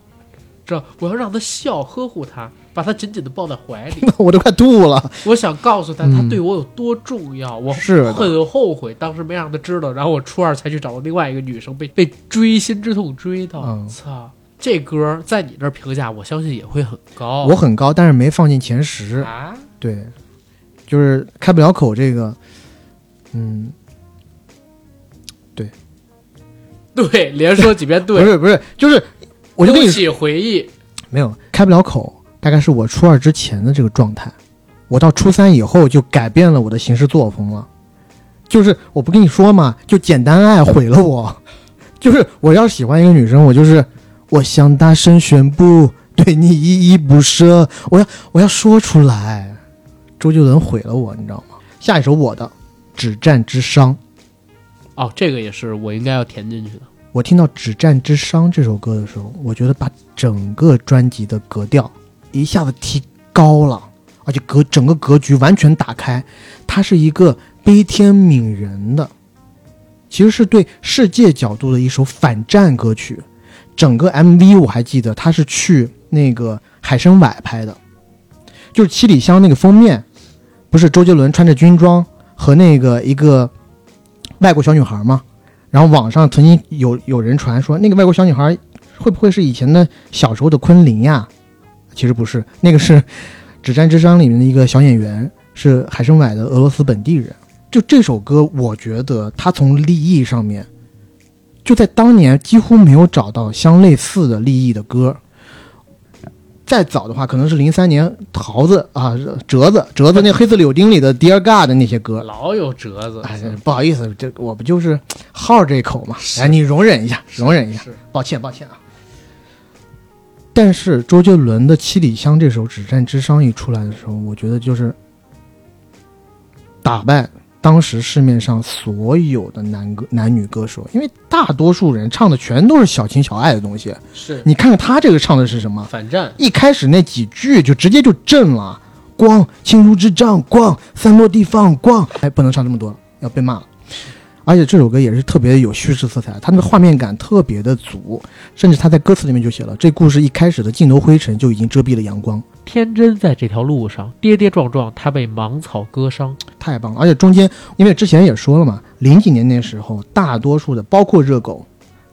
知道？我要让她笑，呵护她，把她紧紧的抱在怀里。我都快吐了。我想告诉她，嗯她对我有多重要。我是的很后悔当时没让她知道，然后我初二才去找了另外一个女生，被被追心之痛追到。嗯操、这歌在你这儿评价，我相信也会很高。我很高，但是没放进前十。啊，对，就是开不了口这个，嗯，对，连说几遍对不。是不是，就是我就跟你勾说，起回忆，没有开不了口，大概是我初二之前的这个状态。我到初三以后就改变了我的行事作风了，就是我不跟你说嘛，就简单爱毁了我。 就是我要是喜欢一个女生，我就是我想大声宣布对你依依不舍，我要我要说出来。周杰伦毁了我，你知道吗？下一首我的《止战之殇》，哦，这个也是我应该要填进去的。我听到《止战之殇》这首歌的时候，我觉得把整个专辑的格调一下子提高了，而且格整个格局完全打开。它是一个悲天悯人的，其实是对世界角度的一首反战歌曲。整个 MV 我还记得，它是去那个海参崴拍的，就是七里香那个封面，不是周杰伦穿着军装和那个一个外国小女孩吗？然后网上曾经有有人传说，那个外国小女孩会不会是以前的小时候的昆凌呀？其实不是，那个是《指战之殇》里面的一个小演员，是海参崴的俄罗斯本地人。就这首歌，我觉得它从立意上面，就在当年几乎没有找到相类似的立意的歌。再早的话，可能是零三年桃子啊、折子、折子那黑色柳丁里的 Dear God 的那些歌。老有折子，哎，不好意思，这我不就是好这口嘛？哎，你容忍一下，容忍一下是，抱歉，抱歉啊。但是周杰伦的《七里香》这首《只占智商》一出来的时候，我觉得就是打败当时市面上所有的男歌男女歌手，因为大多数人唱的全都是小情小爱的东西。是你看看他这个唱的是什么？反战，一开始那几句就直接就震了，光情如之杖，光散落地方，光哎，不能唱这么多，要被骂了。而且这首歌也是特别有叙事色彩，它那个画面感特别的足，甚至他在歌词里面就写了，这故事一开始的镜头灰尘就已经遮蔽了阳光，天真在这条路上跌跌撞撞，他被芒草割伤。太棒了！而且中间，因为之前也说了嘛，零几年那时候，大多数的包括热狗，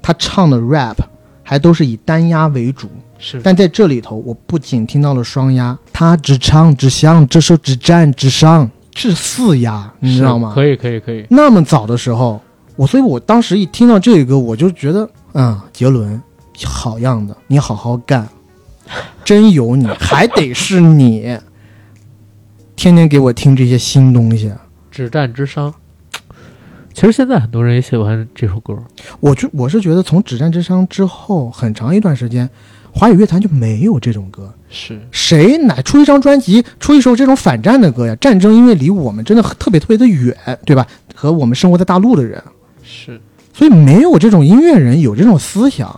他唱的 rap 还都是以单押为主，是但在这里头，我不仅听到了双押，他只唱只响，这首只占只上，是四押，你知道吗？可以，可以，可以，那么早的时候，我所以我当时一听到这个，我就觉得，嗯，杰伦，好样的，你好好干，真有你，还得是你，天天给我听这些新东西。只战之殇。其实现在很多人也喜欢这首歌，我就我是觉得，从《只占智商》之后，很长一段时间，华语乐坛就没有这种歌。是谁哪出一张专辑，出一首这种反战的歌呀？战争因为离我们真的特别特别的远，对吧？和我们生活在大陆的人，是所以没有这种音乐人有这种思想，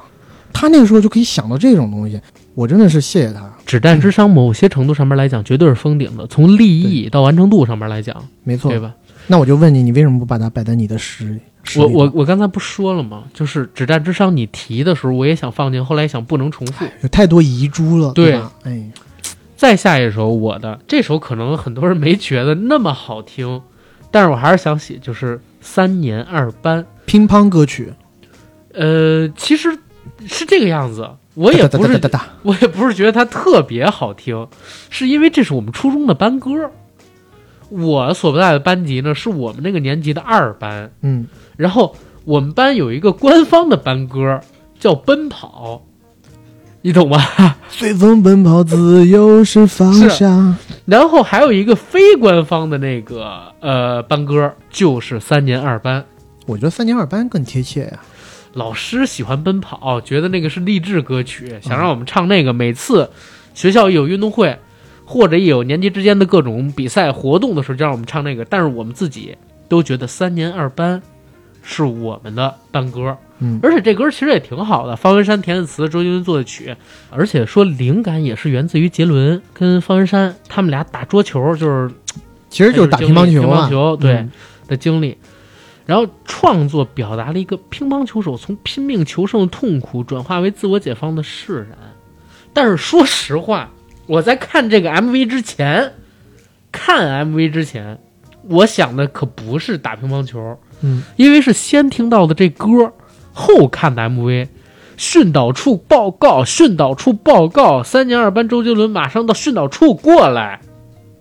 他那个时候就可以想到这种东西。我真的是谢谢他，只战嗯之殇，某些程度上面来讲，绝对是封顶的。从立意到完成度上面来讲，没错对。吧？那我就问你，你为什么不把它摆在你的诗？诗我里我我刚才不说了吗？就是只战之殇，你提的时候我也想放进，后来想不能重复。有太多遗珠了，对吧？哎，再下一首我的这首可能很多人没觉得那么好听，但是我还是想写，就是三年二班。乒乓歌曲，呃，其实是这个样子，我也哒不哒是哒哒哒我也不是觉得它特别好听，是因为这是我们初中的班歌。我所在的班级呢，是我们那个年级的二班。嗯，然后我们班有一个官方的班歌叫《奔跑》，你懂吗？ 随风奔跑，自由是方向。然后还有一个非官方的那个呃班歌，就是三年二班。我觉得三年二班更贴切呀、老师喜欢奔跑，觉得那个是励志歌曲，想让我们唱那个。每次学校一有运动会，或者一有年级之间的各种比赛活动的时候，就让我们唱那个。但是我们自己都觉得三年二班是我们的班歌，嗯而且这歌其实也挺好的，方文山填的词，周杰伦作的曲，而且说灵感也是源自于杰伦跟方文山他们俩打桌球，就是其实就是打乒乓球、乒球乓啊。球对、嗯的经历，然后创作表达了一个乒乓球手从拼命求胜的痛苦转化为自我解放的释然。但是说实话，我在看这个 MV 之前，看 MV 之前，我想的可不是打乒乓球，嗯，因为是先听到的这歌，后看的 MV。训导处报告，训导处报告，三年二班周杰伦马上到训导处过来，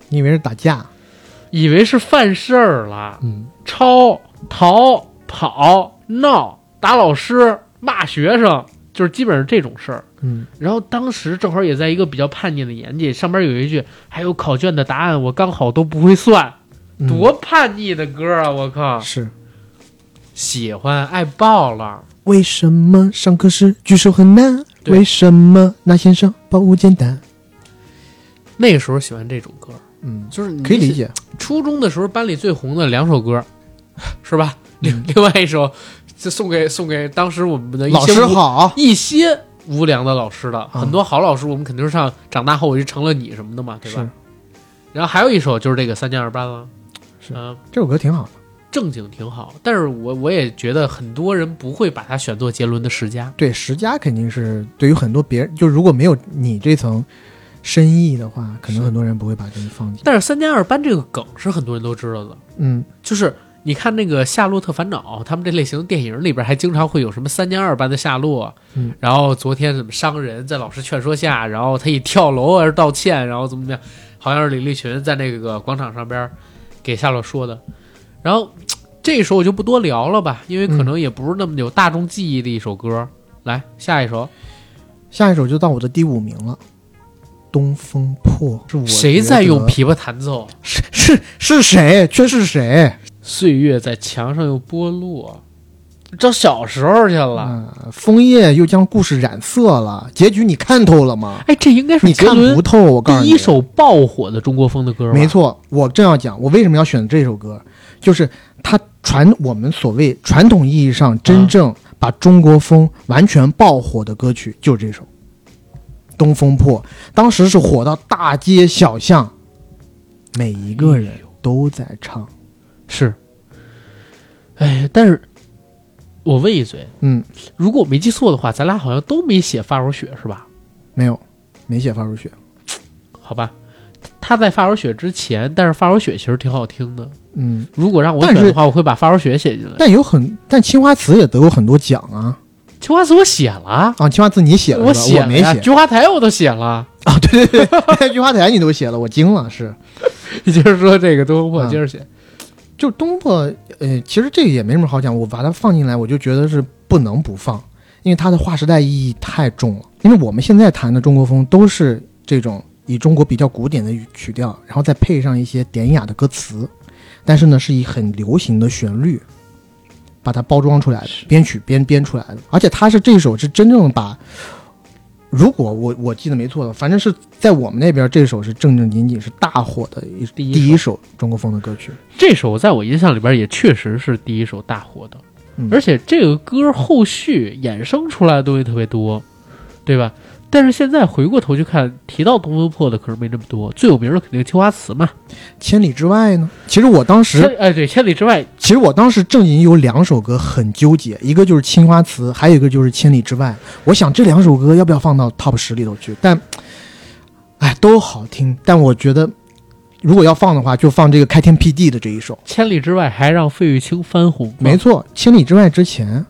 你以为是打架？以为是犯事儿了，嗯，抄、逃、跑、闹、打老师、骂学生，就是基本上这种事儿。嗯，然后当时正好也在一个比较叛逆的年纪，上边有一句还有考卷的答案，我刚好都不会算，嗯多叛逆的歌啊！我靠，是喜欢爱爆了。为什么上课时举手很难？对为什么那先生报物简单？那个时候喜欢这种歌，嗯，就是你可以理。解。初中的时候，班里最红的两首歌，是吧？另嗯另外一首，就送给送给当时我们的一老些师无好，一些无良的老师啊的，很多好老师我们肯定是上长大后我就成了你什么的嘛，对吧是？然后还有一首就是这个三加二班了，是啊、这首歌挺好的。正经挺好，但是我我也觉得很多人不会把它选作杰伦的十佳，对，十佳肯定是对于很多别人，就如果没有你这层深意的话，可能是很多人不会把这个放进。但是三加二班这个梗是很多人都知道的，嗯，就是。你看那个《夏洛特烦恼》，他们这类型的电影里边还经常会有什么三加二班的夏洛，嗯然后昨天怎么伤人，在老师劝说下，然后他以跳楼而道歉，然后怎么怎么样，好像是李立群在那个广场上边儿给夏洛说的。然后这时候我就不多聊了吧，因为可能也不是那么有大众嗯记忆的一首歌。来，下一首，下一首就到我的第五名了。东风破》，是我谁在觉得用琵琶弹奏？是 是是谁？却是谁？岁月在墙上又剥落，嗯这小时候去了。啊，枫叶又将故事染色了，结局你看透了吗？哎，这应该是你杰看伦不透，我告诉第你。一首爆火的中国风的歌吧，没错，我正要讲，我为什么要选这首歌，就是它传我们所谓传统意义上真正把中国风完全爆火的歌曲，就这首《东风破》，当时是火到大街小巷，每一个人都在唱。是。哎，但是我问一嘴，嗯，如果我没记错的话，咱俩好像都没写发如雪是吧？没有，没写发如雪。好吧，他在发如雪之前，但是发如雪其实挺好听的。嗯，如果让我但选是的话，我会把发如雪写进来。但有很，但青花瓷也得过很多奖啊青花瓷我写了啊，啊！青花瓷你写了是吧？我我写了没呀写 菊花台我都写了。 啊！对对对，菊花台你都写了，我惊了，是。你接着说这个东风破，嗯接着写。就东坡，呃，其实这个也没什么好讲，我把它放进来，我就觉得是不能不放，因为它的划时代意义太重了。因为我们现在谈的中国风都是这种以中国比较古典的语曲调，然后再配上一些典雅的歌词，但是呢是以很流行的旋律把它包装出来的，编曲编编出来的。而且它是这首是真正把，如果我我记得没错的，反正是在我们那边这首是正正经经是大火的一第一第一首首中国风的歌曲。这首在我印象里边也确实是第一首大火的，嗯而且这个歌后续衍生出来的东西特别多，对吧？但是现在回过头去看，提到东风破的可是没那么多，最有名的肯定是青花瓷嘛。千里之外呢？其实我当时，千哎对，千里之外其实我当时正经有两首歌很纠结，一个就是《青花瓷》，还有一个就是《千里之外》。我想这两首歌要不要放到 Top 十里头去？但，哎，都好听。但我觉得，如果要放的话，就放这个开天辟地的这一首。千里之外还让费玉清翻红，没，错，《千里之外》之前，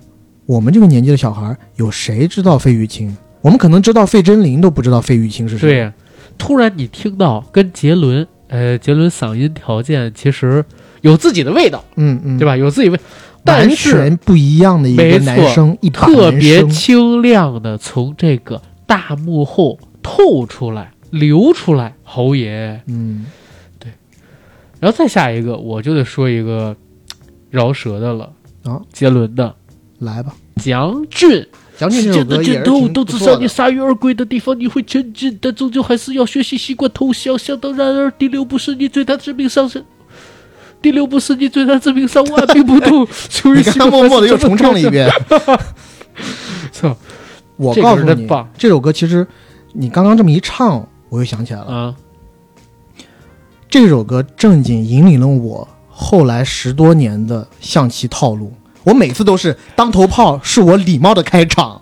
我们这个年纪的小孩儿有谁知道费玉清？我们可能知道费贞绫，都不知道费玉清是谁。对。突然你听到跟杰伦，呃，杰伦嗓音条件其实有自己的味道，嗯嗯，对吧？吧？有自己味，但完是全不一样的一没个错男生，一把特男别生清亮的从这个大幕后透出来、流出来，侯爷。嗯，然后再下一个，我就得说一个饶舌的了啊，杰伦的来吧。蒋俊。蒋世劲这界首的歌也尽是头挺都不指错向的你。铩羽而归的地方，你会前进，但终究还是要学习习惯投降。想当然而第六步是你最大致命伤是。第六步是你最大致命伤，万 病不动。求于你习刚惯刚默默的又重唱了一。遍。 操，我这告个诉人你真，棒这首歌其实你刚刚这么一唱，我又想起来了。啊！这首歌正经引领了我后来十多年的象棋套路。我每次都是当头炮，是我礼貌的开场。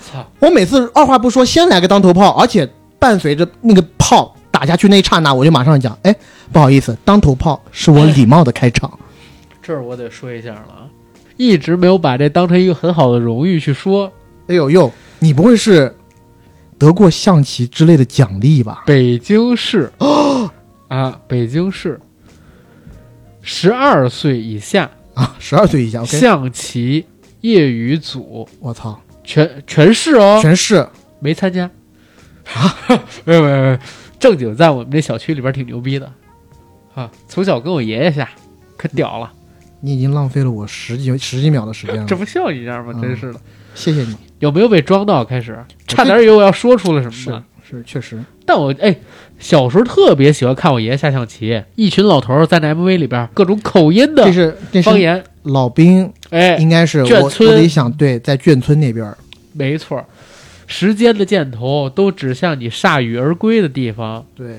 操，我每次二话不说，先来个当头炮，而且伴随着那个炮打下去那一刹那，我就马上讲，哎，不好意思，当头炮是哎我礼貌的开场。这儿我得说一下了啊，一直没有把这当成一个很好的荣誉去说。哎呦呦，你不会是得过象棋之类的奖励 吧？北京市啊，北京市，十二岁以下啊，十二岁以下，OK，象棋业余组我操，全全市哦，全啊是没参加啊？ 没有没有没有，正经在我们这小区里边挺牛逼的啊，从小跟我爷爷下，可屌了，你已经浪费了我十几十几秒的时间了这，不笑一下吗？嗯真是的，谢谢你。有没有被装到？开始差点以为我要说出了什么呢。是，确实，但我哎，小时候特别喜欢看我爷爷下象棋，一群老头儿在那 MV 里边各种口音的这是这方是嗯言，老兵，哎，应该是眷我我村得想对，在眷村那边儿，没错儿，时间的箭头都指向你铩羽而归的地方。对，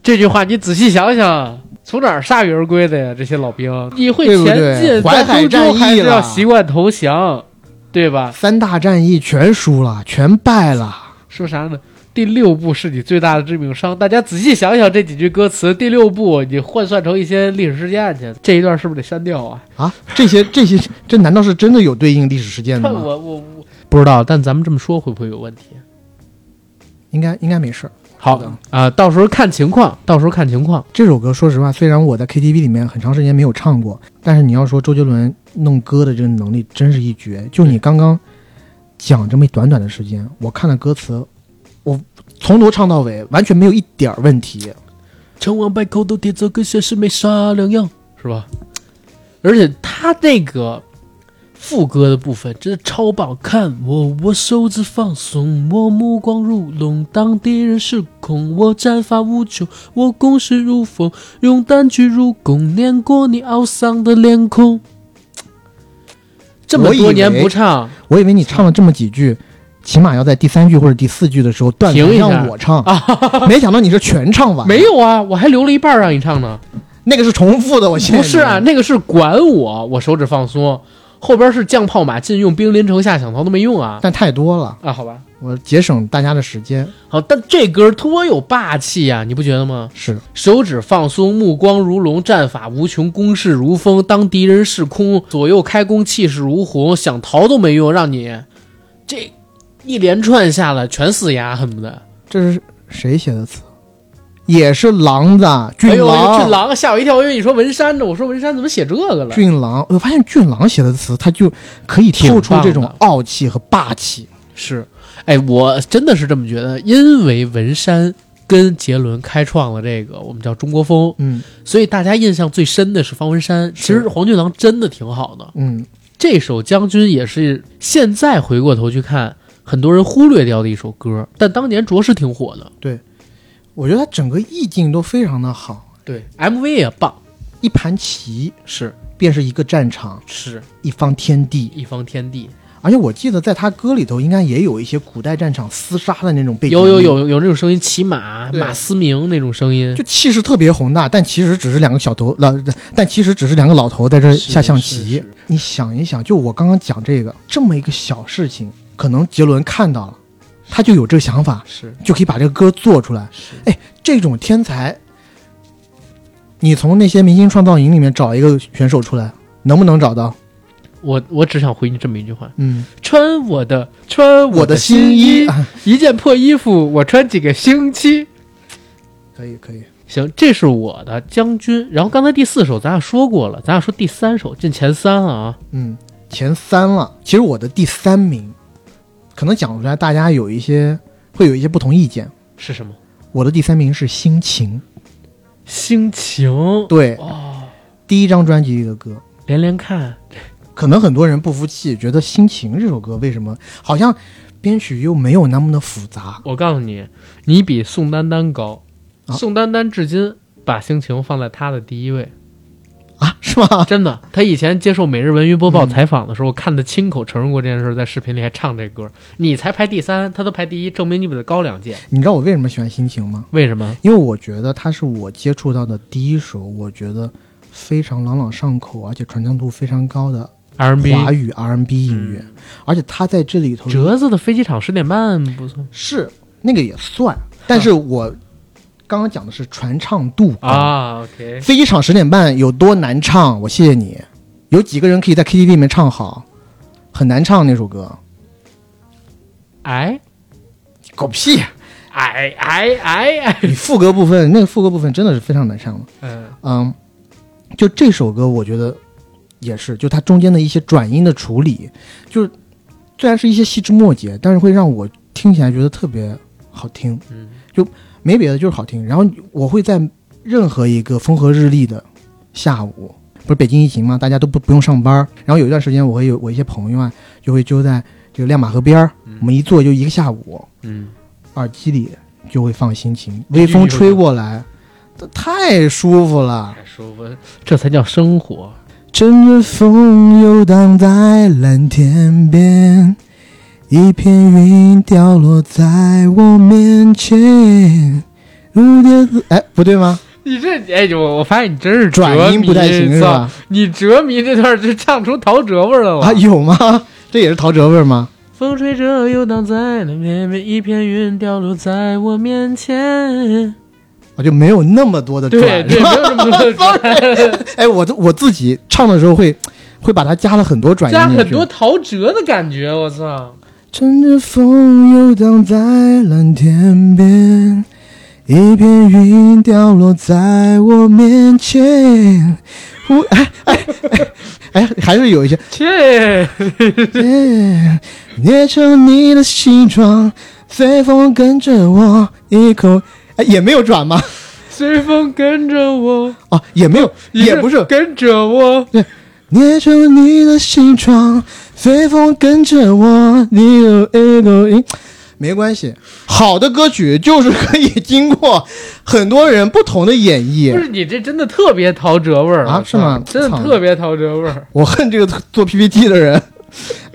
这句话你仔细想想，从哪儿铩羽而归的呀？这些老兵，你会对不前对进，淮海在战中役州还是要了习惯投降，对吧？三大战役全输了，全败了，说啥呢？第六步是你最大的致命伤。大家仔细想想这几句歌词，第六步你换算成一些历史事件去，这一段是不是得删掉啊？啊，这些这些，这难道是真的有对应历史事件的看吗？我我我不知道，但咱们这么说会不会有问题？应该应该没事儿。好的啊、呃到时候看情况，到时候看情况。这首歌，说实话，虽然我在 KTV 里面很长时间没有唱过，但是你要说周杰伦弄歌的这个能力真是一绝。就你刚刚讲这么短短的时间，我看了歌词，我从头唱到尾，完全没有一点儿问题。成王败寇都铁走，跟现实没啥两样，是吧？而且他那个副歌的部分真的超棒，看我，我手指放松，我目光如龙，当敌人失控，我战法无穷，我攻势如风，用单曲入攻，碾过你懊丧的脸孔。这么我以多年为不唱我以为你唱了这么几句，起码要在第三句或者第四句的时候断停层一下让我唱，啊，没想到你是全唱完。没，有啊，我还留了一半让你唱呢。那个是重复的。我现在不是啊，那个是管我，我手指放松，后边是降炮马禁用，兵临城下想逃都没用啊但太多了，啊，好吧，我节省大家的时间。好，但这歌多有霸气呀、你不觉得吗？是手指放松，目光如龙，战法无穷，攻势如风，当敌人是空，左右开弓，气势如虹，想逃都没用，让你这一连串下来全死牙，恨不得。这是谁写的词？也是狼子啊哎俊呦，郎，俊郎吓我一跳，因为你说文山呢，我说文山怎么写这个了？俊郎我发现俊郎写的词，他就可以透挺棒出的这种傲气和霸气。是，哎，我真的是这么觉得，因为文山跟杰伦开创了这个我们叫中国风，嗯所以大家印象最深的是方文山。其实黄俊郎真的挺好的，嗯，这首《将军》也是现在回过头去看，很多人忽略掉的一首歌，但当年着实挺火的。我觉得他整个意境都非常的好，对，MV 也棒，一盘棋是便是一个战场，是一方天地。一方天地，而且我记得在他歌里头，应该也有一些古代战场厮杀的那种背景，有有，有有那种声音，骑马对马思明那种声音，就气势特别宏大，但其实只是两个小头老，但其实只是两个老头在这儿是下象是棋是。你想一想，就我刚刚讲这个这么一个小事情，可能杰伦看到了，他就有这个想法，是就可以把这个歌做出来。哎是这种天才，你从那些明星创造营里面找一个选手出来，能不能找到？我我只想回你这么一句话：嗯，穿我的穿我的的新衣衣，啊，一件破衣服我穿几个星期。可以可以，行，这是我的将军。然后刚才第四首咱俩说过了，咱俩说第三首进前三了啊。嗯，前三了。其实我的第三名，可能讲出来大家有一些会有一些不同意见。是什么？我的第三名是《心情》，心情对，哦，第一张专辑里的歌。连连看，可能很多人不服气，觉得《心情》这首歌为什么好像编曲又没有那么的复杂？我告诉你，你比宋丹丹高。啊宋丹丹至今把心情放在她的第一位，啊，是吗？真的。她以前接受《每日文娱播报》嗯采访的时候，我看她亲口承认过这件事，在视频里还唱这歌。你才排第三，她都排第一，证明你比她高两届。你知道我为什么喜欢《心情》吗？为什么？因为我觉得它是我接触到的第一首，我觉得非常朗朗上口，而且传唱度非常高的 R&B 嗯华语 R&B 音乐，而且它在这里头折子的飞机场十点半不错是那个也算，但是我刚刚讲的是传唱度高。啊。OK，飞机场十点半有多难唱？我谢谢你，有几个人可以在 KTV 里面唱好？很难唱那首歌，哎狗屁！哎哎哎哎，你副歌部分，那个副歌部分真的是非常难唱的。嗯，嗯，就这首歌，我觉得也是，就它中间的一些转音的处理，就是虽然是一些细枝末节，但是会让我听起来觉得特别好听。嗯，就没别的，就是好听。然后我会在任何一个风和日丽的下午，不是北京疫情嘛，大家都不不用上班儿。然后有一段时间，我会有我一些朋友啊，就会就在这个亮马河边儿，我们一坐就一个下午，嗯，耳机里就会放心情，微风吹过来，它太舒服了。太舒服，这才叫生活。乘着风游荡在蓝天边，一片云掉落在我面前。蝴蝶自哎，不对吗？你这哎，我我发现你真是转音不太行是吧？？你折迷这段就唱出陶喆味儿了 啊，有吗？ 这也是陶喆味儿吗？风吹着，游荡在那绵绵一片云掉落在我面前。我就没有那么多的转。对对，是吧没有这么 多的转，哎，我都我自己唱的时候会会把它加了很多转音加进去很多陶喆的感觉，我操！乘着风游荡在蓝天边，一片云掉落在我面前。我哎哎哎哎，还是 有一些。切，捏成你的西装，随风跟着我，一口哎也没有转吗？随风跟着我，哦，也没有，也不是跟着我，捏住你的心窗，随风跟着我，你有一个音。没关系，好的歌曲就是可以经过很多人不同的演不绎。是你这真的特别陶喆味儿啊我操是吗真的操特别陶喆味儿，我恨这个做 PPT 的人，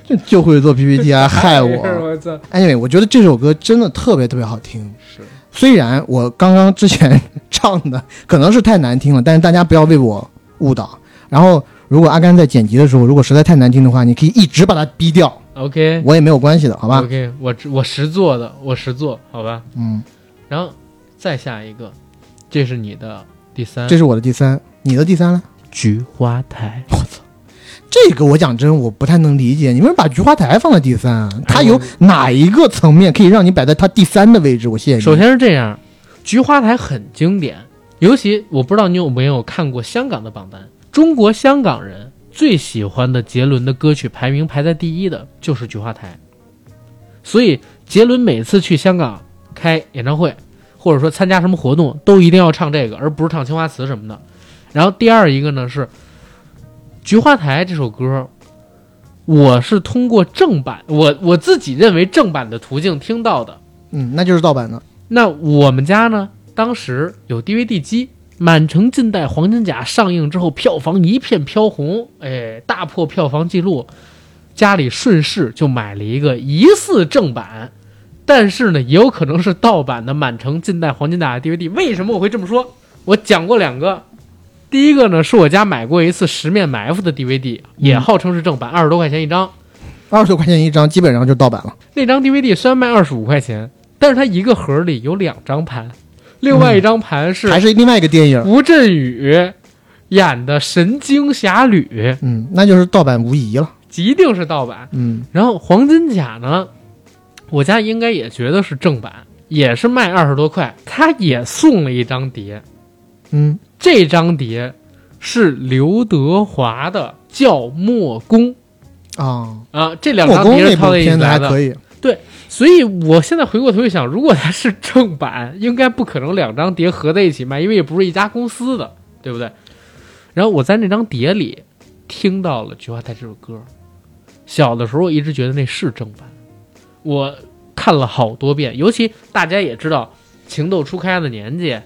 就就会做 PPT 啊，害这是我。 我操！ Anyway，我觉得这首歌真的特别特别好听。是虽然我刚刚之前 唱的可能是太难听了，但是大家不要被我误导。然后，如果阿甘在剪辑的时候，如果实在太难听的话，你可以一直把它逼 掉， OK 我也没有关系的，好吧？ OK，我我实做的，我实做，好吧。嗯，然后再下一个，这是你的第三，这是我的第三，你的第三呢？菊花台。这个我讲真，我不太能理解，你为什么把菊花台放在第三啊？它哎有我哪一个层面可以让你摆在它第三的位置？我谢谢你。首，先是这样，菊花台很经典，尤其我不知道你有没有看过香港的榜单，中国香港人最喜欢的杰伦的歌曲排名排在第一的就是菊花台，所以杰伦每次去香港开演唱会，或者说参加什么活动，都一定要唱这个，而不是唱青花瓷什么的。然后第二一个呢是《菊花台》这首歌，我是通过正版，我我自己认为正版的途径听到的。嗯，那就是盗版的。那我们家呢，当时有 DVD 机，《满城尽带黄金甲》上映之后，票房一片飘红，哎，大破票房记录。家里顺势就买了一个疑似正版，但是呢，也有可能是盗版的《满城尽带黄金甲》的 DVD。为什么我会这么说？我讲过两个，第一个呢是我家买过一次《十面埋伏》的 DVD，也号称是正版，二十多块钱一张。二十多块钱一张，基本上就是盗版了。那张 DVD 虽然卖二十五块钱，但是它一个盒里有两张盘，另外一张盘是嗯还是另外一个电影，吴镇宇演的《神经侠侣》，嗯，那就是盗版无疑了。一定是盗版。嗯，然后黄金甲呢，我家应该也觉得是正版，也是卖二十多块，他也送了一张碟，嗯，这张碟是刘德华的《叫墨宫》啊，啊，这两莫张宫碟那是部套在一起片子来还的。可以，所以我现在回过头去想，如果它是正版，应该不可能两张碟合在一起卖，因为也不是一家公司的，对不对？然后我在那张碟里听到了《菊花台》这首歌。小的时候我一直觉得那是正版，我看了好多遍。尤其大家也知道，情窦初开的年纪，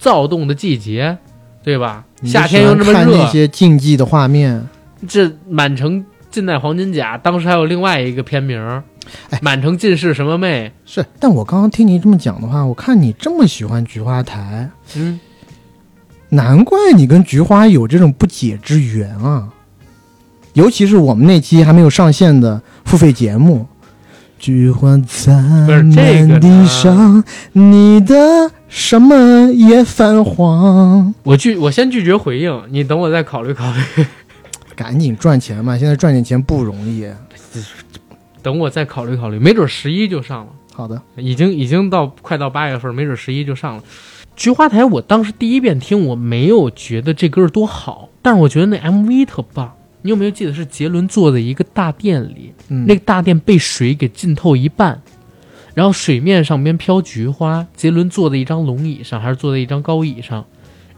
躁动的季节，对吧？你就夏天又这喜么欢看热，那些竞技的画面，这满城尽带黄金甲，当时还有另外一个片名儿，哎满城尽是什么妹？是。但我刚刚听你这么讲的话，我看你这么喜欢菊花台，嗯。难怪你跟菊花有这种不解之缘啊！尤其是我们那期还没有上线的付费节目，《菊花残不是这个满地呢上》，你的什么也泛黄。我拒，我先拒绝回应，你等我再考虑考虑，赶紧赚钱嘛！现在赚点钱不容易。等我再考虑考虑，没准十一就上了，好的，已经已经到快到八月份，没准十一就上了。菊花台，我当时第一遍听，我没有觉得这歌儿多好，但是我觉得那 MV 特棒。你有没有记得是杰伦坐在一个大殿里，嗯，那个大殿被水给浸透一半，然后水面上边飘菊花。杰伦坐在一张龙椅上，还是坐在一张高椅上，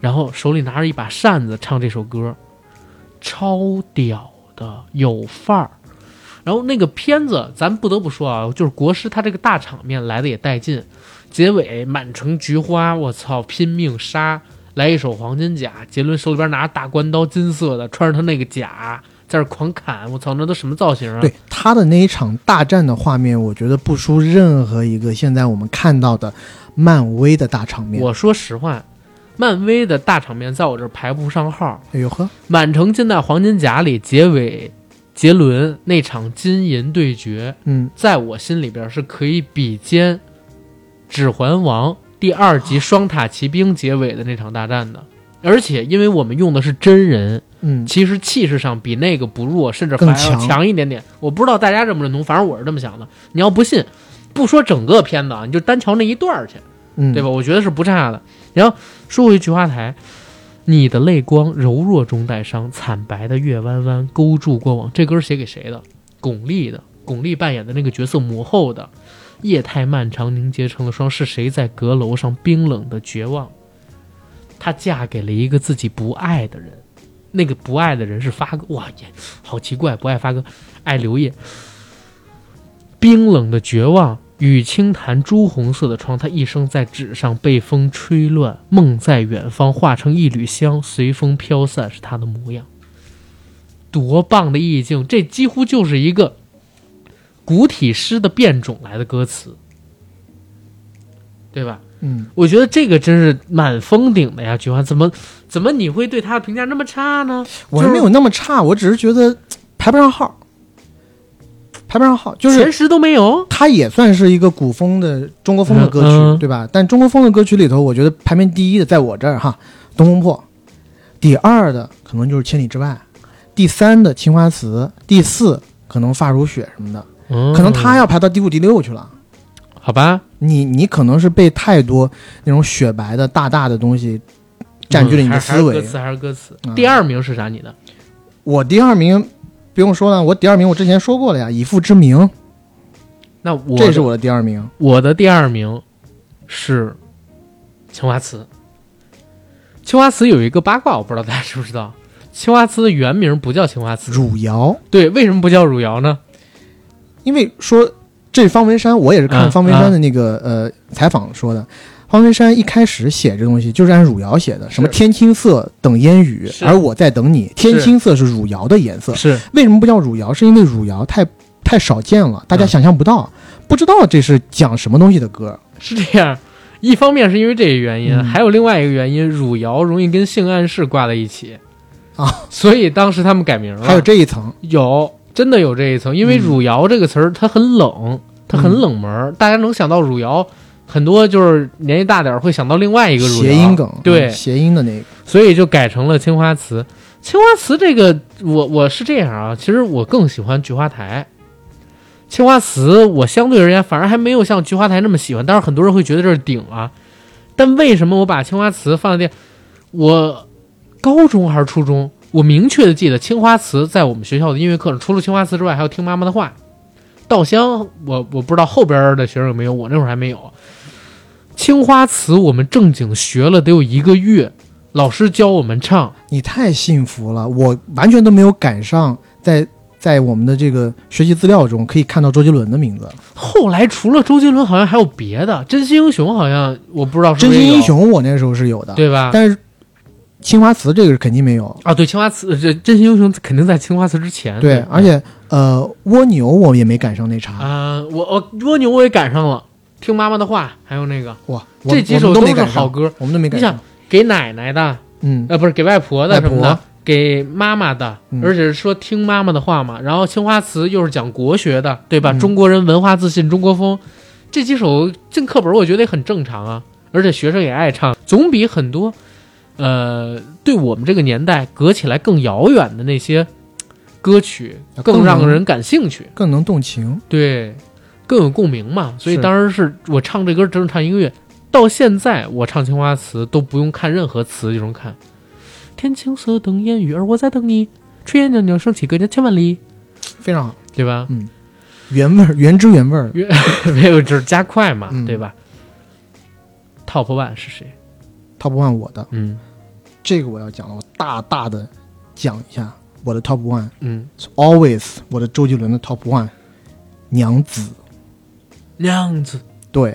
然后手里拿着一把扇子唱这首歌，超屌的，有范儿。然后那个片子，咱不得不说啊，就是国师他这个大场面来的也带劲，结尾满城菊花，我操，拼命杀，来一手黄金甲，杰伦手里边拿着大关刀，金色的，穿着他那个甲在这狂砍，我操，那都什么造型啊？对他的那一场大战的画面，我觉得不输任何一个现在我们看到的漫威的大场面。我说实话，漫威的大场面在我这儿排不上号，哎呦呵， 《满城尽带黄金甲》里结尾杰伦那场金银对决，嗯，在我心里边是可以比肩《指环王》第二集双塔奇兵结尾的那场大战的。而且，因为我们用的是真人，嗯，其实气势上比那个不弱，甚至更反而要强强一点点。我不知道大家认不认同，反正我是这么想的。你要不信，不说整个片子啊，你就单瞧那一段儿去。嗯，对吧？？我觉得是不差的。然后说回菊花台，你的泪光柔弱中带伤，惨白的月弯弯勾住过往。这歌儿写给谁的？巩俐的，巩俐扮演的那个角色母后的。夜太漫长凝结成了霜，是谁在阁楼上冰冷的绝望？她嫁给了一个自己不爱的人，那个不爱的人是发哥，哇也好奇怪，不爱发哥，爱刘烨。冰冷的绝望与轻弹朱红色的窗，她一生在纸上被风吹乱，梦在远方化成一缕香，随风飘散，是她的模样。多棒的意境！这几乎就是一个古体诗的变种来的歌词，对吧？嗯，我觉得这个真是蛮封顶的呀，菊花，怎么怎么你会对他的评价那么差呢？我没有那么差，我只是觉得排不上号，排不上号，就是前十都没有，它也算是一个古风的中国风的歌曲，嗯嗯对吧？但中国风的歌曲里头，我觉得排名第一的在我这儿哈，《东风破》；第二的可能就是《千里之外》；第三的《青花瓷》；第四可能《发如雪》什么的，嗯可能他要排到第五、第六去了。好吧，你你可能是被太多那种雪白的大大的东西占据了你嗯的还还思是维。歌词还是歌词。嗯第二名是啥？你的我第二名不用说了，我第二名我之前说过了呀，《以父之名》那我这是我的第二名。我的第二名是青花瓷。青花瓷有一个八卦，我不知道大家知不知道。青花瓷的原名不叫青花瓷，汝窑，对，为什么不叫汝窑呢？因为说这方文山，我也是看嗯方文山的那个、呃采访说的。方文山一开始写这东西就是按汝窑写的，什么天青色等烟雨，是而我在等你。天青色是汝窑的颜色，是为什么不叫汝窑？是因为汝窑太太少见了，大家嗯想象不到，不知道这是讲什么东西的歌。是这样，一方面是因为这个原因，嗯还有另外一个原因，汝窑容易跟性暗示挂在一起啊，所以当时他们改名了。还有这一层，有真的有这一层，因为嗯汝窑这个词儿它很冷，它很冷门儿，大家能想到汝窑，很多就是年纪大点儿会想到另外一个汝窑谐音梗，对嗯谐音的那个，所以就改成了青花瓷。青花瓷这个，我我是这样啊，其实我更喜欢菊花台。青花瓷我相对而言反而还没有像菊花台那么喜欢，当然很多人会觉得这是顶啊。但为什么我把青花瓷放在第？我高中还是初中，我明确的记得青花瓷在我们学校的音乐课上，除了青花瓷之外，还有听妈妈的话。稻香，我我不知道后边的学生有没有，我那会儿还没有。青花瓷我们正经学了得有一个月，老师教我们唱，你太幸福了，我完全都没有赶上在在我们的这个学习资料中可以看到周杰伦的名字。后来除了周杰伦，好像还有别的，《真心英雄》好像我不知道是真不是心有英雄我那时候是有的，对吧？但是青花瓷这个是肯定没有。啊，对，青花瓷，这《真心英雄》肯定在青花瓷之前。对，而且呃，蜗牛我也没赶上那茬。啊、我我蜗牛我也赶上了，听妈妈的话，还有那个哇，我这几我首们都没是赶好上，歌，我们都没你赶想上。给奶奶的，嗯，呃，不是给外婆的外什婆么的，给妈妈的，嗯而且是说听妈妈的话嘛。然后青花瓷又是讲国学的，对吧？嗯中国人文化自信，中国风，这几首进课本，我觉得也很正常啊。而且学生也爱唱，总比很多，呃，对我们这个年代隔起来更遥远的那些歌曲要啊更更让能人感兴趣。更能动情。对，更有共鸣嘛。所以是当时是我唱这歌，整整唱一个月，到现在我唱青花瓷都不用看任何词就能看。天青色等烟雨，而我在等你。炊烟袅袅升起，隔江千万里，非常好，对吧？原味儿，原汁原味儿。 没有，就是加快嘛，嗯对吧？Top One 是谁？ Top One 我的嗯这个我要讲了，我大大的讲一下我的 Top One 嗯，是 Always 我的周杰伦的 Top One，《娘子》。娘子，对，《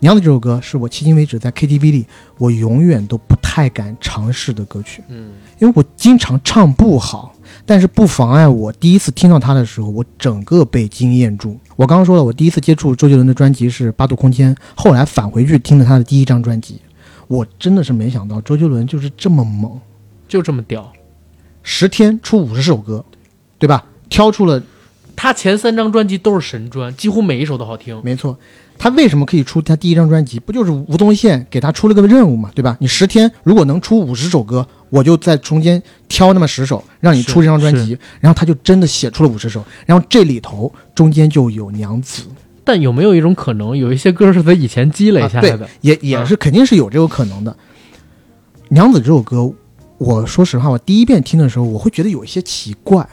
娘子》这首歌是我迄今为止在 KTV 里我永远都不太敢尝试的歌曲。嗯，因为我经常唱不好，但是不妨碍我第一次听到他的时候，我整个被惊艳住。我刚刚说了，我第一次接触周杰伦的专辑是《八度空间》，后来返回去听了他的第一张专辑，我真的是没想到周杰伦就是这么猛，就这么屌。十天出五十首歌，对吧？挑出了他前三张专辑都是神专，几乎每一首都好听。没错，他为什么可以出他第一张专辑？不就是吴宗宪给他出了个任务嘛，对吧？你十天如果能出五十首歌，我就在中间挑那么十首，让你是出这张专辑，然后他就真的写出了五十首，然后这里头中间就有《娘子但有没有一种可能，有一些歌是他以前积》累啊下来对的？，嗯也也是肯定是有这个可能的。娘子》这首歌，我说实话，我第一遍听的时候，我会觉得有一些奇怪，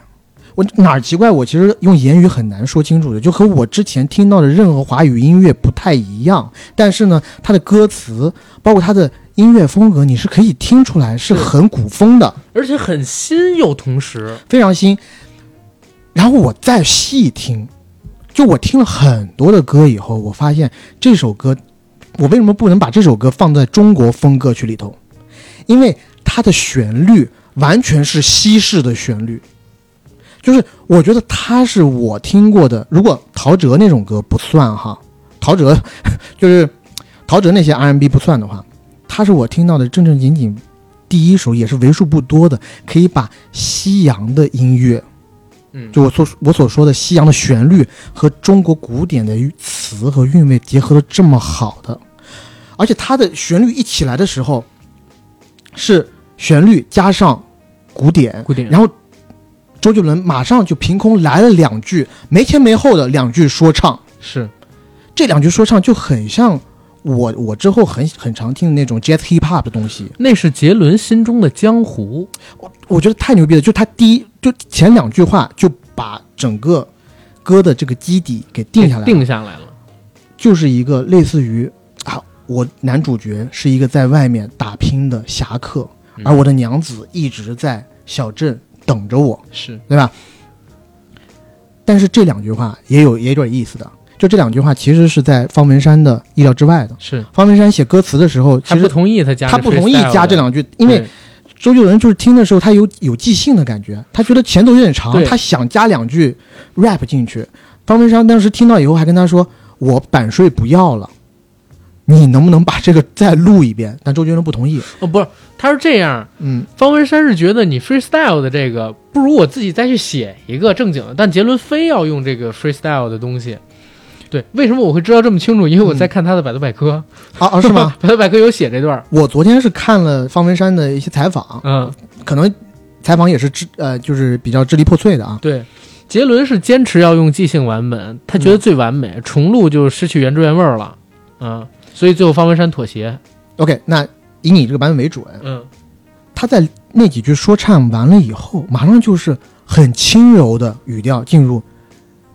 我哪儿奇怪？我其实用言语很难说清楚的，就和我之前听到的任何华语音乐不太一样。但是呢，它的歌词包括它的音乐风格，你是可以听出来是对很古风的，而且很新又同时，非常新。然后我再细听，就我听了很多的歌以后，我发现这首歌，我为什么不能把这首歌放在中国风歌曲里头？因为它的旋律完全是西式的旋律，就是我觉得它是我听过的，如果陶喆那种歌不算哈，陶喆 就是陶喆那些 R&B 不算的话，它是我听到的正正经经第一首，也是为数不多的可以把西洋的音乐，嗯，就我所我所说的西洋的旋律和中国古典的词和韵味结合的这么好的，而且它的旋律一起来的时候，是旋律加上古典，固定然后周杰伦马上就凭空来了两句没前没后的两句说唱，是这两句说唱就很像我我之后很很常听的那种 jazz hip hop 的东西，那是杰伦心中的江湖。我觉得太牛逼了，就他第一就前两句话就把整个歌的这个基底给定下来了，定下来了。就是一个类似于啊，我男主角是一个在外面打拼的侠客，嗯而我的娘子一直在小镇等着我，是对吧？但是这两句话也有也有点意思的，就这两句话其实是在方文山的意料之外的。是，方文山写歌词的时候，他其不实同意他加他不同意加这 freestyle 的，两句，因为对周杰伦就是听的时候，他有有即兴的感觉，他觉得前奏有点长对，他想加两句 rap 进去。方文山当时听到以后还跟他说：“我版税不要了，你能不能把这个再录一遍？”但周杰伦不同意。哦，不是，他是这样。嗯，方文山是觉得你 freestyle 的这个，不如我自己再去写一个正经的。但杰伦非要用这个 freestyle 的东西。对，为什么我会知道这么清楚？因为我在看他的百度 百科，啊啊，是吗？百度百科有写这段儿。我昨天是看了方文山的一些采访，嗯，可能采访也是支呃，就是比较支离破碎的啊。对，杰伦是坚持要用即兴版本，他觉得最完美，重录就失去原汁原味儿了。嗯，所以最后方文山妥协。 OK，那以你这个版本为准，嗯，他在那几句说唱完了以后，马上就是很轻柔的语调进入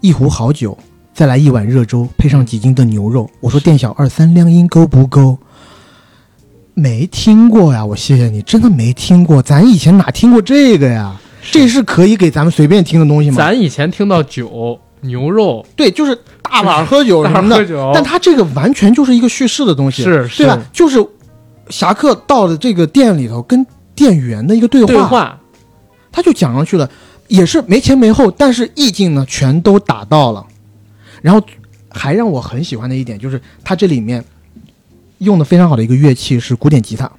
一壶好酒，再来一碗热粥，配上几斤的牛肉。我说店小二三两银够不够？没听过呀，我谢谢你，真的没听过，咱以前哪听过这个呀？这是可以给咱们随便听的东西吗？咱以前听到酒、牛肉、对，就是大碗喝酒大什么喝的，酒，但他这个完全就是一个叙事的东西，是对吧？就是侠客到了这个店里头，跟店员的一个对话，对话他就讲上去了，也是没前没后，但是意境呢全都打到了。然后还让我很喜欢的一点就是，他这里面用的非常好的一个乐器是古典吉他，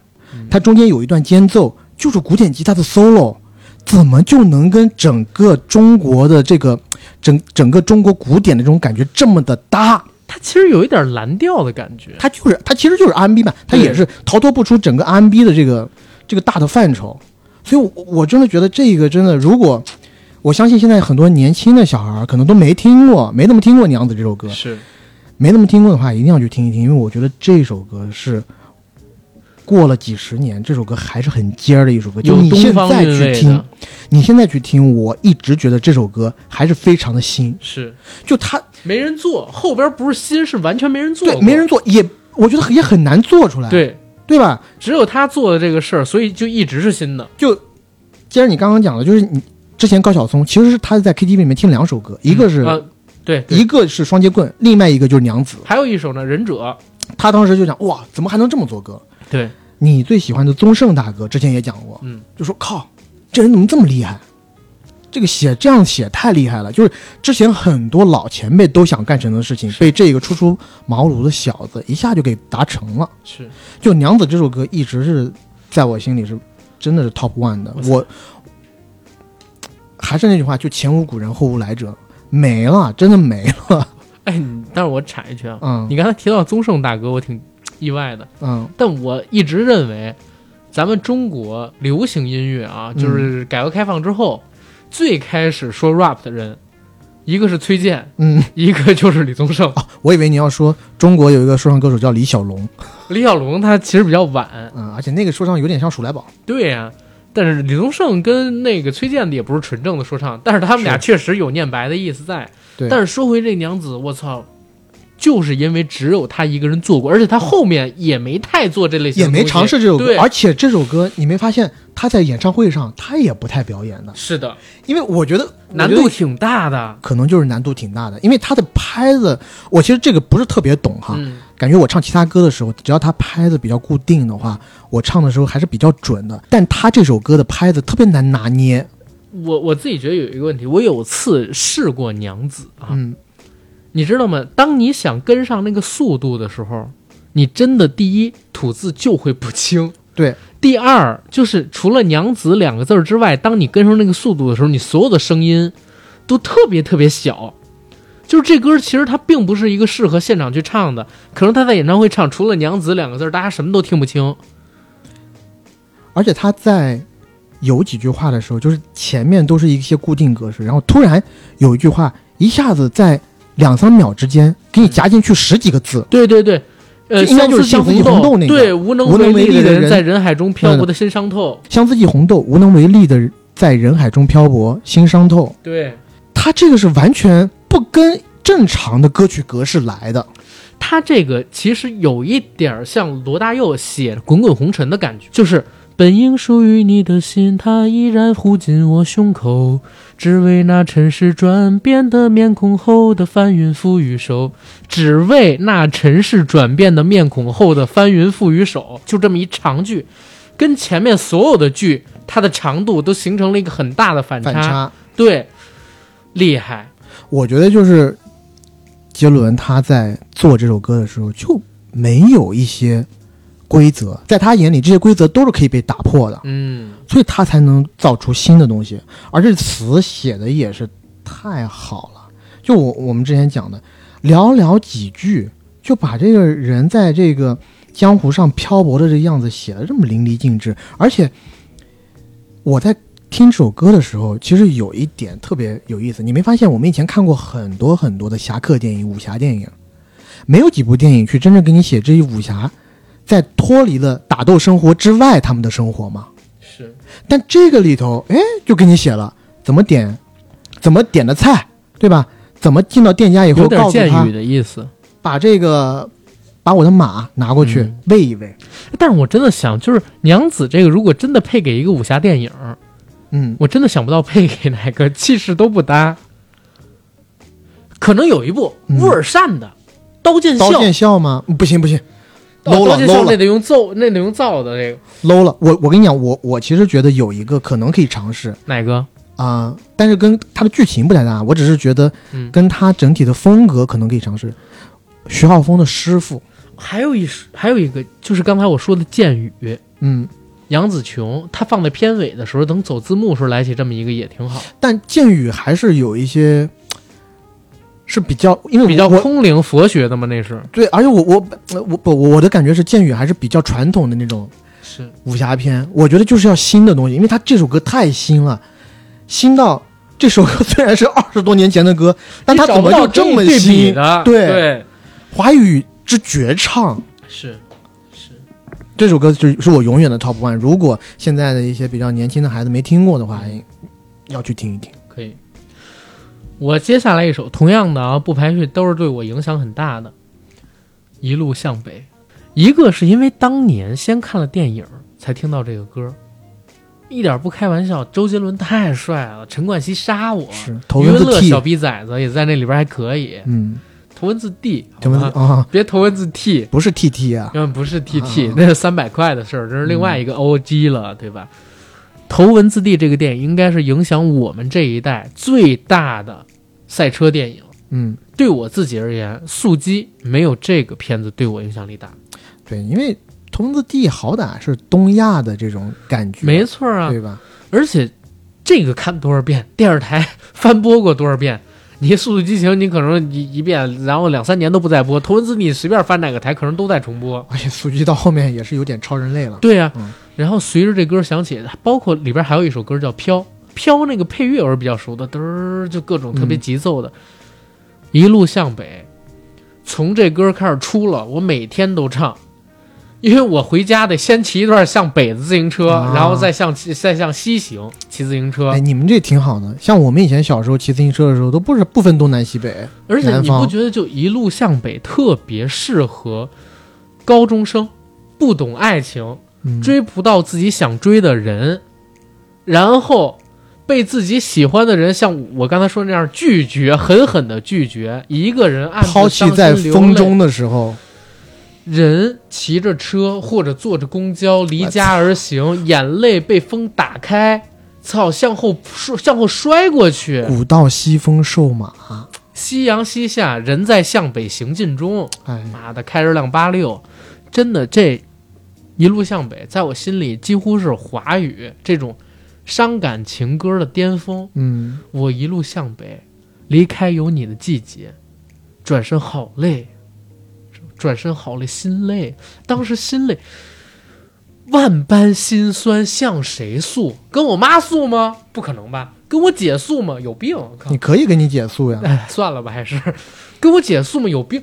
它中间有一段间奏就是古典吉他的 solo，怎么就能跟整个中国的这个整整个中国古典的这种感觉这么的搭？它其实有一点蓝调的感觉。它就是它其实就是 R&B 嘛，它也是逃脱不出整个 R&B 的这个这个大的范畴。所以我，我真的觉得这个真的，如果我相信现在很多年轻的小孩儿可能都没听过，没怎么听过《娘子》这首歌，是，没怎么听过的话，一定要去听一听，因为我觉得这首歌是过了几十年，这首歌还是很尖儿的一首歌。就有你东现方在韵去味听的，，你现在去听，我一直觉得这首歌还是非常的新，是就它没人做，后边不是新，是完全没人做对过，没人做，也我觉得也很难做出来，对，对吧？只有他做的这个事儿，所以就一直是新的。就接着你刚刚讲的，就是你之前高晓松其实是他在 KTV 里面听两首歌，一个是、啊，对，对一个是双截棍，另外一个就是娘子。还有一首呢，《忍者》。他当时就想，哇，怎么还能这么做歌？对，你最喜欢的宗盛大哥之前也讲过，嗯，就说靠，这人怎么这么厉害？这个写这样写太厉害了，就是之前很多老前辈都想干成的事情，被这个初出茅庐的小子一下就给达成了。是就《娘子》这首歌一直是在我心里是真的是 top one 的我。操我还是那句话，就前无古人后无来者，没了，真的没了。哎，你但是我插一句啊，嗯你刚才提到宗盛大哥，我挺意外的，嗯，但我一直认为，咱们中国流行音乐啊，嗯就是改革开放之后，最开始说 rap 的人，一个是崔健，嗯，哦一个就是李宗盛。我以为你要说中国有一个说唱歌手叫李小龙，李小龙他其实比较晚，嗯，而且那个说唱有点像鼠来宝，对呀、但是李宗盛跟那个崔健的也不是纯正的说唱，但是他们俩是确实有念白的意思在。对但是说回这娘子，我操，就是因为只有他一个人做过，而且他后面也没太做这类型也的东西，没尝试这首对歌，而且这首歌你没发现他在演唱会上他也不太表演的，是的，因为我觉得啊难我觉得度挺大的。可能就是难度挺大的，因为他的拍子，我其实这个不是特别懂哈，嗯，感觉我唱其他歌的时候，只要他拍子比较固定的话，我唱的时候还是比较准的，但他这首歌的拍子特别难拿捏，我我自己觉得有一个问题，我有次试过娘子啊，嗯，你知道吗？当你想跟上那个速度的时候，你真的第一吐字就会不清，对，第二就是除了“娘子”两个字儿之外，当你跟上那个速度的时候，你所有的声音都特别特别小。就是这歌其实它并不是一个适合现场去唱的，可能他在演唱会唱，除了“娘子”两个字儿，大家什么都听不清。而且他在有几句话的时候，就是前面都是一些固定格式，然后突然有一句话一下子在两三秒之间给你夹进去十几个字，对对对，呃，这应该相就是思相幸福红红豆那个对，无能无能为力力的人人在人海中漂泊的心伤透。相思一红豆，无能为力的在人海中漂泊，心伤透。对，他这个是完全不跟正常的歌曲格式来的，他这个其实有一点儿像罗大佑写《滚滚红尘》的感觉，就是本应属于你的心，它依然护紧我胸口，只为那尘世转变的面孔后的翻云覆雨手，只为那尘世转变的面孔后的翻云覆雨手，就这么一长句，跟前面所有的句，它的长度都形成了一个很大的反差。反差。对，厉害，我觉得就是杰伦他在做这首歌的时候就没有一些规则，在他眼里这些规则都是可以被打破的，嗯。所以他才能造出新的东西。而这词写的也是太好了，就我我们之前讲的，寥寥几句就把这个人在这个江湖上漂泊的这样子写的这么淋漓尽致，而且我在。听这首歌的时候，其实有一点特别有意思，你没发现我们以前看过很多很多的侠客电影、武侠电影，没有几部电影去真正给你写这一武侠在脱离了打斗生活之外他们的生活吗？是，但这个里头，哎，就给你写了怎么点，怎么点的菜，对吧？怎么进到店家以后有点告诉剑他雨的意思，把这个把我的马拿过去、嗯喂一喂，但是我真的想，就是娘子这个，如果真的配给一个武侠电影，嗯，我真的想不到配给哪个，气势都不搭。可能有一部嗯乌尔善的《刀剑笑刀》剑笑吗？嗯不行不行哦， ，low 刀了剑笑 low 那了得用奏，那得用造的这个 low 了。我我跟你讲，我我其实觉得有一个可能可以尝试哪个？啊、但是跟它的剧情不太搭。我只是觉得嗯，跟它整体的风格可能可以尝试。徐浩峰的师傅，还有一还有一个就是刚才我说的剑雨。嗯，杨紫琼，她放在片尾的时候，等走字幕时候来起这么一个也挺好，但剑雨还是有一些是比较，因为比较我空灵佛学的嘛，那是对，而且我我呃我不我的感觉是剑雨还是比较传统的那种是武侠片，我觉得就是要新的东西，因为他这首歌太新了，新到这首歌虽然是二十多年前的歌，但他你找怎不么到就这么可以对比新？的？对对，华语之绝唱，是这首歌就是是我永远的 top one。如果现在的一些比较年轻的孩子没听过的话，哎要去听一听。可以。我接下来一首同样的啊，不排序，都是对我影响很大的。一路向北，一个是因为当年先看了电影才听到这个歌，一点不开玩笑，周杰伦太帅了，陈冠希杀我，是头余文文字乐 T，小逼崽子也在那里边还可以，嗯，头文字 D，头文字好吧啊，别头文字 T，不是 TT 啊，嗯，不是 TT，、啊那是三百块的事儿，这是另外一个 OG 了，对吧？头文字 D 这个电影应该是影响我们这一代最大的赛车电影。嗯，对我自己而言，《速激》没有这个片子对我影响力大。对，因为头文字 D 好歹是东亚的这种感觉，没错啊，对吧？而且这个看多少遍，电视台 翻播过多少遍。你《速度与激情》，你可能一一遍，然后两三年都不再播；《头文字 D》，随便翻哪个台，可能都在重播。而且苏剧到后面也是有点超人类了。对呀、啊嗯然后随着这歌响起，包括里边还有一首歌叫《飘》，《飘》那个配乐我是比较熟的，嘚儿就各种特别急嗯奏的，一路向北，从这歌开始出了，我每天都唱，因为我回家得先骑一段向北的自行车，啊然后再向西再向西行骑自行车。哎，你们这挺好的。像我们以前小时候骑自行车的时候，都不是不分东南西北。而且南你方不觉得就一路向北特别适合高中生，不懂爱情，嗯，追不到自己想追的人，然后被自己喜欢的人像我刚才说的那样拒绝，狠狠的拒绝，一个人暗自抛弃在伤心流泪风中的时候，人骑着车或者坐着公交离家而行，眼泪被风打开，操，向后摔向后摔过去。古道西风瘦马。夕阳西下，人在向北行进中。哎，妈的，开着辆八六，真的这一路向北，在我心里几乎是华语这种伤感情歌的巅峰。嗯，我一路向北，离开有你的季节，转身好累，转身好累，心累。当时心累，万般心酸向谁诉？跟我妈诉吗？不可能吧？跟我姐诉吗？有病！我靠你可以给你姐诉呀。哎，算了吧，还是跟我姐诉嘛，有病，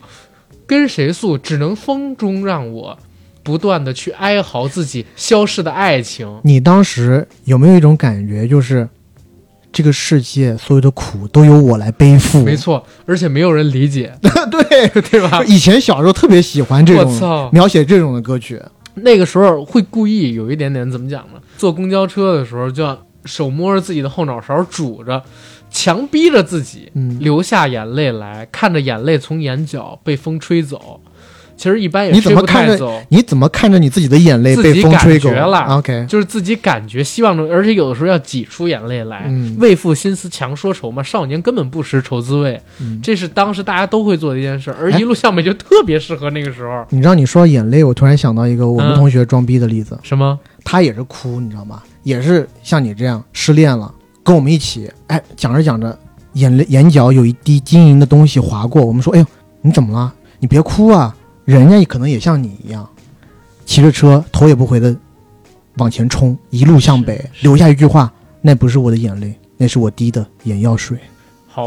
跟谁诉？只能风中让我不断的去哀嚎自己消逝的爱情。你当时有没有一种感觉，就是这个世界所有的苦都由我来背负？没，错，而且没有人理解， 对。 对吧？以前小时候特别喜欢这我操种描写这种的歌曲，那个时候会故意有一点点怎么讲呢？坐公交车的时候就要手摸着自己的后脑勺拄着，强逼着自己嗯，流下眼泪来，看着眼泪从眼角被风吹走。其实一般也你怎吹么不看太着走，你怎么看着你自己的眼泪被风吹自己走感觉了 OK，就是自己感觉希望中，而且有的时候要挤出眼泪来。嗯为赋新词强说愁嘛，少年根本不识愁滋味，嗯这是当时大家都会做的一件事。而哎一路向北就特别适合那个时候。你让你说眼泪，我突然想到一个我嗯们同学装逼的例子，什么？他也是哭，你知道吗？也是像你这样失恋了，跟我们一起，哎，讲着讲着，眼泪眼角有一滴晶莹的东西划过，我们说，哎呦，你怎么了？你别哭啊，人家可能也像你一样，骑着车头也不回的往前冲，一路向北，是是留下一句话：那不是我的眼泪，那是我滴的眼药水好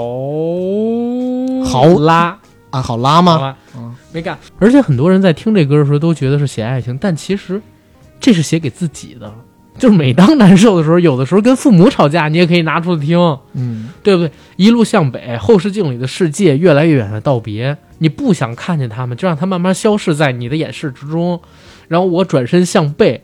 好拉啊！好拉好吗？吧嗯，没干。而且很多人在听这歌的时候都觉得是写爱情，但其实这是写给自己的。就是每当难受的时候，有的时候跟父母吵架，你也可以拿出来听。嗯，对不对？一路向北，后视镜里的世界越来越远的道别，你不想看见他们，就让他慢慢消逝在你的眼视之中。然后我转身向背，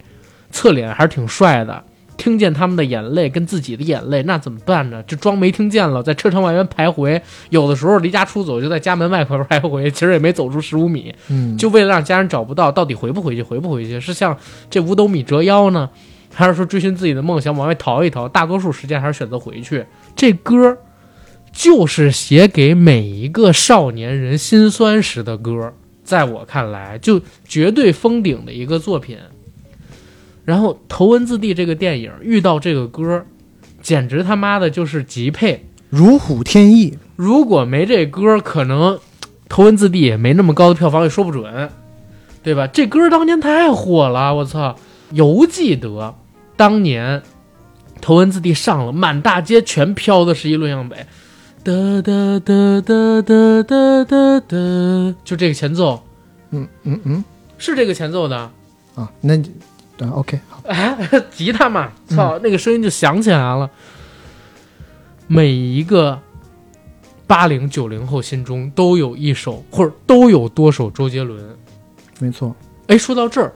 侧脸还是挺帅的，听见他们的眼泪跟自己的眼泪，那怎么办呢？就装没听见了，在车窗外面徘徊。有的时候离家出走，就在家门外徘徘徊，其实也没走出十五米，嗯，就为了让家人找不到，到底回不回去？回不回去？是像这五斗米折腰呢，还是说追寻自己的梦想往外逃一逃？大多数时间还是选择回去。这歌儿就是写给每一个少年人心酸时的歌儿，在我看来，就绝对封顶的一个作品。然后《头文字 D》这个电影遇到这个歌儿，简直他妈的就是极配。如虎添翼。如果没这歌，可能头文字 D 也没那么高的票房，也说不准，对吧？这歌当年太火了，我操！犹记得当年头文字 D 上了，满大街全飘的是一路向北，哒哒哒哒哒哒哒哒，就这个前奏嗯嗯嗯是这个前奏的，啊，那你对 OK 好， 吉他嘛，操，那个声音就响起来了。每一个八零九零后心中都有一首，或者都有多首周杰伦。没错，哎，说到这儿，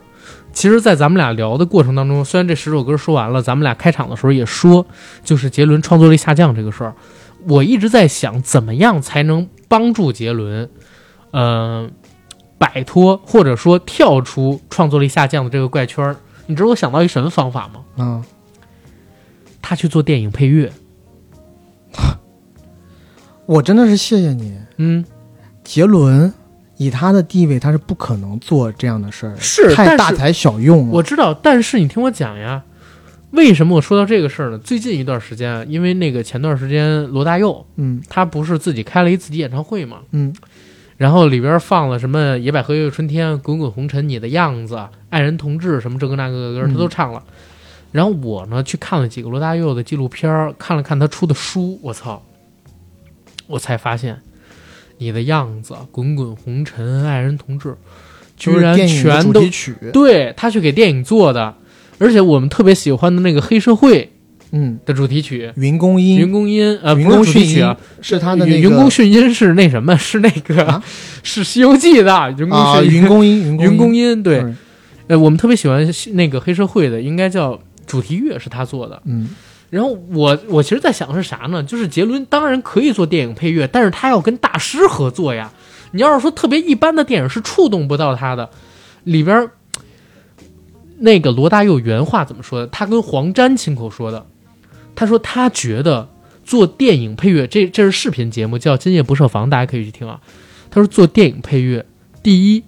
其实，在咱们俩聊的过程当中，虽然这十首歌说完了，咱们俩开场的时候也说，就是杰伦创作力下降这个事儿，我一直在想，怎么样才能帮助杰伦，呃，摆脱或者说跳出创作力下降的这个怪圈儿。你知道我想到一什么方法吗？啊，他去做电影配乐。我真的是谢谢你。嗯，杰伦以他的地位，他是不可能做这样的事儿，是但太是大材小用了。啊我知道，但是你听我讲呀，为什么我说到这个事儿呢？最近一段时间啊，因为那个前段时间罗大佑嗯他不是自己开了一自己演唱会嘛，嗯然后里边放了什么《野百合也有春天》《滚滚红尘》《你的样子》《爱人同志》什么这个那个的歌，嗯他都唱了。然后我呢去看了几个罗大佑的纪录片儿，看了看他出的书，我操，我才发现《你的样子》《滚滚红尘》《爱人同志》就居是然电影的全主都题曲，对他去给电影做的，而且我们特别喜欢的那个黑社会嗯，的主题曲。云公音云公音，呃，云不宫是主题迅曲啊，是他的那个云宫迅音是那什么？是那个、啊 是《西游记》的 云宫啊，迅云公音，云云公公音。对，嗯呃，我们特别喜欢西那个黑社会的，应该叫主题乐是他做的。嗯，然后我我其实在想是啥呢？就是杰伦当然可以做电影配乐，但是他要跟大师合作呀。你要是说特别一般的电影是触动不到他的，里边儿那个罗大佑原话怎么说的？他跟黄沾亲口说的，他说他觉得做电影配乐，这这是视频节目叫《今夜不设防》，大家可以去听啊。他说做电影配乐，第一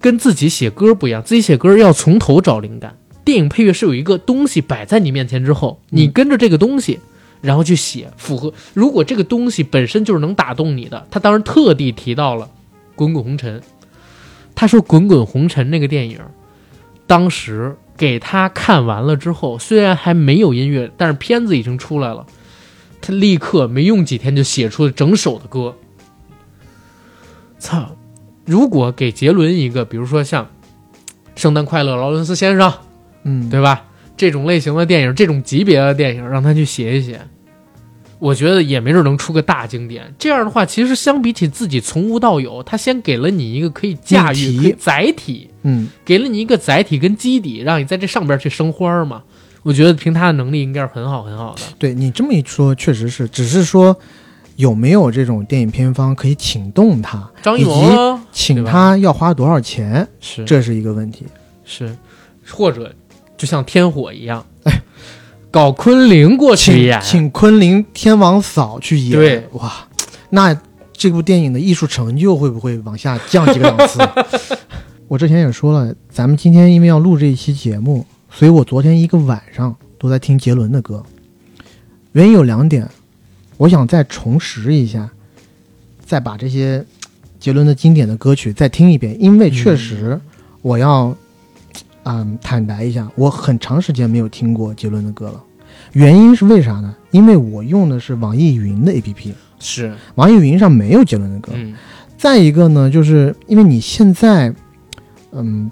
跟自己写歌不一样，自己写歌要从头找灵感。电影配乐是有一个东西摆在你面前之后，你跟着这个东西，然后去写符合。如果这个东西本身就是能打动你的，他当时特地提到了《滚滚红尘》，他说《滚滚红尘》那个电影，当时给他看完了之后，虽然还没有音乐，但是片子已经出来了，他立刻没用几天就写出了整首的歌。操！如果给杰伦一个，比如说像《圣诞快乐，劳伦斯先生》。嗯，对吧？这种类型的电影，这种级别的电影，让他去写一写，我觉得也没准能出个大经典。这样的话，其实相比起自己从无到有，他先给了你一个可以驾命驭题可以载体，嗯，给了你一个载体跟基底，让你在这上边去生花嘛。我觉得凭他的能力，应该是很好很好的。对你这么一说，确实是，只是说有没有这种电影片方可以请动他，张艺以及谋啊请对吧他要花多少钱，是这是一个问题。是，或者就像天火一样，搞昆凌过去哎请演，请昆凌天王嫂去演，对，哇，那这部电影的艺术成就会不会往下降几个档次？ 我之前也说了，咱们今天因为要录这一期节目，所以我昨天一个晚上都在听杰伦的歌，原因有两点，我想再重拾一下，再把这些杰伦的经典的歌曲再听一遍，因为确实我要。嗯，坦白一下，我很长时间没有听过杰伦的歌了。原因是为啥呢？因为我用的是网易云的 APP，是，网易云上没有杰伦的歌。嗯，再一个呢，就是因为你现在，嗯，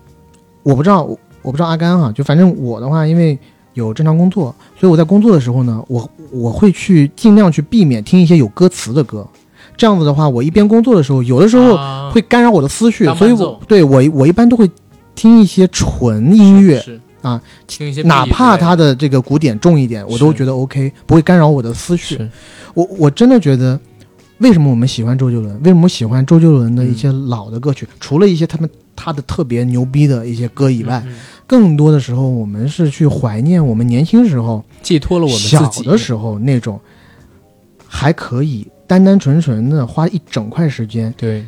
我不知道，我我不知道阿甘哈，就反正我的话，因为有正常工作，所以我在工作的时候呢，我我会去尽量去避免听一些有歌词的歌。这样子的话，我一边工作的时候，有的时候啊会干扰我的思绪，当伴所以奏我对我我一般都会听一些纯音乐，是啊，听一些 beat 之类哪的，怕它的这个鼓点重一点，我都是觉得 OK，不会干扰我的思绪。是我我真的觉得，为什么我们喜欢周杰伦？为什么我喜欢周杰伦的一些老的歌曲？嗯除了一些他们他的特别牛逼的一些歌以外，嗯嗯更多的时候我们是去怀念我们年轻时候、寄托了我们小自己的时候那种还可以单单纯纯的花一整块时间对，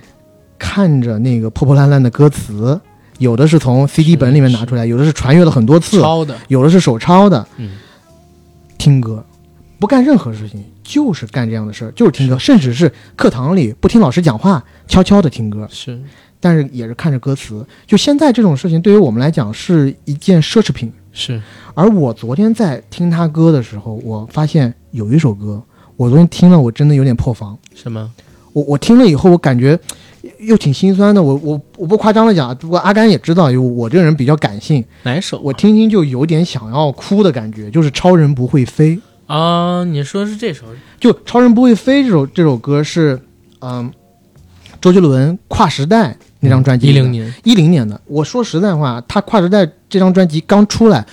看着那个破破烂烂的歌词，有的是从 CD 本里面拿出来，有的是传阅了很多次，抄的，有的是手抄的。嗯，听歌，不干任何事情，就是干这样的事儿，就是听歌，甚至是课堂里不听老师讲话，悄悄的听歌，是但是也是看着歌词。就现在这种事情，对于我们来讲是一件奢侈品。是，而我昨天在听他歌的时候，我发现有一首歌，我昨天听了，我真的有点破防。什么？我我听了以后，我感觉呃又挺心酸的。我我我不夸张的讲，不过阿甘也知道，因为我这个人比较感性，哪首啊？我听听就有点想要哭的感觉，就是《超人不会飞》。啊，你说是这首？就《超人不会飞》这首这首歌是，嗯，周杰伦跨时代那张专辑嗯一里的，零年，一零年的。我说实在话，他跨时代这张专辑刚出来，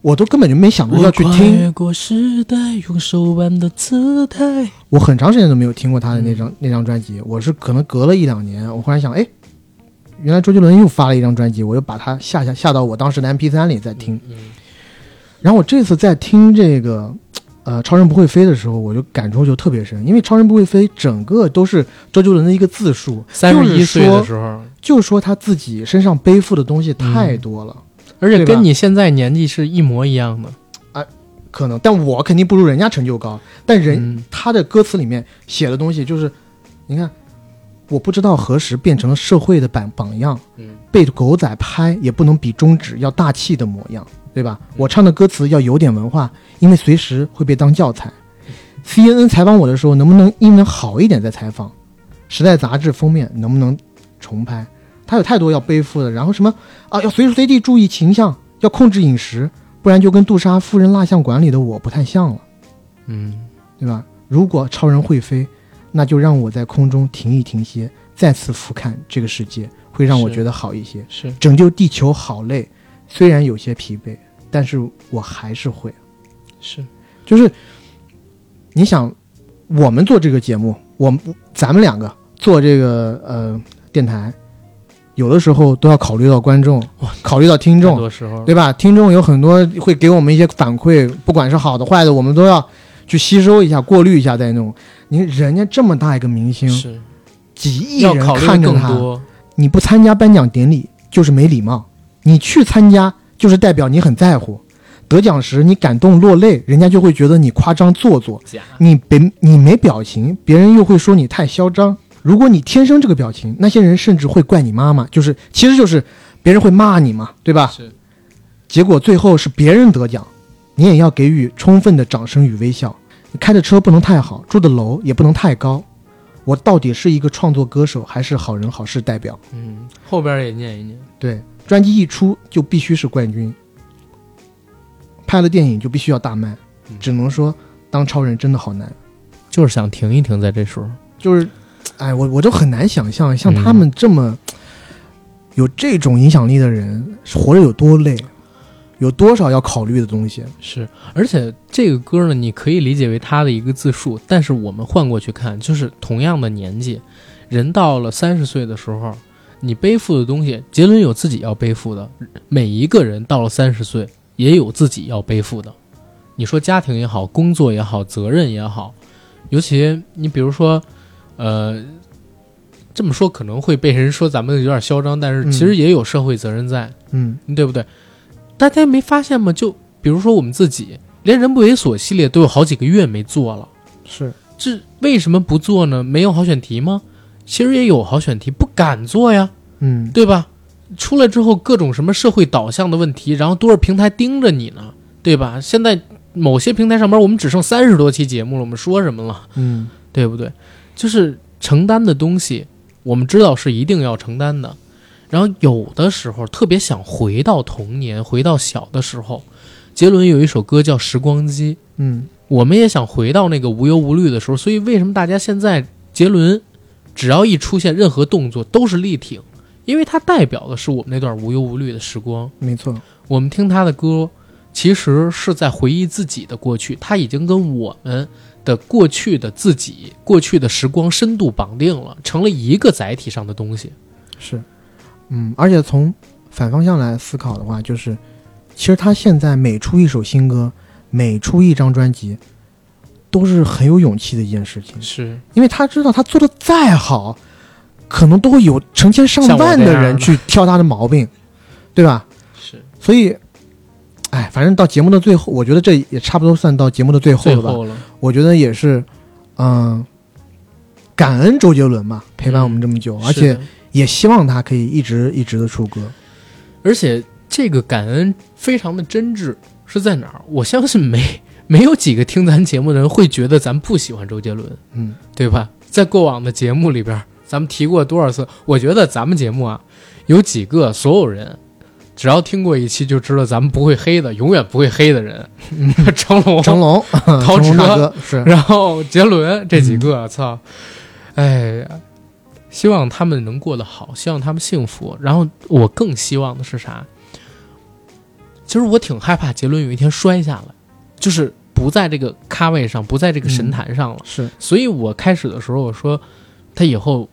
我都根本就没想过要去听，过时代，用手腕的姿态。我很长时间都没有听过他的嗯那张、那张专辑。我是可能隔了一两年，我忽然想，哎，原来周杰伦又发了一张专辑，我又把它下下下到我当时的 MP 3里再听。嗯，然后我这次在听这个，呃，《超人不会飞》的时候，我就感触就特别深，因为《超人不会飞》整个都是周杰伦的一个自述，三十一岁就的是时说，候，就说他自己身上背负的东西嗯太多了，而且对吧跟你现在年纪是一模一样的。可能，但我肯定不如人家成就高，但人、嗯他的歌词里面写的东西就是，你看，我不知道何时变成了社会的榜榜样，嗯被狗仔拍也不能比中指要大气的模样，对吧？我唱的歌词要有点文化，因为随时会被当教材。CNN 采访我的时候，能不能英文好一点再采访？时代杂志封面能不能重拍？他有太多要背负的，然后什么啊，要随时随地注意形象，要控制饮食，不然就跟杜莎《夫人蜡像馆》里的我不太像了，嗯，对吧？如果超人会飞，那就让我在空中停一停歇，再次俯瞰这个世界，会让我是觉得好一些。是拯救地球好累，虽然有些疲惫，但是我还是会。是，就是你想，我们做这个节目，我们咱们两个做这个呃电台，有的时候都要考虑到观众，考虑到听很众，多时候对吧？听众有很多会给我们一些反馈，不管是好的坏的，我们都要去吸收一下、过滤一下再弄。你人家这么大一个明星，是几亿要人考虑看着更他，多，你不参加颁奖典礼就是没礼貌，你去参加就是代表你很在乎。得奖时你感动落泪，人家就会觉得你夸张做作；假你别你没表情，别人又会说你太嚣张。如果你天生这个表情，那些人甚至会怪你妈妈，就是其实就是别人会骂你嘛，对吧？是结果最后是别人得奖，你也要给予充分的掌声与微笑。你开的车不能太好，住的楼也不能太高。我到底是一个创作歌手，还是好人好事代表？嗯，后边也念一念，对，专辑一出就必须是冠军，拍了电影就必须要大卖。只能说，当超人真的好难，就是想停一停，在这时候，就是，哎，我我都很难想象像嗯他们这么、有这种影响力的人，活着有多累，有多少要考虑的东西。是，而且这个歌呢，你可以理解为他的一个自述，但是我们换过去看，就是同样的年纪，人到了三十岁的时候，你背负的东西，杰伦有自己要背负的，每一个人到了三十岁也有自己要背负的。你说家庭也好，工作也好，责任也好，尤其你比如说，呃，这么说可能会被人说咱们有点嚣张，但是嗯其实也有社会责任在。嗯，对不对？大家没发现吗？就比如说我们自己，连《人不猥琐》系列都有好几个月没做了，是这为什么不做呢？没有好选题吗？其实也有好选题，不敢做呀，嗯，对吧？出来之后各种什么社会导向的问题，然后多少平台盯着你呢，对吧？现在某些平台上面我们只剩三十多期节目了，我们说什么了？嗯，对不对？就是承担的东西，我们知道是一定要承担的。然后有的时候特别想回到童年，回到小的时候。杰伦有一首歌叫《时光机》，嗯，我们也想回到那个无忧无虑的时候。所以为什么大家现在杰伦只要一出现任何动作都是力挺，因为它代表的是我们那段无忧无虑的时光。没错，我们听他的歌，其实是在回忆自己的过去，他已经跟我们的过去的自己、过去的时光深度绑定了，成了一个载体上的东西。是，嗯，而且从反方向来思考的话，就是其实他现在每出一首新歌，每出一张专辑，都是很有勇气的一件事情，是，因为他知道他做的再好，可能都会有成千上万的像我这样人的去挑他的毛病，对吧？是所以。哎，反正到节目的最后，我觉得这也差不多算到节目的最后最了吧。后了，我觉得也是，嗯、感恩周杰伦吧，陪伴我们这么久，而是且的也希望他可以一直一直的出歌。而且这个感恩非常的真挚，是在哪儿？我相信没没有几个听咱节目的人会觉得咱不喜欢周杰伦，嗯，对吧？在过往的节目里边，咱们提过多少次？我觉得咱们节目啊，有几个所有人只要听过一期就知道咱们不会黑的，永远不会黑的人， 成龙、成 龙，成龙大哥是，然后杰伦这几个，操、哎呀，希望他们能过得好，希望他们幸福。然后我更希望的是啥？其实我挺害怕杰伦有一天摔下来，就是不在这个咖位上，不在这个神坛上了。是所以我开始的时候我说，他以后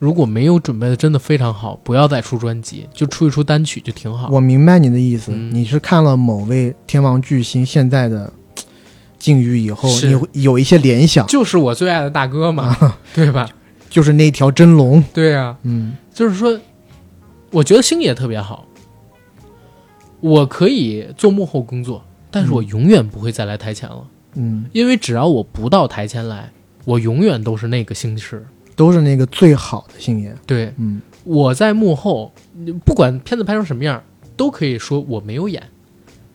如果没有准备的真的非常好，不要再出专辑，就出一出单曲就挺好。我明白你的意思，嗯你是看了某位天王巨星现在的嘖境遇以后，是你会有一些联想，就是我最爱的大哥嘛，对吧？就是那条真龙，对呀、嗯就是说，我觉得星爷特别好，我可以做幕后工作，但是我永远不会再来台前了，嗯，因为只要我不到台前来，我永远都是那个星矢。都是那个最好的星爷，对，嗯我在幕后，不管片子拍成什么样，都可以说我没有演，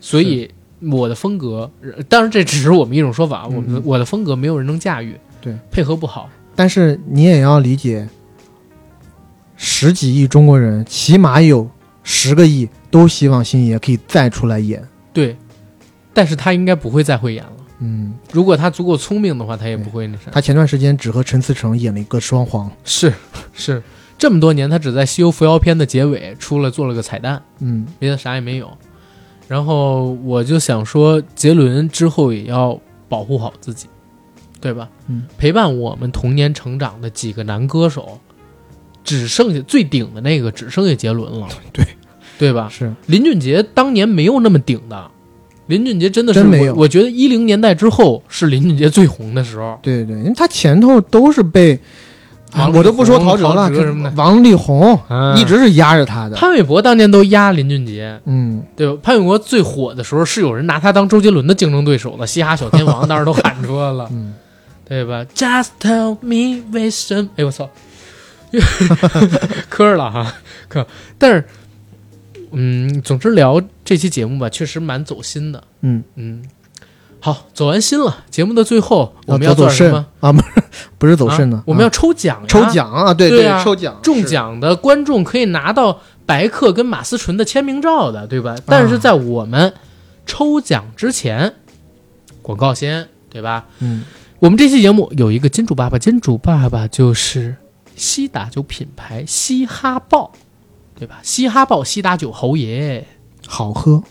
所以我的风格，呃当然这只是我们一种说法，我嗯们嗯我的风格没有人能驾驭，对，配合不好，但是你也要理解，十几亿中国人，起码有十个亿都希望星爷可以再出来演。对，但是他应该不会再会演了。嗯，如果他足够聪明的话，他也不会那啥。他前段时间只和陈思诚演了一个双簧。是是，这么多年他只在《西游伏妖篇》的结尾出了做了个彩蛋，嗯，别的啥也没有。然后我就想说，杰伦之后也要保护好自己，对吧？嗯，陪伴我们童年成长的几个男歌手，只剩下最顶的那个只剩下杰伦了，对对吧？是林俊杰当年没有那么顶的，林俊杰真的是真没我有我觉得一零年代之后是林俊杰最红的时候。对对，因为他前头都是被，啊王力我都不说宏陶喆了，陶喆这什么的王力宏啊一直是压着他的。潘玮柏当年都压林俊杰，嗯，对吧？潘玮柏最火的时候是有人拿他当周杰伦的竞争对手的，嘻哈小 天王当时都喊出来了，嗯对吧？Just tell me 为什么？哎，我操， 磕了哈磕。但是，嗯，总之聊这期节目吧，确实蛮走心的。嗯，嗯，好，走完心了。节目的最后，我们要要走走做点什肾么？啊，不是不是走肾呢啊，我们要啊抽奖呀，抽奖啊，对对啊抽奖中是奖的观众可以拿到白客跟马思纯的签名照的，对吧？但啊是在我们抽奖之前，广告先，对吧？嗯，我们这期节目有一个金主爸爸，金主爸爸就是西打酒品牌嘻哈豹，对吧？嘻哈豹西打酒侯爷。好喝，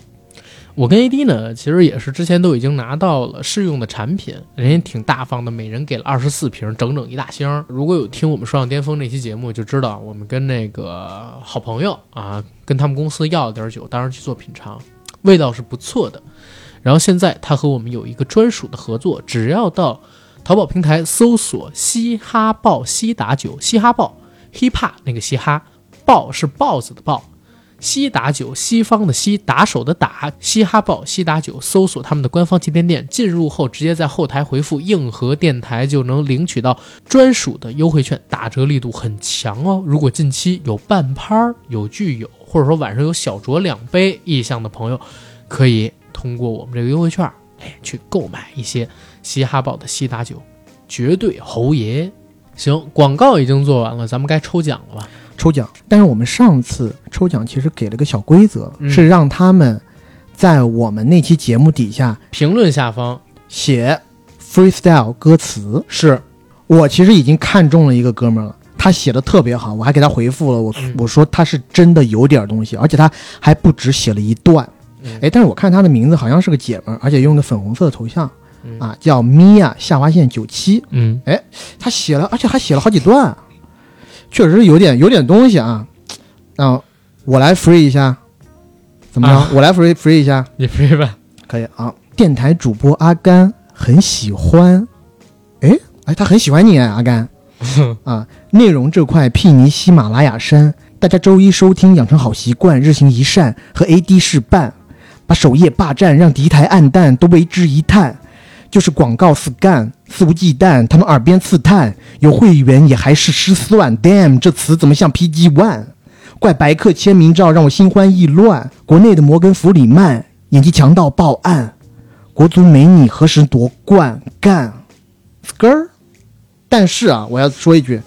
我跟 AD 呢，其实也是之前都已经拿到了试用的产品，人家挺大方的，每人给了二十四瓶，整整一大箱。如果有听我们《说唱巅峰》那期节目，就知道我们跟那个好朋友啊，跟他们公司要了点酒，当时去做品尝，味道是不错的。然后现在他和我们有一个专属的合作，只要到淘宝平台搜索“嘻哈豹西打酒”，嘻哈豹 hiphop 那个嘻哈，豹是豹子的豹，西打酒，西方的西，打手的打，嘻哈报西打酒，搜索他们的官方旗舰店，进入后直接在后台回复“硬核电台”就能领取到专属的优惠券，打折力度很强哦。如果近期有半拍儿、有聚友，或者说晚上有小酌两杯意向的朋友，可以通过我们这个优惠券，哎，去购买一些嘻哈报的西打酒，绝对侯爷。行，广告已经做完了，咱们该抽奖了吧？抽奖。但是我们上次抽奖其实给了个小规则，嗯是让他们在我们那期节目底下评论下方写 freestyle 歌词。是我其实已经看中了一个哥们儿了。他写的特别好，我还给他回复了，我嗯我说他是真的有点东西，而且他还不止写了一段嗯，哎，但是我看他的名字好像是个姐们儿，而且用的粉红色的头像嗯啊，叫米娅下划线九七，嗯。他写了，而且还写了好几段，确实有点有点东西啊。啊，我来 free 一下，怎么着？啊我来 free free 一下，你飞吧，可以啊。电台主播阿甘很喜欢，哎哎，他很喜欢你啊，阿 甘啊。内容这块睥睨喜马拉雅山，大家周一收听，养成好习惯，日行一善，和 AD 事伴，把首页霸占，让敌台暗淡，都为之一叹。就是广告肆干，肆无忌惮，他们耳边刺探，有会员也还是失算。Damn，这词怎么像 PG One？怪白客签名照让我心欢意乱。国内的摩根弗里曼演技强到爆暗，国足没你何时夺冠？干，skr。但是啊，我要说一句，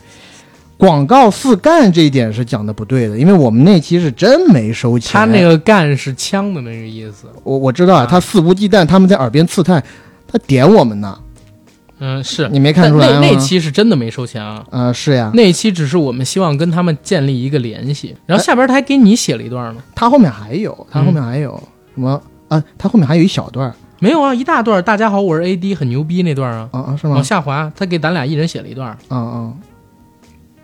广告四干这一点是讲的不对的，因为我们那期是真没收钱。他那个干是枪的那个意思。我我知道啊，他肆无忌惮，他们在耳边刺探，他点我们呢。嗯，是你没看但出来那吗？那期是真的没收钱啊，啊、是呀，那期只是我们希望跟他们建立一个联系。然后下边他还给你写了一段呢，他后面还有，他后面还有、什么啊？他后面还有一小段儿没有啊，一大段。大家好，我是 AD，很牛逼那段啊，啊啊，是往吗？下滑，他给咱俩一人写了一段，啊啊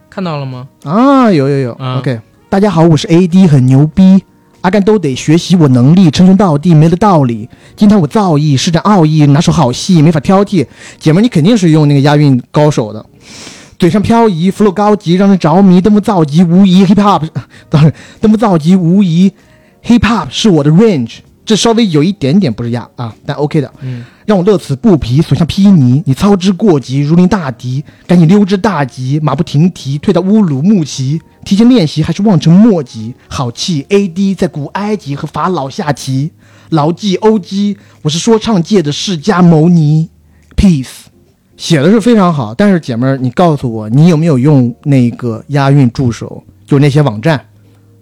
看到了吗？啊，有有有、啊 o k 大家好，我是 AD，很牛逼。阿甘都得学习我能力，称兄道弟没得道理。今天我造诣，施展奥义，拿手好戏没法挑剔。姐们儿，你肯定是用那个押韵高手的，嘴上漂移，flow 高级，让人着迷，登不造极无疑。hiphop 当然登不造极无疑，hiphop 是我的 range，这稍微有一点点不是押啊，但 OK 的。嗯，让我乐此不疲，所向披靡。你操之过急，如临大敌，赶紧溜之大吉，马不停蹄，退到乌鲁木齐。提前练习还是望尘莫及，好气 AD 在古埃及和法老下棋，牢记 OG，我是说唱界的释迦牟尼，peace。写的是非常好，但是姐妹儿，你告诉我，你有没有用那个押韵助手就是那些网站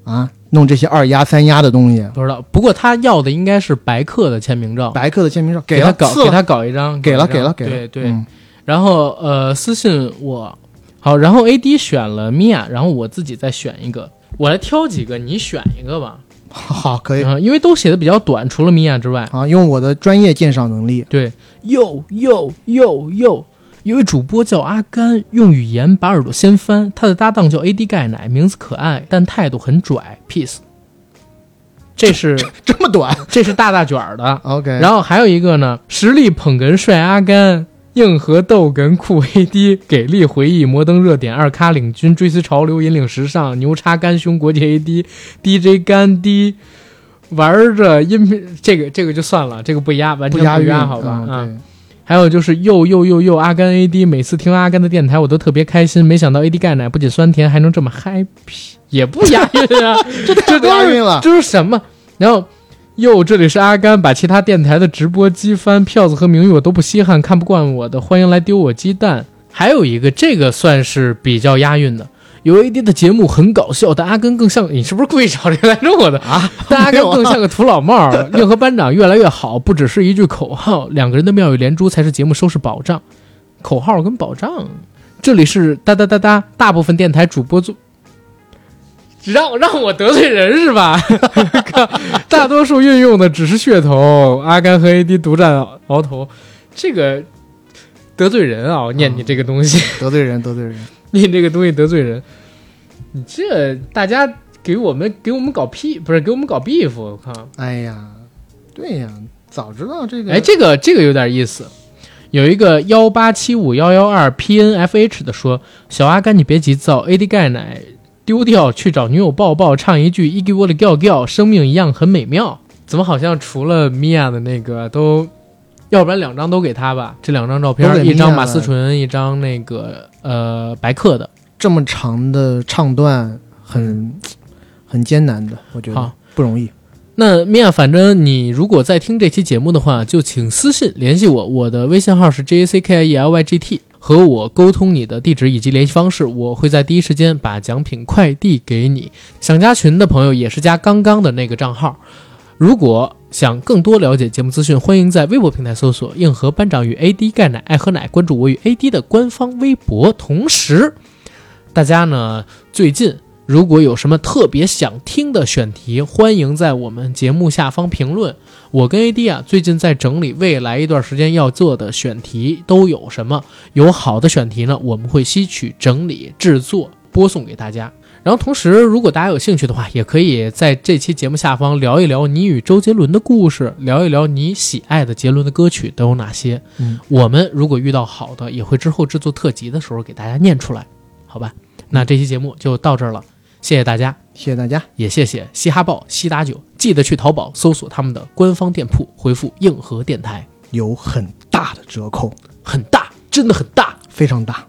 啊，弄这些二丫三丫的东西。不知道。不过他要的应该是白客的签名照，白客的签名照给了，他搞赐给他搞一张，给了搞一张给了给对对。嗯然后呃，私信我，好，然后 AD 选了 Mia，然后我自己再选一个，我来挑几个，你选一个吧。好，可以嗯，因为都写的比较短，除了 Mia 之外，啊，用我的专业鉴赏能力，对，又又又又，有位主播叫阿甘，用语言把耳朵掀翻。他的搭档叫 AD 钙奶，名字可爱，但态度很拽。Peace，这是这么短这是大大卷儿的。 ，OK，然后还有一个呢，实力捧哏帅阿甘，硬核逗哏酷 AD，给力回忆摩登热点二咖领军，追随潮流引领时尚，牛叉干胸国际 AD DJ 干滴，玩着音频这个这个就算了，这个不押，完不全押韵，押好吧？嗯啊，对还有就是又又又又阿甘 AD，每次听阿甘的电台我都特别开心，没想到 AD 钙奶不仅酸甜，还能这么 happy，也不押韵啊， 这这不押韵了这是什么？然后哟，这里是阿甘，把其他电台的直播机翻，票子和名誉我都不稀罕，看不惯我的，欢迎来丢我鸡蛋。还有一个，这个算是比较押韵的。有 AD 的节目很搞笑，但阿甘更像你是不是故意找这个来弄我的 啊？但阿甘更像个土老帽儿。硬核班长越来越好，不只是一句口号，两个人的妙语连珠才是节目收视保障。口号跟保障，这里是哒哒哒哒，大部分电台主播做。让让我得罪人是吧？ 大多数运用的只是噱头，阿甘和 AD 独占鳌头，这个得罪人啊！我念你这个东西， 得罪人，得罪人，你这个东西得罪人，你这大家给我们给我们搞屁，不是给我们搞 beef，我靠！哎呀，对呀，早知道这个，哎，这个这个有点意思。有一个幺八七五幺幺二 PNFH 的说：“小阿甘，你别急躁，AD 钙奶丢掉去找女友抱抱，唱一句伊 g 窝的 giao giao，生命一样很美妙。”怎么好像除了米娅的那个都，要不然两张都给他吧？这两张照都给片， Mia 一张马了思纯，一张那个呃白客的。这么长的唱段很很艰难的，我觉得好不容易。那米娅，反正你如果在听这期节目的话，就请私信联系我，我的微信号是 J A C K I E L Y G T，和我沟通你的地址以及联系方式，我会在第一时间把奖品快递给你。想加群的朋友也是加刚刚的那个账号。如果想更多了解节目资讯，欢迎在微博平台搜索“硬核班长与 AD 钙奶爱喝奶”，关注我与 AD 的官方微博。同时，大家呢最近如果有什么特别想听的选题，欢迎在我们节目下方评论。我跟 AD 啊，最近在整理未来一段时间要做的选题都有什么，有好的选题呢，我们会吸取、整理、制作、播送给大家。然后同时，如果大家有兴趣的话，也可以在这期节目下方聊一聊你与周杰伦的故事，聊一聊你喜爱的杰伦的歌曲都有哪些。嗯，我们如果遇到好的，也会之后制作特辑的时候给大家念出来，好吧？那这期节目就到这儿了。谢谢大家，谢谢大家，也谢谢嘻哈报、西达酒，记得去淘宝搜索他们的官方店铺，回复“硬核电台有很大的折扣，”，很大，真的很大。非常大。